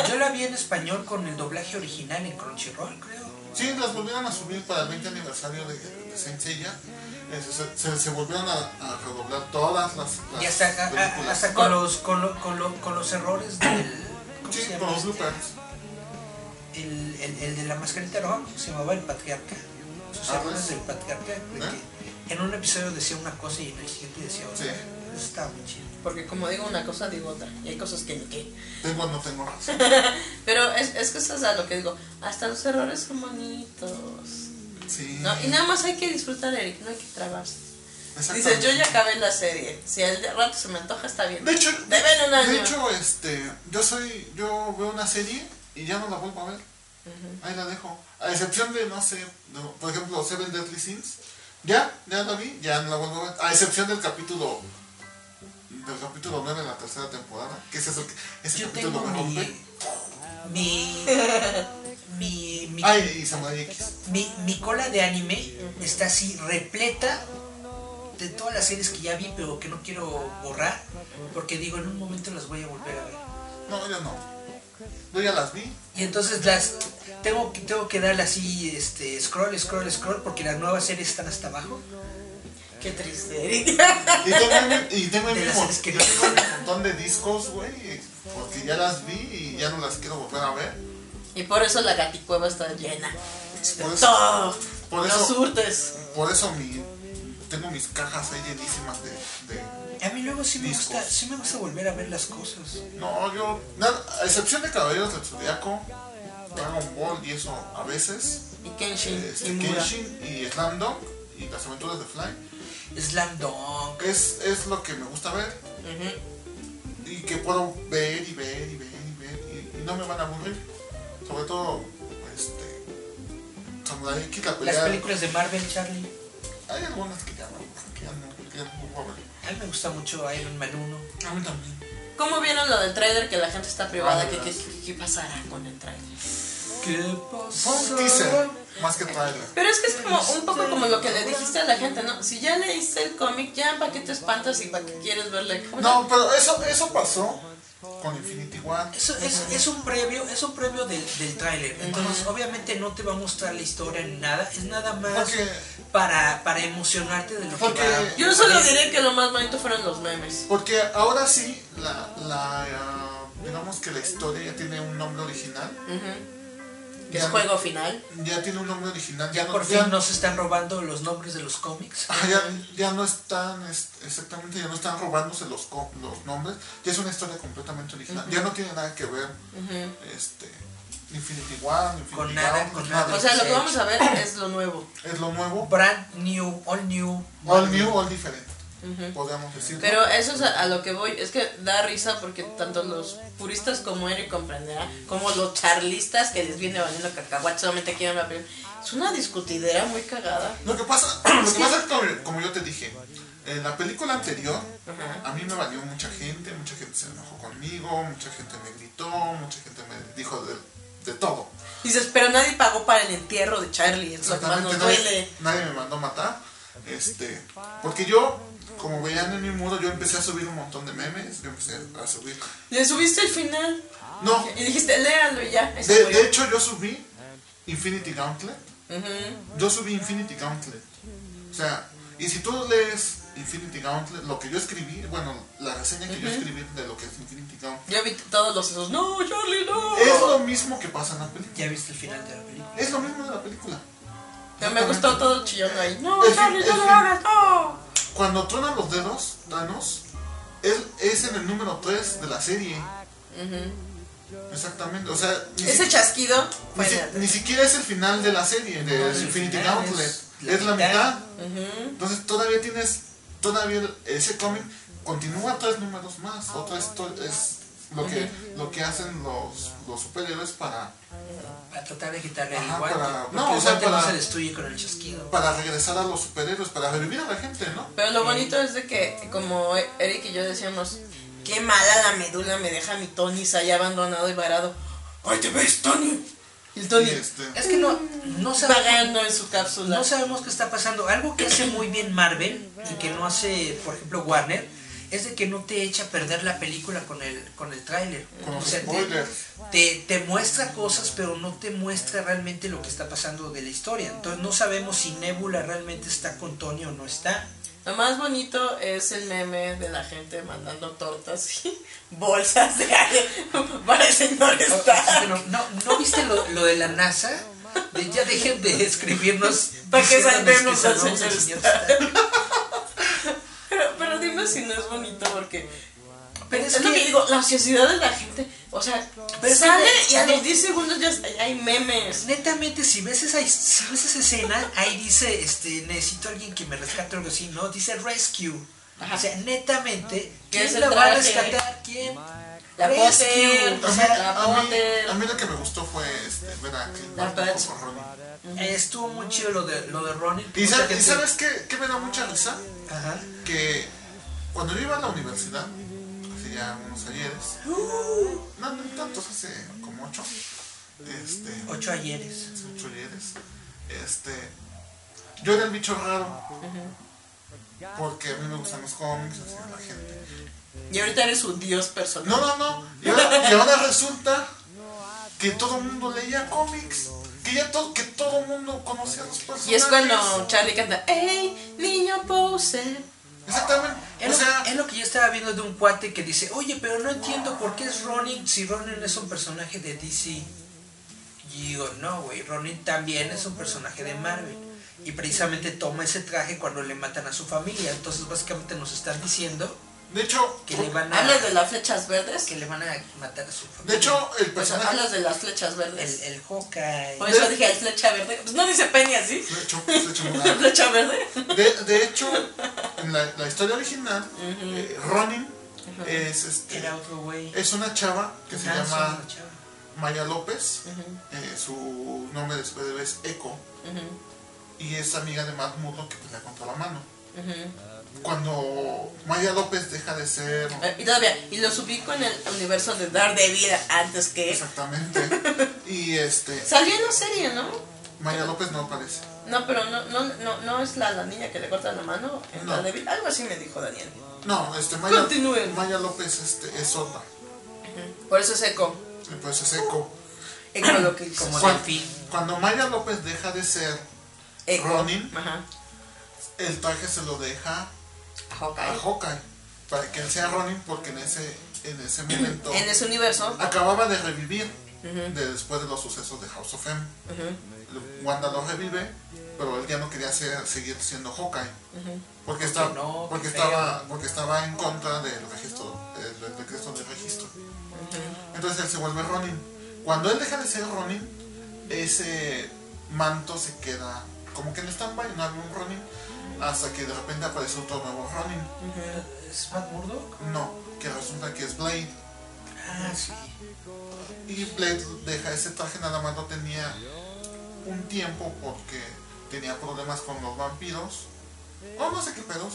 yo la vi en español con el doblaje original en Crunchyroll, creo.
Sí, las volvieron a subir para el 20 aniversario de, de Saint Seiya. Eh, Se, se- se volvieron a, a redoblar todas las, las
Y hasta, a- a-
películas.
hasta con, los, con, lo- con, lo- con los errores del. ¿Cómo
Sí,
se llama?
con los
este?
bloopers.
El, el, el de la mascarita roja, ¿cómo se llamaba? El patriarca. Sus
Ah,
errores
sí.
del patriarca. de
¿Eh?
que en un episodio decía una cosa y en el siguiente decía otra.
Sí.
Eso estaba muy chido.
<laughs> Porque como digo una cosa, digo otra. Y hay cosas que ni qué.
Tengo o no tengo razón.
<laughs>
Pero es, es que eso es a lo que digo. Hasta los errores son bonitos.
Sí.
¿no? Y nada más hay que disfrutar, Eric. No hay que trabarse. Dice, yo ya acabé la serie. Si al rato se me antoja, está bien.
De hecho,
Te ven un año.
de hecho, este, yo soy, yo veo una serie y ya no la vuelvo a ver. Ahí la dejo. A excepción de, no sé, no, por ejemplo, Seven Deadly Sins. Ya, ya la vi, ya no la vuelvo a ver. A excepción del capítulo del capítulo 9 de la tercera temporada. Que ese es el que ese
Yo
capítulo me
tengo mi-
rompe.
Mi. mi. mi-
Ay, y Samurai X.
mi, mi cola de anime está así repleta de todas las series que ya vi pero que no quiero borrar porque digo en un momento las voy a volver a ver.
No, yo no. Yo ya las vi.
Y entonces las tengo que tengo que darle así este scroll scroll scroll porque las nuevas series están hasta abajo.
Qué triste.
Y tengo el, mi- y tengo el
De las
mismo,
series que
yo
no.
tengo un montón de discos, güey, porque ya las vi y ya no las quiero volver a ver.
<laughs> Y por eso la gaticueva está llena.
Por
De
eso-
todo.
por
Los
eso-
surtes.
Por eso mi, tengo mis cajas ahí llenísimas de... de-
A mí luego sí me gusta, sí me gusta volver a ver las cosas.
no, yo... nada, a excepción de Caballeros del Zodiaco, Dragon Ball y eso a veces,
Y Kenshin.
este,
y Mura.
Kenshin y Slam Dunk y Las Aventuras de Fly,
Slam Dunk.
es, es lo que me gusta ver
Ujú.
y que puedo ver y ver y ver y ver y, y no me van a aburrir. Sobre todo, este... Samurai X, la
Las
pelea...
películas de Marvel, Charlie.
Hay algunas que ya no, que ya no, que ya no puedo ver.
A mí me gusta mucho Iron Man 1.
A mí también.
¿Cómo vieron lo del trailer que la gente está privada?
Ah,
¿Qué, qué,
gracias.
qué- qué pasará con el trailer?
¿Qué
Fue
pasó?
un teaser, más que trailer.
Pero es que es como un poco como lo que le dijiste a la gente, ¿no? Si ya leíste el cómic, ya para qué te espantas y para qué quieres verle.
No, pero eso, eso pasó con Infinity War.
Eso es, es un previo, es un previo del, del tráiler. Entonces, obviamente no te va a mostrar la historia ni nada. Es nada más
Porque,
para, para emocionarte de lo
Porque-
que va. a-
Yo solo diré que lo más bonito fueron los memes.
porque ahora sí, la, la, ah, digamos que la historia ya tiene un nombre original.
Ujú. Que es
Ya-
juego final.
Ya tiene un nombre original. Ya, no,
Por
ya,
fin nos están robando los nombres de los cómics.
ah, ya, ya no están, es- exactamente, ya no están robándose los, co- los nombres. Ya es una historia completamente original. Ya no tiene nada que ver
Ujú.
este, Infinity War, Infinity
Con nada,
Gauntlet,
con nada.
O sea, lo que vamos a ver es lo nuevo.
Es lo nuevo.
Brand new, all new.
All new, all different.
Ujú.
Podríamos decir.
Pero eso es a, a lo que voy, es que da risa porque tanto los puristas como Eric comprenderá, como los charlistas que les viene valiendo cacahuate, solamente quieren la película. Es una discutidera muy cagada.
Lo que pasa, <clears throat> lo que pasa es como, como yo te dije, en la película anterior a mí me valió mucha gente, mucha gente se enojó conmigo, mucha gente me gritó, mucha gente me dijo de, de todo.
Dices, pero nadie pagó para el entierro de Charlie, es lo que más nos duele.
nadie, nadie me mandó a matar. Este, porque yo, como veían en mi muro, yo empecé a subir un montón de memes, yo empecé a subir.
Le subiste el final
No,
y dijiste, léalo y ya. ahí se
de,
murió.
de hecho yo subí Infinity Gauntlet,
Ujú.
yo subí Infinity Gauntlet. O sea, y si tú lees Infinity Gauntlet, lo que yo escribí, bueno, la reseña que yo escribí de lo que es Infinity Gauntlet,
Yo vi todos los esos, no, Charlie, no.
es lo mismo que pasa en la película.
Ya viste el final de la película.
Es lo mismo de la película.
Que me gustó todo chillando ahí. No,
El fin-
Charlie,
el
no
fin-
lo hagas, no.
Cuando tronan los dedos, Thanos, es, es en el número 3 de la serie.
Ujú.
Exactamente, o sea, ni,
Ese
si-
chasquido
ni,
fue
si-
de-
ni siquiera es el final de la serie, de
No, es el
Infinity
final,
Gauntlet.
es la
es la
mitad.
mitad.
Ujú.
Entonces todavía tienes, todavía ese cómic continúa tres números más.
Ah,
Otra histo- es lo que, lo que hacen los, los superhéroes para,
Para tratar de quitarle el
Ajá,
guante.
para-
Porque
no,
el
o sea,
guante no
para-
se destruye con el chasquido.
para regresar a los superhéroes, para revivir a la gente, ¿no?
Pero lo bonito es de que, como Eric y yo decíamos, qué mala la medula me deja mi Tony allá abandonado y varado. ¡Ay, te ves, Tony! Y el Tony
Y este,
Es que no, no sabemos,
vagando en su cápsula.
no sabemos qué está pasando. Algo que hace muy bien Marvel y que no hace, por ejemplo, Warner, es de que no te echa a perder la película con el, con el tráiler.
Con
O
los
sea, te-
spoilers.
te, te muestra cosas, pero no te muestra realmente lo que está pasando de la historia. Entonces no sabemos si Nebula realmente está con Tony o
<laughs>
no está.
Lo más bonito es el meme de la gente mandando tortas y <laughs> bolsas de aire <laughs> para el señor
O- o sea, que
Stark.
no, no- ¿no viste lo, lo de la NASA? De- ya dejen de escribirnos
Pa' que
diciéndonos
salvemos al
salvamos
señor
Stark.
Pero, pero dime si no es bonito porque... Pero es, es que... lo que digo, la ociosidad de la gente. O sea, pero sale y a los 10 segundos ya hay memes.
Netamente, si ves esa, si ves esa escena, ahí dice, este, necesito a alguien que me rescate o algo así, ¿no? Dice rescue. Ajá. Ah, O sea, netamente, ¿quién la traje? va a rescatar? ¿Quién?
La Potter,
o sea, la a, mí, a mí lo que me gustó fue este, ver a Clint con Ronnie.
Uh -huh. Estuvo muy chido lo de, lo de Ronnie.
¿Y, sabes, que ¿y sabes qué, qué, me da mucha risa? Ajá. Que cuando yo iba a la universidad, hace ya unos ayeres, uh. no, no tantos, hace como ocho. Este,
ocho ayeres.
Ocho ayeres. Este, yo era el bicho raro. Uh -huh. Porque a mí me gustan los cómics, así la gente.
Y ahorita eres un dios personal.
No, no, no. Y ahora, y ahora resulta que todo el mundo leía cómics. Que ya to, que todo el mundo conocía a los personajes.
Y es cuando Charlie canta, ¡Ey, niño poser!
Exactamente.
Es,
o
lo,
sea,
es lo que yo estaba viendo de un cuate que dice, oye, pero no entiendo por qué es Ronin si Ronin es un personaje de DC. Y digo, no, güey, Ronin también es un personaje de Marvel. Y precisamente toma ese traje cuando le matan a su familia. Entonces básicamente nos están diciendo
de hecho,
que le van a,
hablas de las flechas verdes.
Que le van a matar a su familia.
De hecho, el personaje.
hablas de las flechas verdes.
El, el Hawkeye.
Por eso dije flecha verde. Pues no dice Penny así.
Flecha,
<laughs>
flecha,
verde. flecha verde.
De, de hecho, en la, la historia original, uh -huh. eh, Ronin uh -huh. es este,
Era otro güey.
Es una chava que se llama Maya López. Uh -huh. eh, su nombre después de es Echo. Y es amiga de Matt Murdock que pues, le contó la mano cuando Maya López deja de ser.
Eh, Y todavía, y los ubico en el universo de Dar de Vida antes que.
Exactamente. y este.
Salió en una serie, ¿no?
Maya López no aparece.
No, pero no, no, no, no es la, la niña que le corta la mano en no. Daredevil. Algo así me dijo Daniel.
No, este Maya, Continúen. Maya López este, es sorda.
Uh -huh. Por eso es eco.
Y por eso es eco.
Eco lo que como
cuando, cuando Maya López deja de ser eco. Ronin, Ajá el traje se lo deja
Hawkeye.
a Hawkeye para que él sea Ronin porque en ese en ese momento
en ese universo <laughs>
acababa de revivir uh -huh. de después de los sucesos de House of M uh -huh. Wanda lo revive pero él ya no quería ser, seguir siendo Hawkeye uh -huh. porque estaba no, porque estaba porque estaba en contra del registro del decreto de registro entonces él se vuelve Ronin cuando él deja de ser Ronin ese manto se queda como que en stand-by no había un Ronin hasta que de repente aparece otro nuevo Ronin.
¿Es Matt Murdock?
No, que resulta que es Blade.
Ah, sí.
Y Blade deja ese traje, nada más no tenía un tiempo porque tenía problemas con los vampiros. Oh, no sé qué pedos.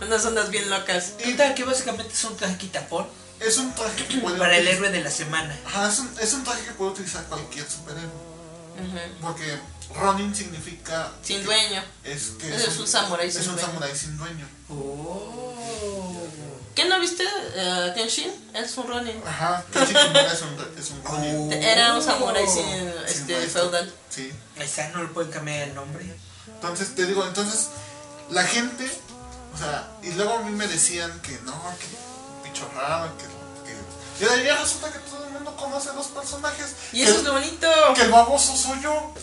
Unas ondas bien locas.
Y tal, que básicamente es un traje quitapón.
Es un traje que
puede Para el héroe de la semana.
Ajá, es un, es un traje que puede utilizar cualquier superhéroe. Uh -huh. Porque Ronin significa.
Sin dueño.
Es, que
es, es un, samurái
sin, samurai sin dueño.
Oh. ¿Qué no viste? Uh, Kenshin es un Ronin.
Ajá, Kenshin es un, es un Ronin.
Oh. Era un samurái sin, sin este, feudal.
Sí.
Ahí sea, no le pueden cambiar el nombre.
Entonces, te digo, entonces, la gente. O sea, y luego a mí me decían que no, que bicho raro, que y de ahí resulta que todo el mundo conoce a los personajes.
Y eso es lo bonito.
Que el baboso soy
<laughs>
yo.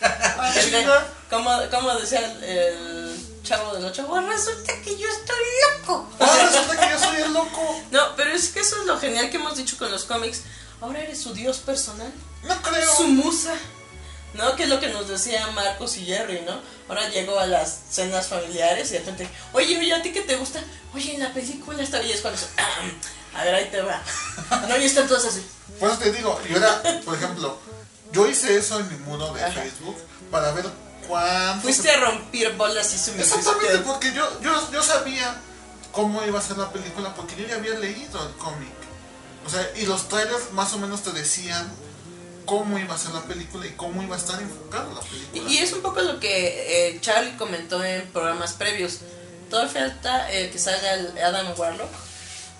Ah, chica. como, como decía el, el chavo del 8, pues resulta que yo estoy loco.
Ah, resulta que yo soy el loco.
No, pero es que eso es lo genial que hemos dicho con los cómics. Ahora eres su dios personal.
No creo.
Su musa. ¿no? Que es lo que nos decía Marcos y Jerry, ¿no? Ahora llego a las cenas familiares y de repente, oye, oye, ¿a ti qué te gusta? Oye, en la película está bien, es cuando se, ah, a ver, ahí te
<laughs>
va. No, y están todas así.
Pues te digo, yo era, por ejemplo, yo hice eso en mi muro de Ajá. Facebook para ver cuánto...
Fuiste a romper bolas y su
Exactamente, porque yo, yo, yo sabía cómo iba a ser la película, porque yo ya había leído el cómic. O sea, y los trailers más o menos te decían cómo iba a ser la película y cómo iba a estar enfocada la película.
Y, es un poco lo que eh, Charlie comentó en programas previos. Todavía falta eh, que salga el Adam Warlock.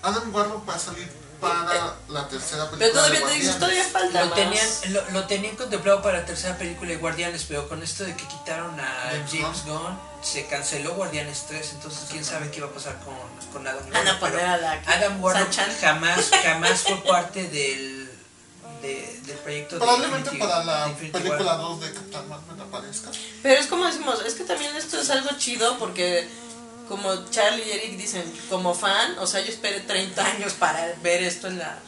Adam Warlock va a salir para eh, la tercera película.
Pero todavía de te dices, todavía falta.
Lo
más.
tenían, lo, lo, tenían contemplado para la tercera película de Guardianes, pero con esto de que quitaron a James, James Gunn, Gunn. se canceló Guardianes 3, entonces quién sabe qué iba a pasar con, con Adam Warlock.
Pero a la,
Adam Warlock Sanchan. <laughs> jamás, jamás fue parte del de, del proyecto
Probablemente de para la Infinity película 2 de Captain Marvel aparezca.
Pero es como decimos, es que también esto es algo chido porque como Charlie y Eric dicen, como fan, o sea, yo esperé 30 años para ver esto en la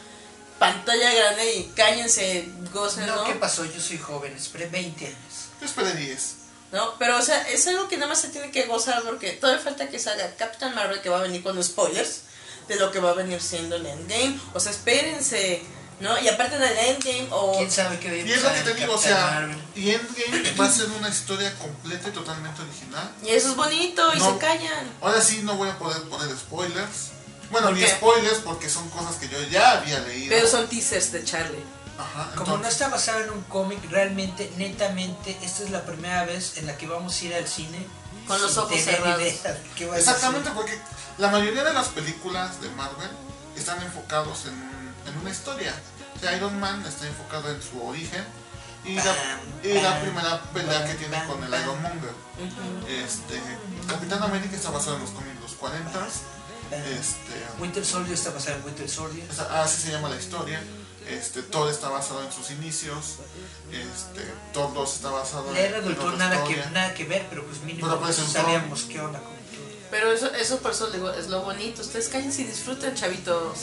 pantalla grande y cállense, gocen, ¿no?
¿qué pasó? Yo soy joven, esperé 20 años.
Yo esperé 10.
¿No? Pero, o sea, es algo que nada más se tiene que gozar porque todavía falta que salga Captain Marvel que va a venir con spoilers de lo que va a venir siendo el Endgame. O sea, espérense, ¿no? Y aparte del Endgame o...
¿Quién sabe qué va a
Y es lo que
pasar
te
en
digo, o
Captain
sea,
Marvel?
y Endgame va a ser una historia completa y totalmente original.
Y eso es bonito y
No.
se callan.
Ahora sí no voy a poder poner spoilers. Bueno,
¿Por
ni
qué?
spoilers porque son cosas que yo ya había leído.
Pero son teasers de Charlie.
Ajá,
Como no
entonces-
está basado en un cómic, realmente, netamente, esta es la primera vez en la que vamos a ir al cine
Con los
sin
ojos
tener
cerrados.
idea de qué va a
Exactamente,
decir.
porque la mayoría de las películas de Marvel están enfocados en, un- en una historia. O sea, Iron Man está enfocado en su origen y la, y la
pam,
primera pelea que tiene
pam,
con el
pam.
Iron Monger. Este, Capitán América está basado en los cómics de los 40. Este,
Eh, Winter Soldier está basado en Winter Soldier.
o sea, ah, así se llama la historia. Este, Thor está basado en sus inicios. Este, Thor 2 está basado
La era
en
del
otra
Ultron nada que,
historia.
nada que ver, pero pues mínimo
Pero pues,
sabíamos qué onda con
Pero eso, eso por eso digo, es lo bonito. Ustedes cállense y disfruten, chavitos.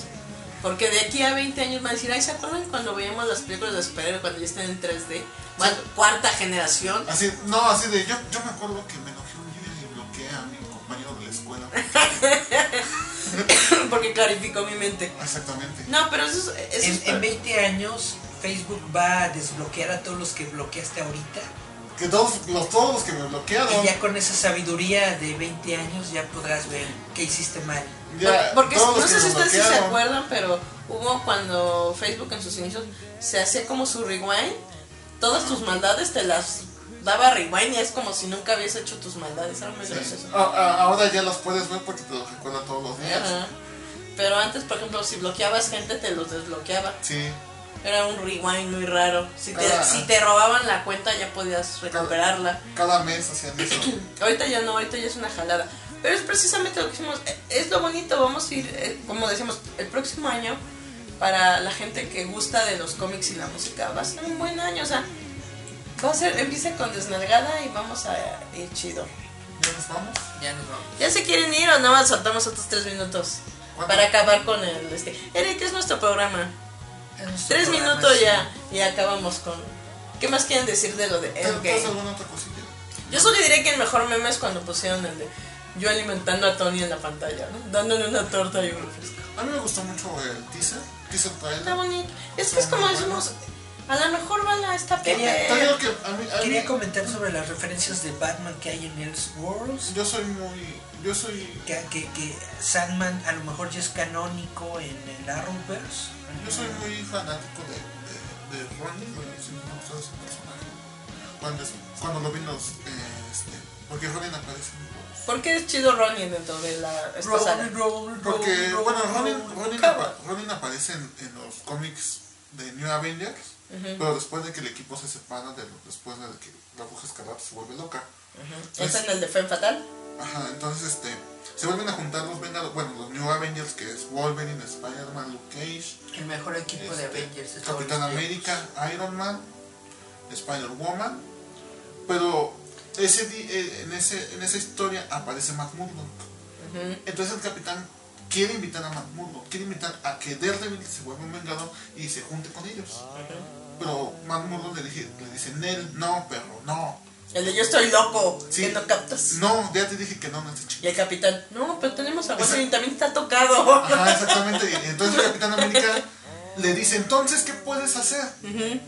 Porque de aquí a 20 años van a decir, ay, ¿se acuerdan cuando veíamos las películas de spider cuando ya están en 3D? Bueno, cuarta generación.
Así, no, así de, yo, yo me acuerdo que me enojé un día y bloqueé a mi compañero de la escuela.
<coughs> <laughs> Porque clarificó mi mente.
Exactamente.
No, pero eso es... eso
en,
es-
en 20 años, Facebook va a desbloquear a todos los que bloqueaste ahorita.
Que todos los, todos los que me bloquearon,
Y ya con esa sabiduría de 20 años ya podrás ver qué hiciste mal.
ya,
Porque
todos
no
los
sé
que
si
me
ustedes sí se
bloquearon.
acuerdan, pero hubo cuando Facebook en sus inicios se hacía como su rewind, todas tus maldades te las daba rewind y es como si nunca habías hecho tus maldades. Era muy
Sí.
gracioso.
A- a- Ahora ya los puedes ver porque te los recuerda todos los días.
Ajá. Pero antes, por ejemplo, si bloqueabas gente, te los desbloqueaba.
Sí,
Era un rewind muy raro. Si te,
Cada-
si te robaban la cuenta, ya podías recuperarla.
cada mes hacían eso.
Ahorita ya no, ahorita ya es una jalada. Pero es precisamente lo que hicimos. eh, Es lo bonito, vamos a ir, eh, como decimos, el próximo año, para la gente que gusta de los cómics y la música, va a ser un buen año. O sea, va a ser, empieza con desnalgada y vamos a ir chido.
¿Ya nos vamos?
Ya nos vamos.
¿Ya se quieren ir o no? Saltamos otros tres minutos
¿Cuánto?
para acabar con el... Este. Eric, es nuestro programa. Tres
Programa,
minutos
sí.
ya y acabamos con... ¿Qué más quieren decir de lo de
¿Te- te haces
Endgame?
alguna otra cosilla?
Yo solo diré que el mejor meme es cuando pusieron el de yo alimentando a Tony en la pantalla, ¿no? Dándole una torta y un refresco.
A mí me gustó mucho el teaser, teaser
Está
trailer.
bonito. Es que es
Ah.
como decimos, a lo mejor van a esta
Quería-
Te
pelea.
digo que a mí- a mí-
Quería comentar sobre las referencias de Batman que hay en Elseworlds.
yo soy muy, yo soy,
Que, que, que Sandman a lo mejor ya es canónico en el Arrowverse.
yo soy muy fanático de, de, de Ronnie, pero siempre me gustó ese personaje. Cuando, es- cuando lo vi en los, eh, este, porque Ronnie aparece en los
¿Por qué es chido Ronnie dentro de la, esta saga?
Roll, roll,
Porque,
Oh,
roll,
bueno,
roll,
Ronin,
roll.
Ronin apa- Ronin aparece en, en los cómics de New Avengers, pero después de que el equipo se separa, de lo- después de que la bruja escarlata se vuelve loca.
¿Es en el de Femme Fatal?
Ajá, entonces este, se vuelven a juntar los Vengadores, bueno, los New Avengers, que es Wolverine, Spider-Man, Luke Cage,
El mejor equipo de
este,
Avengers. de todos
Capitán
los
América, Iron Man, Spider-Woman, pero ese, di- eh, en, ese, en esa historia aparece Matt Murdock. Entonces el capitán quiere invitar a Matt Murdock, quiere invitar a que Daredevil se vuelva un vengador y se junte con ellos. Pero Matt Murdock le, dije- le dice, Nel, no, perro, no.
El de yo estoy loco,
Sí.
que no captas.
No, ya te dije que no, no es
Y el capitán, no, pero tenemos a Wolverine,
Exacto.
también está tocado.
Ajá, exactamente. Y Entonces el Capitán América le dice, entonces, ¿qué puedes hacer?
Ujú.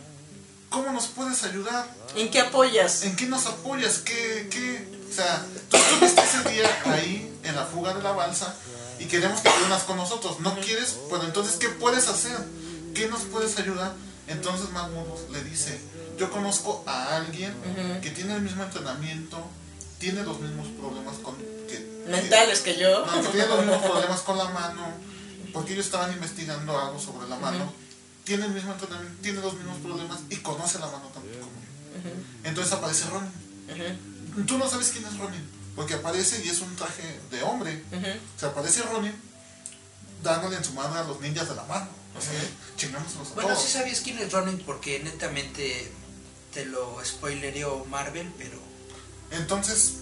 ¿Cómo nos puedes ayudar?
<laughs> ¿En qué apoyas?
¿En qué nos apoyas? ¿Qué, qué? O sea, tú estuviste ese día ahí en la fuga de la balsa y queremos que te unas con nosotros. ¿No quieres? Bueno, entonces, ¿qué puedes hacer? ¿Qué nos puedes ayudar? Entonces Magnus le dice, yo conozco a alguien que tiene el mismo entrenamiento, tiene los mismos problemas con... Que, que-
Mentales que yo.
no, que tienen los mismos problemas con la mano, porque ellos estaban investigando algo sobre la mano, tiene el mismo entrenamiento, tiene los mismos problemas y conoce la mano tanto como yo. Entonces aparece Ronin. Tú no sabes quién es Ronin, porque aparece y es un traje de hombre. O sea, aparece Ronin dándole en su mano a los ninjas de la mano. O sea, chingámoselos a
Bueno,
todos.
sí sabías quién es Ronin porque netamente te lo spoilereó Marvel, pero
Entonces,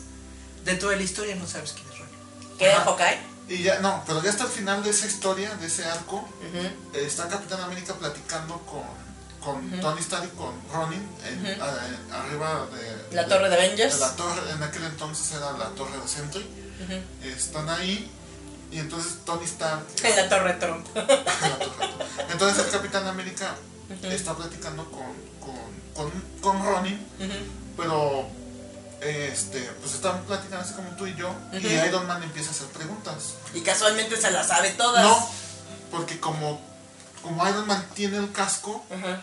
de toda la historia no sabes quién es Ronin.
<laughs> ¿Qué
Ajá.
época hay?
Y ya, no, pero ya hasta el final de esa historia, de ese arco, eh, está Capitán América platicando con, con
Ujú.
Tony Stark y con Ronin en-
Ujú.
a- arriba de...
La torre de Avengers.
de la torre, en aquel entonces era la torre de Sentry. Están ahí y entonces Tony Stark... <laughs>
En la Torre Trump. <laughs>
Entonces el Capitán América está platicando con, con, con, con Ronin, pero este, pues están platicando así como tú y yo,
Ujú.
y Iron Man empieza a hacer preguntas.
Y casualmente se las sabe todas.
No, porque como, como Iron Man tiene el casco, eh,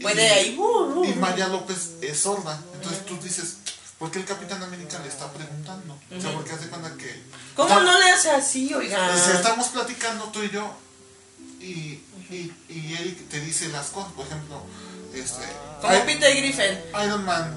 Puede ahí, uh, uh,
y
uh.
Maya López es sorda, entonces tú dices, ¿por qué el Capitán América le está preguntando? O sea,
Ujú.
porque hace cuenta que...
¿Cómo no le hace así, oiga?
Si estamos platicando tú y yo y, y, y Eric te dice las cosas, por ejemplo, este,
Como
Iron-
Peter Griffin.
Iron Man.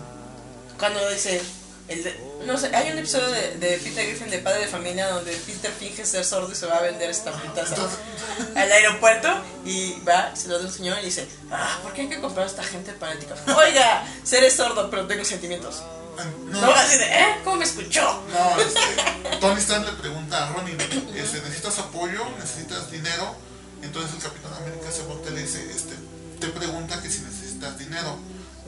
Cuando dice. el de- no sé, hay un episodio de, de Peter Griffin de Padre de Familia donde Peter finge ser sordo y se va a vender estampitas
<laughs>
a- al aeropuerto y va, se lo da un señor y dice, ah, ¿por qué hay que comprar a esta gente paralítica? Oiga, seré sordo, pero tengo sentimientos. No, así de, ¿eh? ¿Cómo me escuchó? <laughs>
No, este, Tony Stark le pregunta a Ronin, este, ¿necesitas apoyo? ¿Necesitas dinero? Entonces el Capitán América se voltea y le dice, este, te pregunta que si necesitas dinero.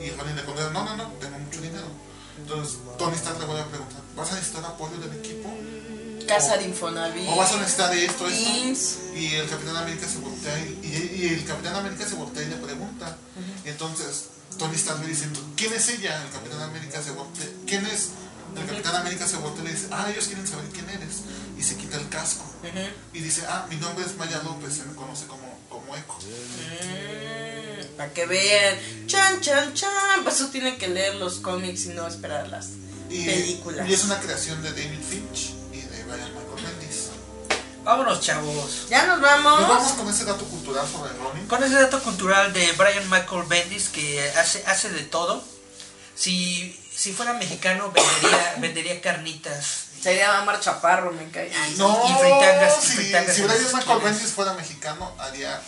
Y Ronin le contesta, no, no, no, tengo mucho dinero. Entonces Tony Stark le vuelve a preguntar, ¿vas a necesitar apoyo del equipo?
Casa de Infonavit.
O vas a necesitar esto,
IMSS.
esto. Y el Capitán América se voltea y, y- y el Capitán América se voltea y le pregunta. Entonces, Tony Stark le dice, ¿quién es ella? El Capitán América se voltea. ¿Quién es? El Capitán América se voltea y le dice, ah, ellos quieren saber quién eres. Y se quita el casco. Y dice, ah, mi nombre es Maya López, se me conoce como, como Echo.
mm, Para que vean, chan, chan, chan. Por eso tienen que leer los cómics y no esperar las
Y,
películas.
y es una creación de David Finch y de Brian Michael Bendis.
Vámonos, chavos.
Ya nos vamos.
Nos vamos con ese dato cultural sobre Ronin.
Con ese dato cultural de Brian Michael Bendis que hace, hace de todo. Si, si fuera mexicano, vendería, vendería carnitas.
Sería Amar Chaparro, me cae.
No,
y fritangas, y
si,
fritangas
si
en
Brian
las
Michael
esquinas.
Bendis fuera mexicano, haría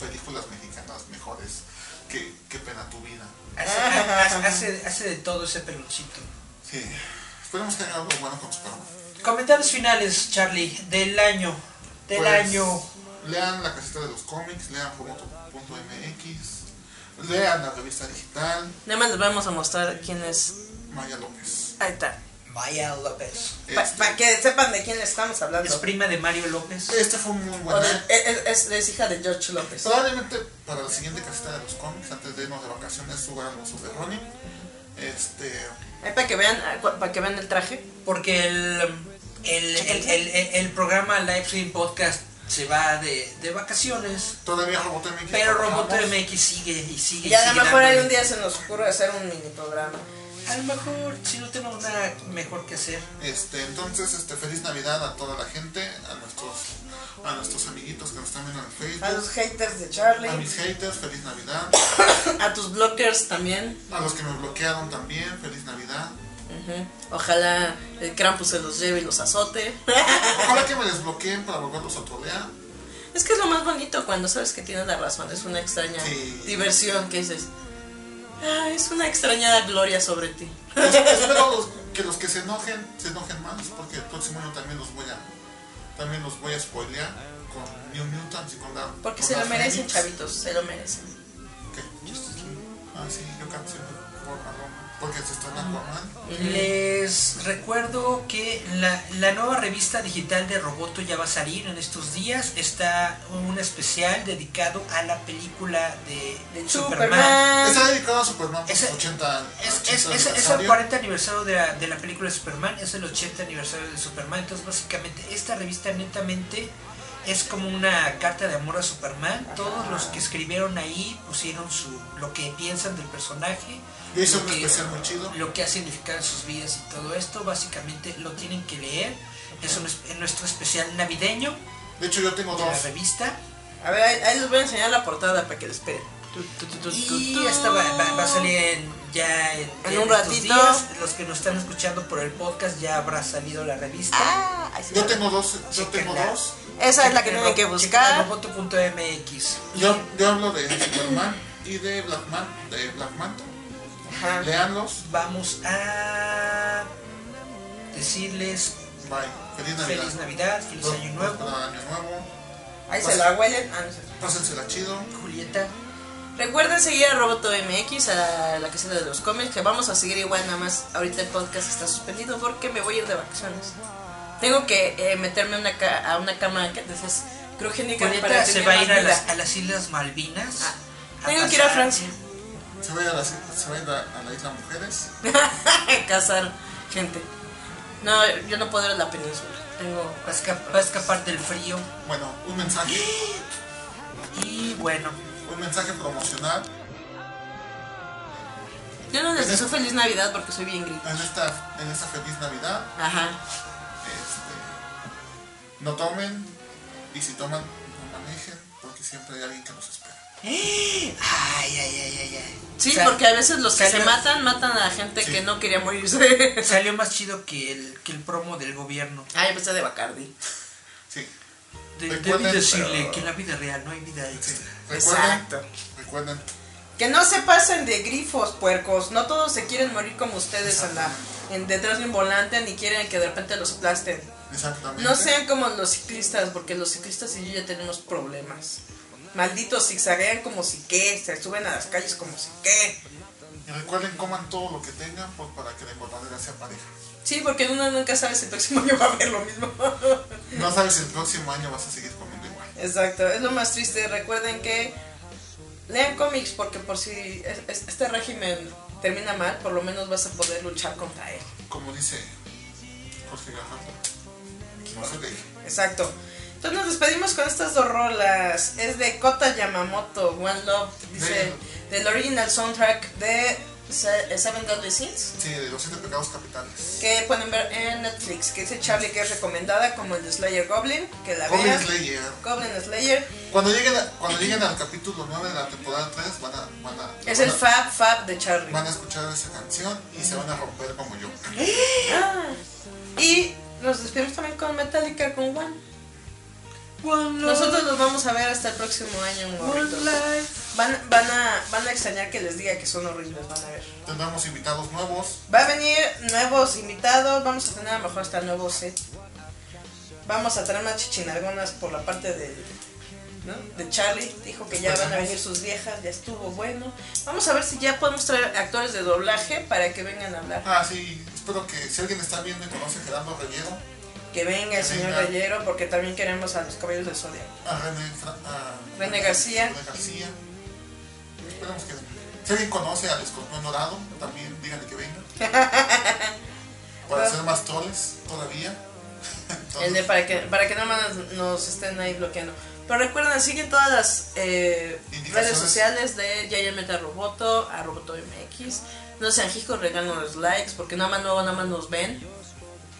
películas mexicanas mejores que, que Pena tu vida.
Hace, hace- hace- hace de todo ese peloncito.
Sí, esperemos que haga algo bueno con su perro.
Comentarios finales, Charlie, del año. Del
Pues,
año.
Lean la casita de los cómics, lean Fomoto.mx, lean la revista digital,
Nada más les vamos a mostrar quién es.
Maya López.
Ahí está.
Maya López.
Para que sepan de quién estamos hablando.
Es prima de Mario López.
Este fue un muy buen
O de-
año.
es, es- es hija de George López.
Probablemente para la siguiente casita de los cómics, antes de irnos de vacaciones, suba algo sobre Ronin. Este,
Ahí para que vean, ah, cu- para que vean el traje.
Porque el, el, el, el- el- el programa Live Stream Podcast se va de, de vacaciones.
todavía Roboto MX.
Pero
trabajamos.
Roboto MX sigue y sigue.
Y a
sigue
lo mejor
dándole.
algún día se nos ocurre hacer un mini programa.
A lo mejor, si no tenemos nada mejor que hacer.
Este, entonces, este, feliz Navidad a toda la gente, a nuestros, a nuestros amiguitos que nos están viendo en
A
Facebook,
los haters de
a
Charlie,
mis haters, feliz Navidad,
a tus blockers también.
a los que me bloquearon también, feliz Navidad.
Ujú. Ojalá el Krampus se los lleve y los azote. <laughs>
Ojalá que me desbloqueen para volverlos a trolear.
Es que es lo más bonito cuando sabes que tienes la razón. Es una extraña
Sí.
diversión que dices. "Ah, es una extraña gloria sobre ti.
Es- Espero los- que los que se enojen, se enojen más, porque el próximo año también los voy a, también los voy a spoilear con New Mutants y con la...
Porque
con
se lo
Dark
merecen,
Phoenix.
chavitos, se lo merecen.
¿Qué? Ah, sí, yo canciono por Aquaman, porque se está en Aquaman.
Les recuerdo que la, la nueva revista digital de Roboto ya va a salir en estos días. Está un especial dedicado a la película de,
De
Superman.
Superman.
Está dedicado a Superman por
Ese-
sus 80
Es,
80
es- es- es el
aniversario.
40 aniversario de la, de la película de Superman, es el 80 aniversario de Superman. Entonces, básicamente, esta revista netamente es como una carta de amor a Superman. Todos los que escribieron ahí pusieron su, lo que piensan del personaje,
Yo hice un
Lo que-
especial muy chido.
lo que ha significado en sus vidas y todo esto. Básicamente, lo tienen que leer. Es un es- nuestro especial navideño
De hecho, yo tengo
de la
dos.
revista.
A ver, ahí, ahí les voy a enseñar la portada para que les esperen. Tu, tu, tu, tu,
Y
tu,
esta va, va- va a salir en- ya en,
En
en
un
estos
ratito.
días. Los que nos están escuchando por el podcast ya habrá salido la revista.
Ah, ahí sí.
Yo tengo dos. Yo
Chequenla.
tengo dos.
Esa es la que
Chequen
tienen que
ro-
buscar.
chequen Roboto.mx.
Yo, yo hablo de Superman y de Black, Man, de Black Manta.
Ajá.
Leanlos.
Vamos a decirles
Bye. Feliz Navidad.
Feliz Navidad,
Oh.
feliz
Pro-
año nuevo.
próspero año nuevo.
Ahí se
Pasen-
la huelen. Ah, no sé.
Pásensela chido.
Julieta.
Recuerden seguir a Roboto MX, a la caseta de los cómics, que vamos a seguir igual, nada más ahorita el podcast está suspendido porque me voy a ir de vacaciones. Tengo que eh, meterme a una ca- a una cama que de esas criogénicas
Julieta se
tener
va a
más
ir a
vida.
las, a las Islas Malvinas.
Tengo que ir a
pasar-
Francia
Se va a ir a la, se va a ir a- a la isla Mujeres.
a <laughs> cazar gente. No, yo no puedo ir a la península. Tengo...
Va a, esca- va a escapar del frío.
Bueno, un
<gasps>
mensaje.
Y bueno,
Un mensaje promocional.
Yo no les deseo feliz Navidad porque soy bien gris.
En esta, en esta feliz Navidad,
Ajá.
este, no tomen. Y si toman, no manejen. Porque siempre hay alguien que nos espera.
Ay, ay, ay, ay, ay.
Sí,
Sal-
porque a veces los que se
salió-
matan, matan a gente que no quería morirse. <laughs>
Salió más chido que el, que el promo del gobierno.
Ay, pues de Bacardi.
Sí.
De,
Recuerden,
debí decirle
pero-
que en la vida real no hay vida extra.
Recuerden,
Exacto.
recuerden,
Que no se pasen de grifos, puercos. No todos se quieren morir como ustedes en la- en- detrás de un volante ni quieren que de repente los aplasten.
exactamente.
No sean como los ciclistas, porque los ciclistas y yo ya tenemos problemas. Malditos zigzaguean como si qué, se suben a las calles como si qué.
Y recuerden, coman todo lo que tengan pues, para que la engordadera sea pareja.
Sí, porque uno nunca sabe si el próximo <laughs> año va a haber lo mismo.
No sabes si el próximo año vas a seguir comiendo igual.
Exacto, es lo más triste. Recuerden que lean cómics porque por si es- es- este régimen termina mal, por lo menos vas a poder luchar contra él.
Como dice Jorge Gajardo. No se deje.
Exacto. Entonces nos despedimos con estas dos rolas. Es de Kota Yamamoto, One Love, dice, del original soundtrack de Se- Seven Deadly Sins,
Sí, de los siete pecados capitales.
que pueden ver en Netflix, que dice Charlie que es recomendada como el de Slayer Goblin, que la
Goblin
vean.
Slayer.
Goblin Slayer.
Cuando lleguen, a- cuando lleguen al capítulo 9 de la temporada 3, van a, van a,
Es
van
el
a-
Fab Fab de Charlie.
van a escuchar esa canción y se van a romper como yo.
Ah. Y nos despedimos también con Metallica, con One. Nosotros los vamos a ver hasta el próximo año. morritos. Van, van, a, van a extrañar que les diga que son horribles, van a ver.
Tendremos invitados nuevos.
Va a venir nuevos invitados, vamos a tener a lo mejor hasta nuevo set. Vamos a tener unas chichinalgonas por la parte de, ¿no? de Charlie. Dijo que ya van a venir sus viejas, ya estuvo bueno. Vamos a ver si ya podemos traer actores de doblaje para que vengan a hablar.
Ah, sí, espero que si alguien está viendo y conoce a Gerardo Reyero,
Que venga el señor
venga.
Gallero porque también queremos a los caballos del Zodiaco.
a René, Fra- a
René García.
René García. Esperemos que. Si alguien conoce al escorpión dorado, también díganle que
<laughs>
venga. Para ser más troles todavía.
El de para que, para que no más nos, nos estén ahí bloqueando. Pero recuerden, siguen todas las eh,
Indicaciones.
redes sociales de Yaya Meta Roboto, a Roboto MX. No sean jicos, regalan los likes, porque nada más luego nada más nos ven.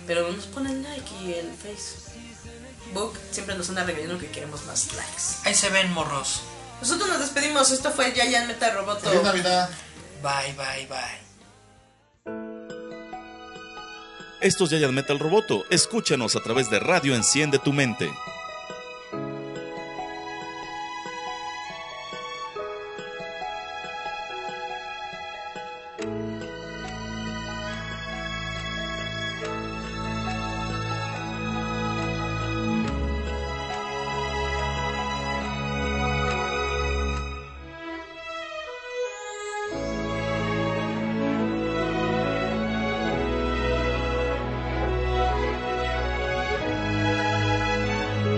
Pero no nos ponen like y el Facebook siempre nos anda regañando que queremos más likes.
Ahí se ven morros.
Nosotros nos despedimos, esto fue Yaya Meta Roboto.
Feliz Navidad.
Bye, bye, bye.
Estos Giant Metal Roboto, escúchanos a través de Radio Enciende tu Mente.
Thank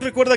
recuerda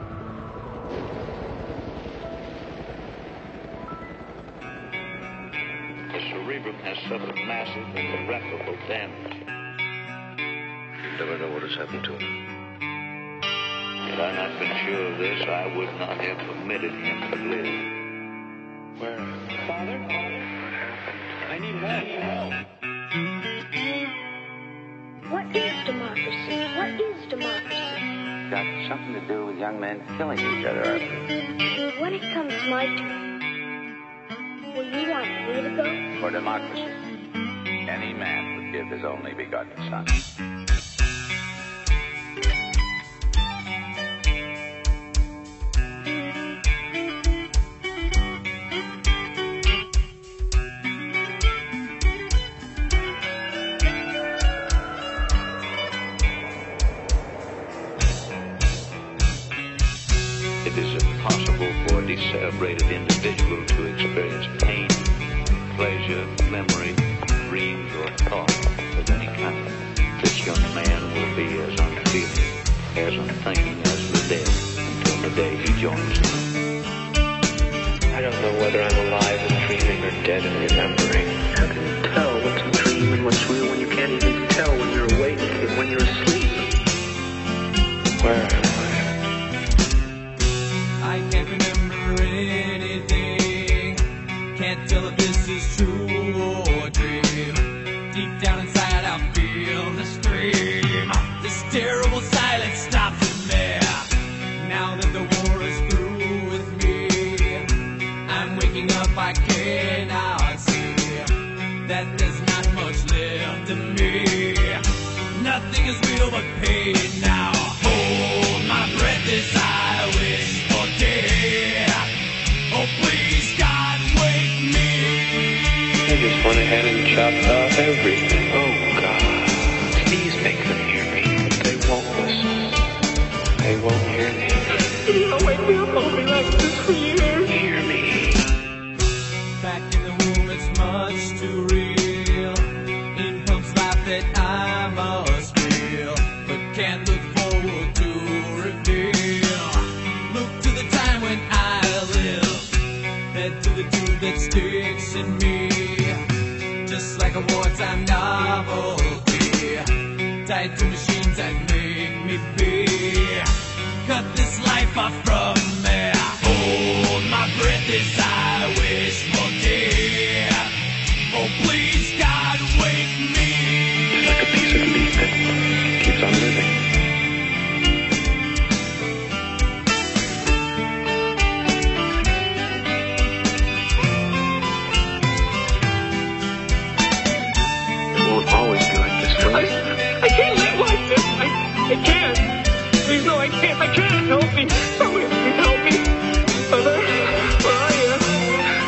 The cerebrum has suffered massive and irreparable damage. You never know what has happened to him. Had I not been sure of this, I would not have permitted him to live. Where? Father? I need help.
What is democracy? What is democracy?
got something to do with young men killing each other.
When it comes my turn, will you want me to go?
For democracy, any man would give his only begotten son.
It is impossible for a decerebrated individual to experience pain, pleasure, memory, dreams, or thought of any kind. This young man will be as unfeeling, as unthinking as the dead until the day he joins them. I don't know whether I'm alive and dreaming or dead and remembering. How can you tell what's a dream and what's real when you can't even tell when you're awake and when you're asleep? Where?
I can't remember anything. Can't tell if this is true or a dream. Deep down inside, I feel the scream. This terrible silence stops in there. Now that the war is through with me, I'm waking up. I cannot see that there's not much left of me. Nothing is real but pain now. Hold my breath as I wish for death. Oh, please, God, wake me.
I just went ahead and chopped off everything. Oh God. Please make them hear me. They won't listen. They won't hear me. wake me up. I'll be like this for years. Hear me.
Back in the womb, it's much too real. In pumps life that I must feel, but can't look forward to reveal. Look to the time when I live, head to the tube that sticks in me, just like a wartime novelty. Tied to machines that make me be. Cut this life off from me. Hold my breath as I wish for death. Oh, please, God, wake me.
Like a piece of meat that keeps on living. It won't always be like this, will it?
I can't live like this. I, I can't. Please, no, I can't. I can't. Help me. Somebody please help me. Mother, where are you?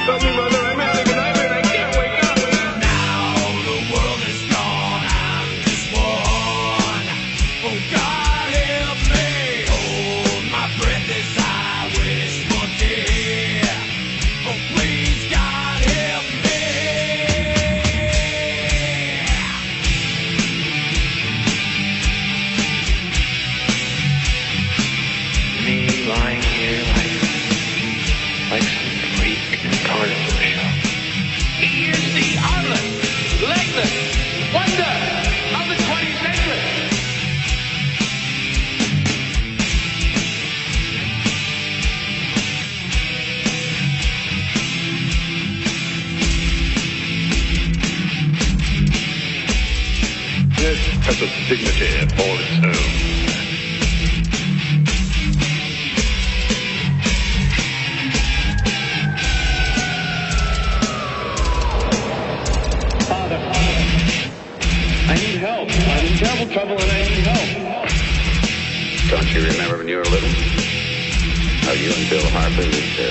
Love you, Mother. I'm having a nightmare and I can't wake up.
Now the world is gone. I'm just one. Oh, God, help me. Hold my breath as I wish for death. Oh, please, God, help me.
Me lying here like, like some freak in a carnival show.
He is the armless, legless wonder of the 20th century.
This has a dignity all its own. Father, I need help. I'm in terrible trouble and I need help.
Don't you remember when you were little? How you and Bill Harper would uh,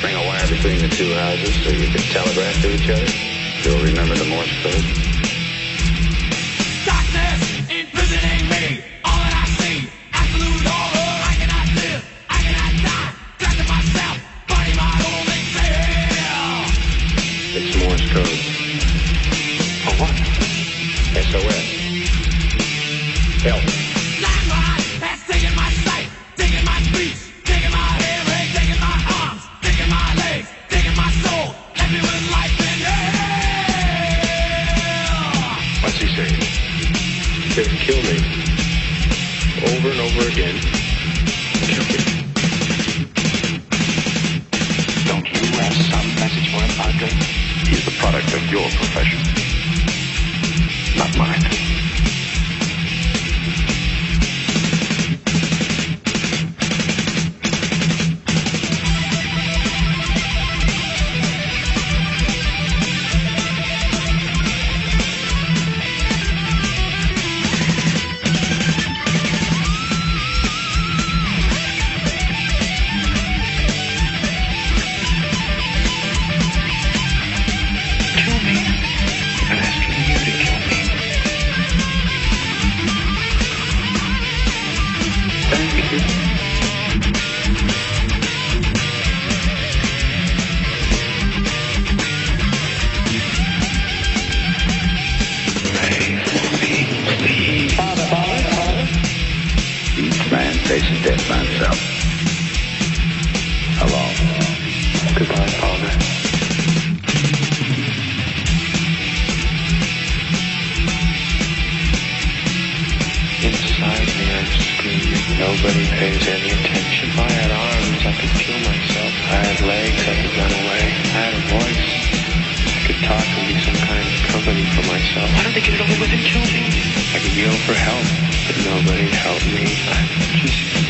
bring a wire between the two houses so you could telegraph to each other? You'll remember the Morse code.
Darkness imprisoning me. All that I see, absolute horror. I cannot live, I cannot die. Death to myself, body my only self.
It's Morse code. For what? SOS. could kill myself. I had legs, I could run away. I had a voice. I could talk and be some kind of company for myself. Why don't they get it over with and kill me? I could yell for help, but nobody helped me. I just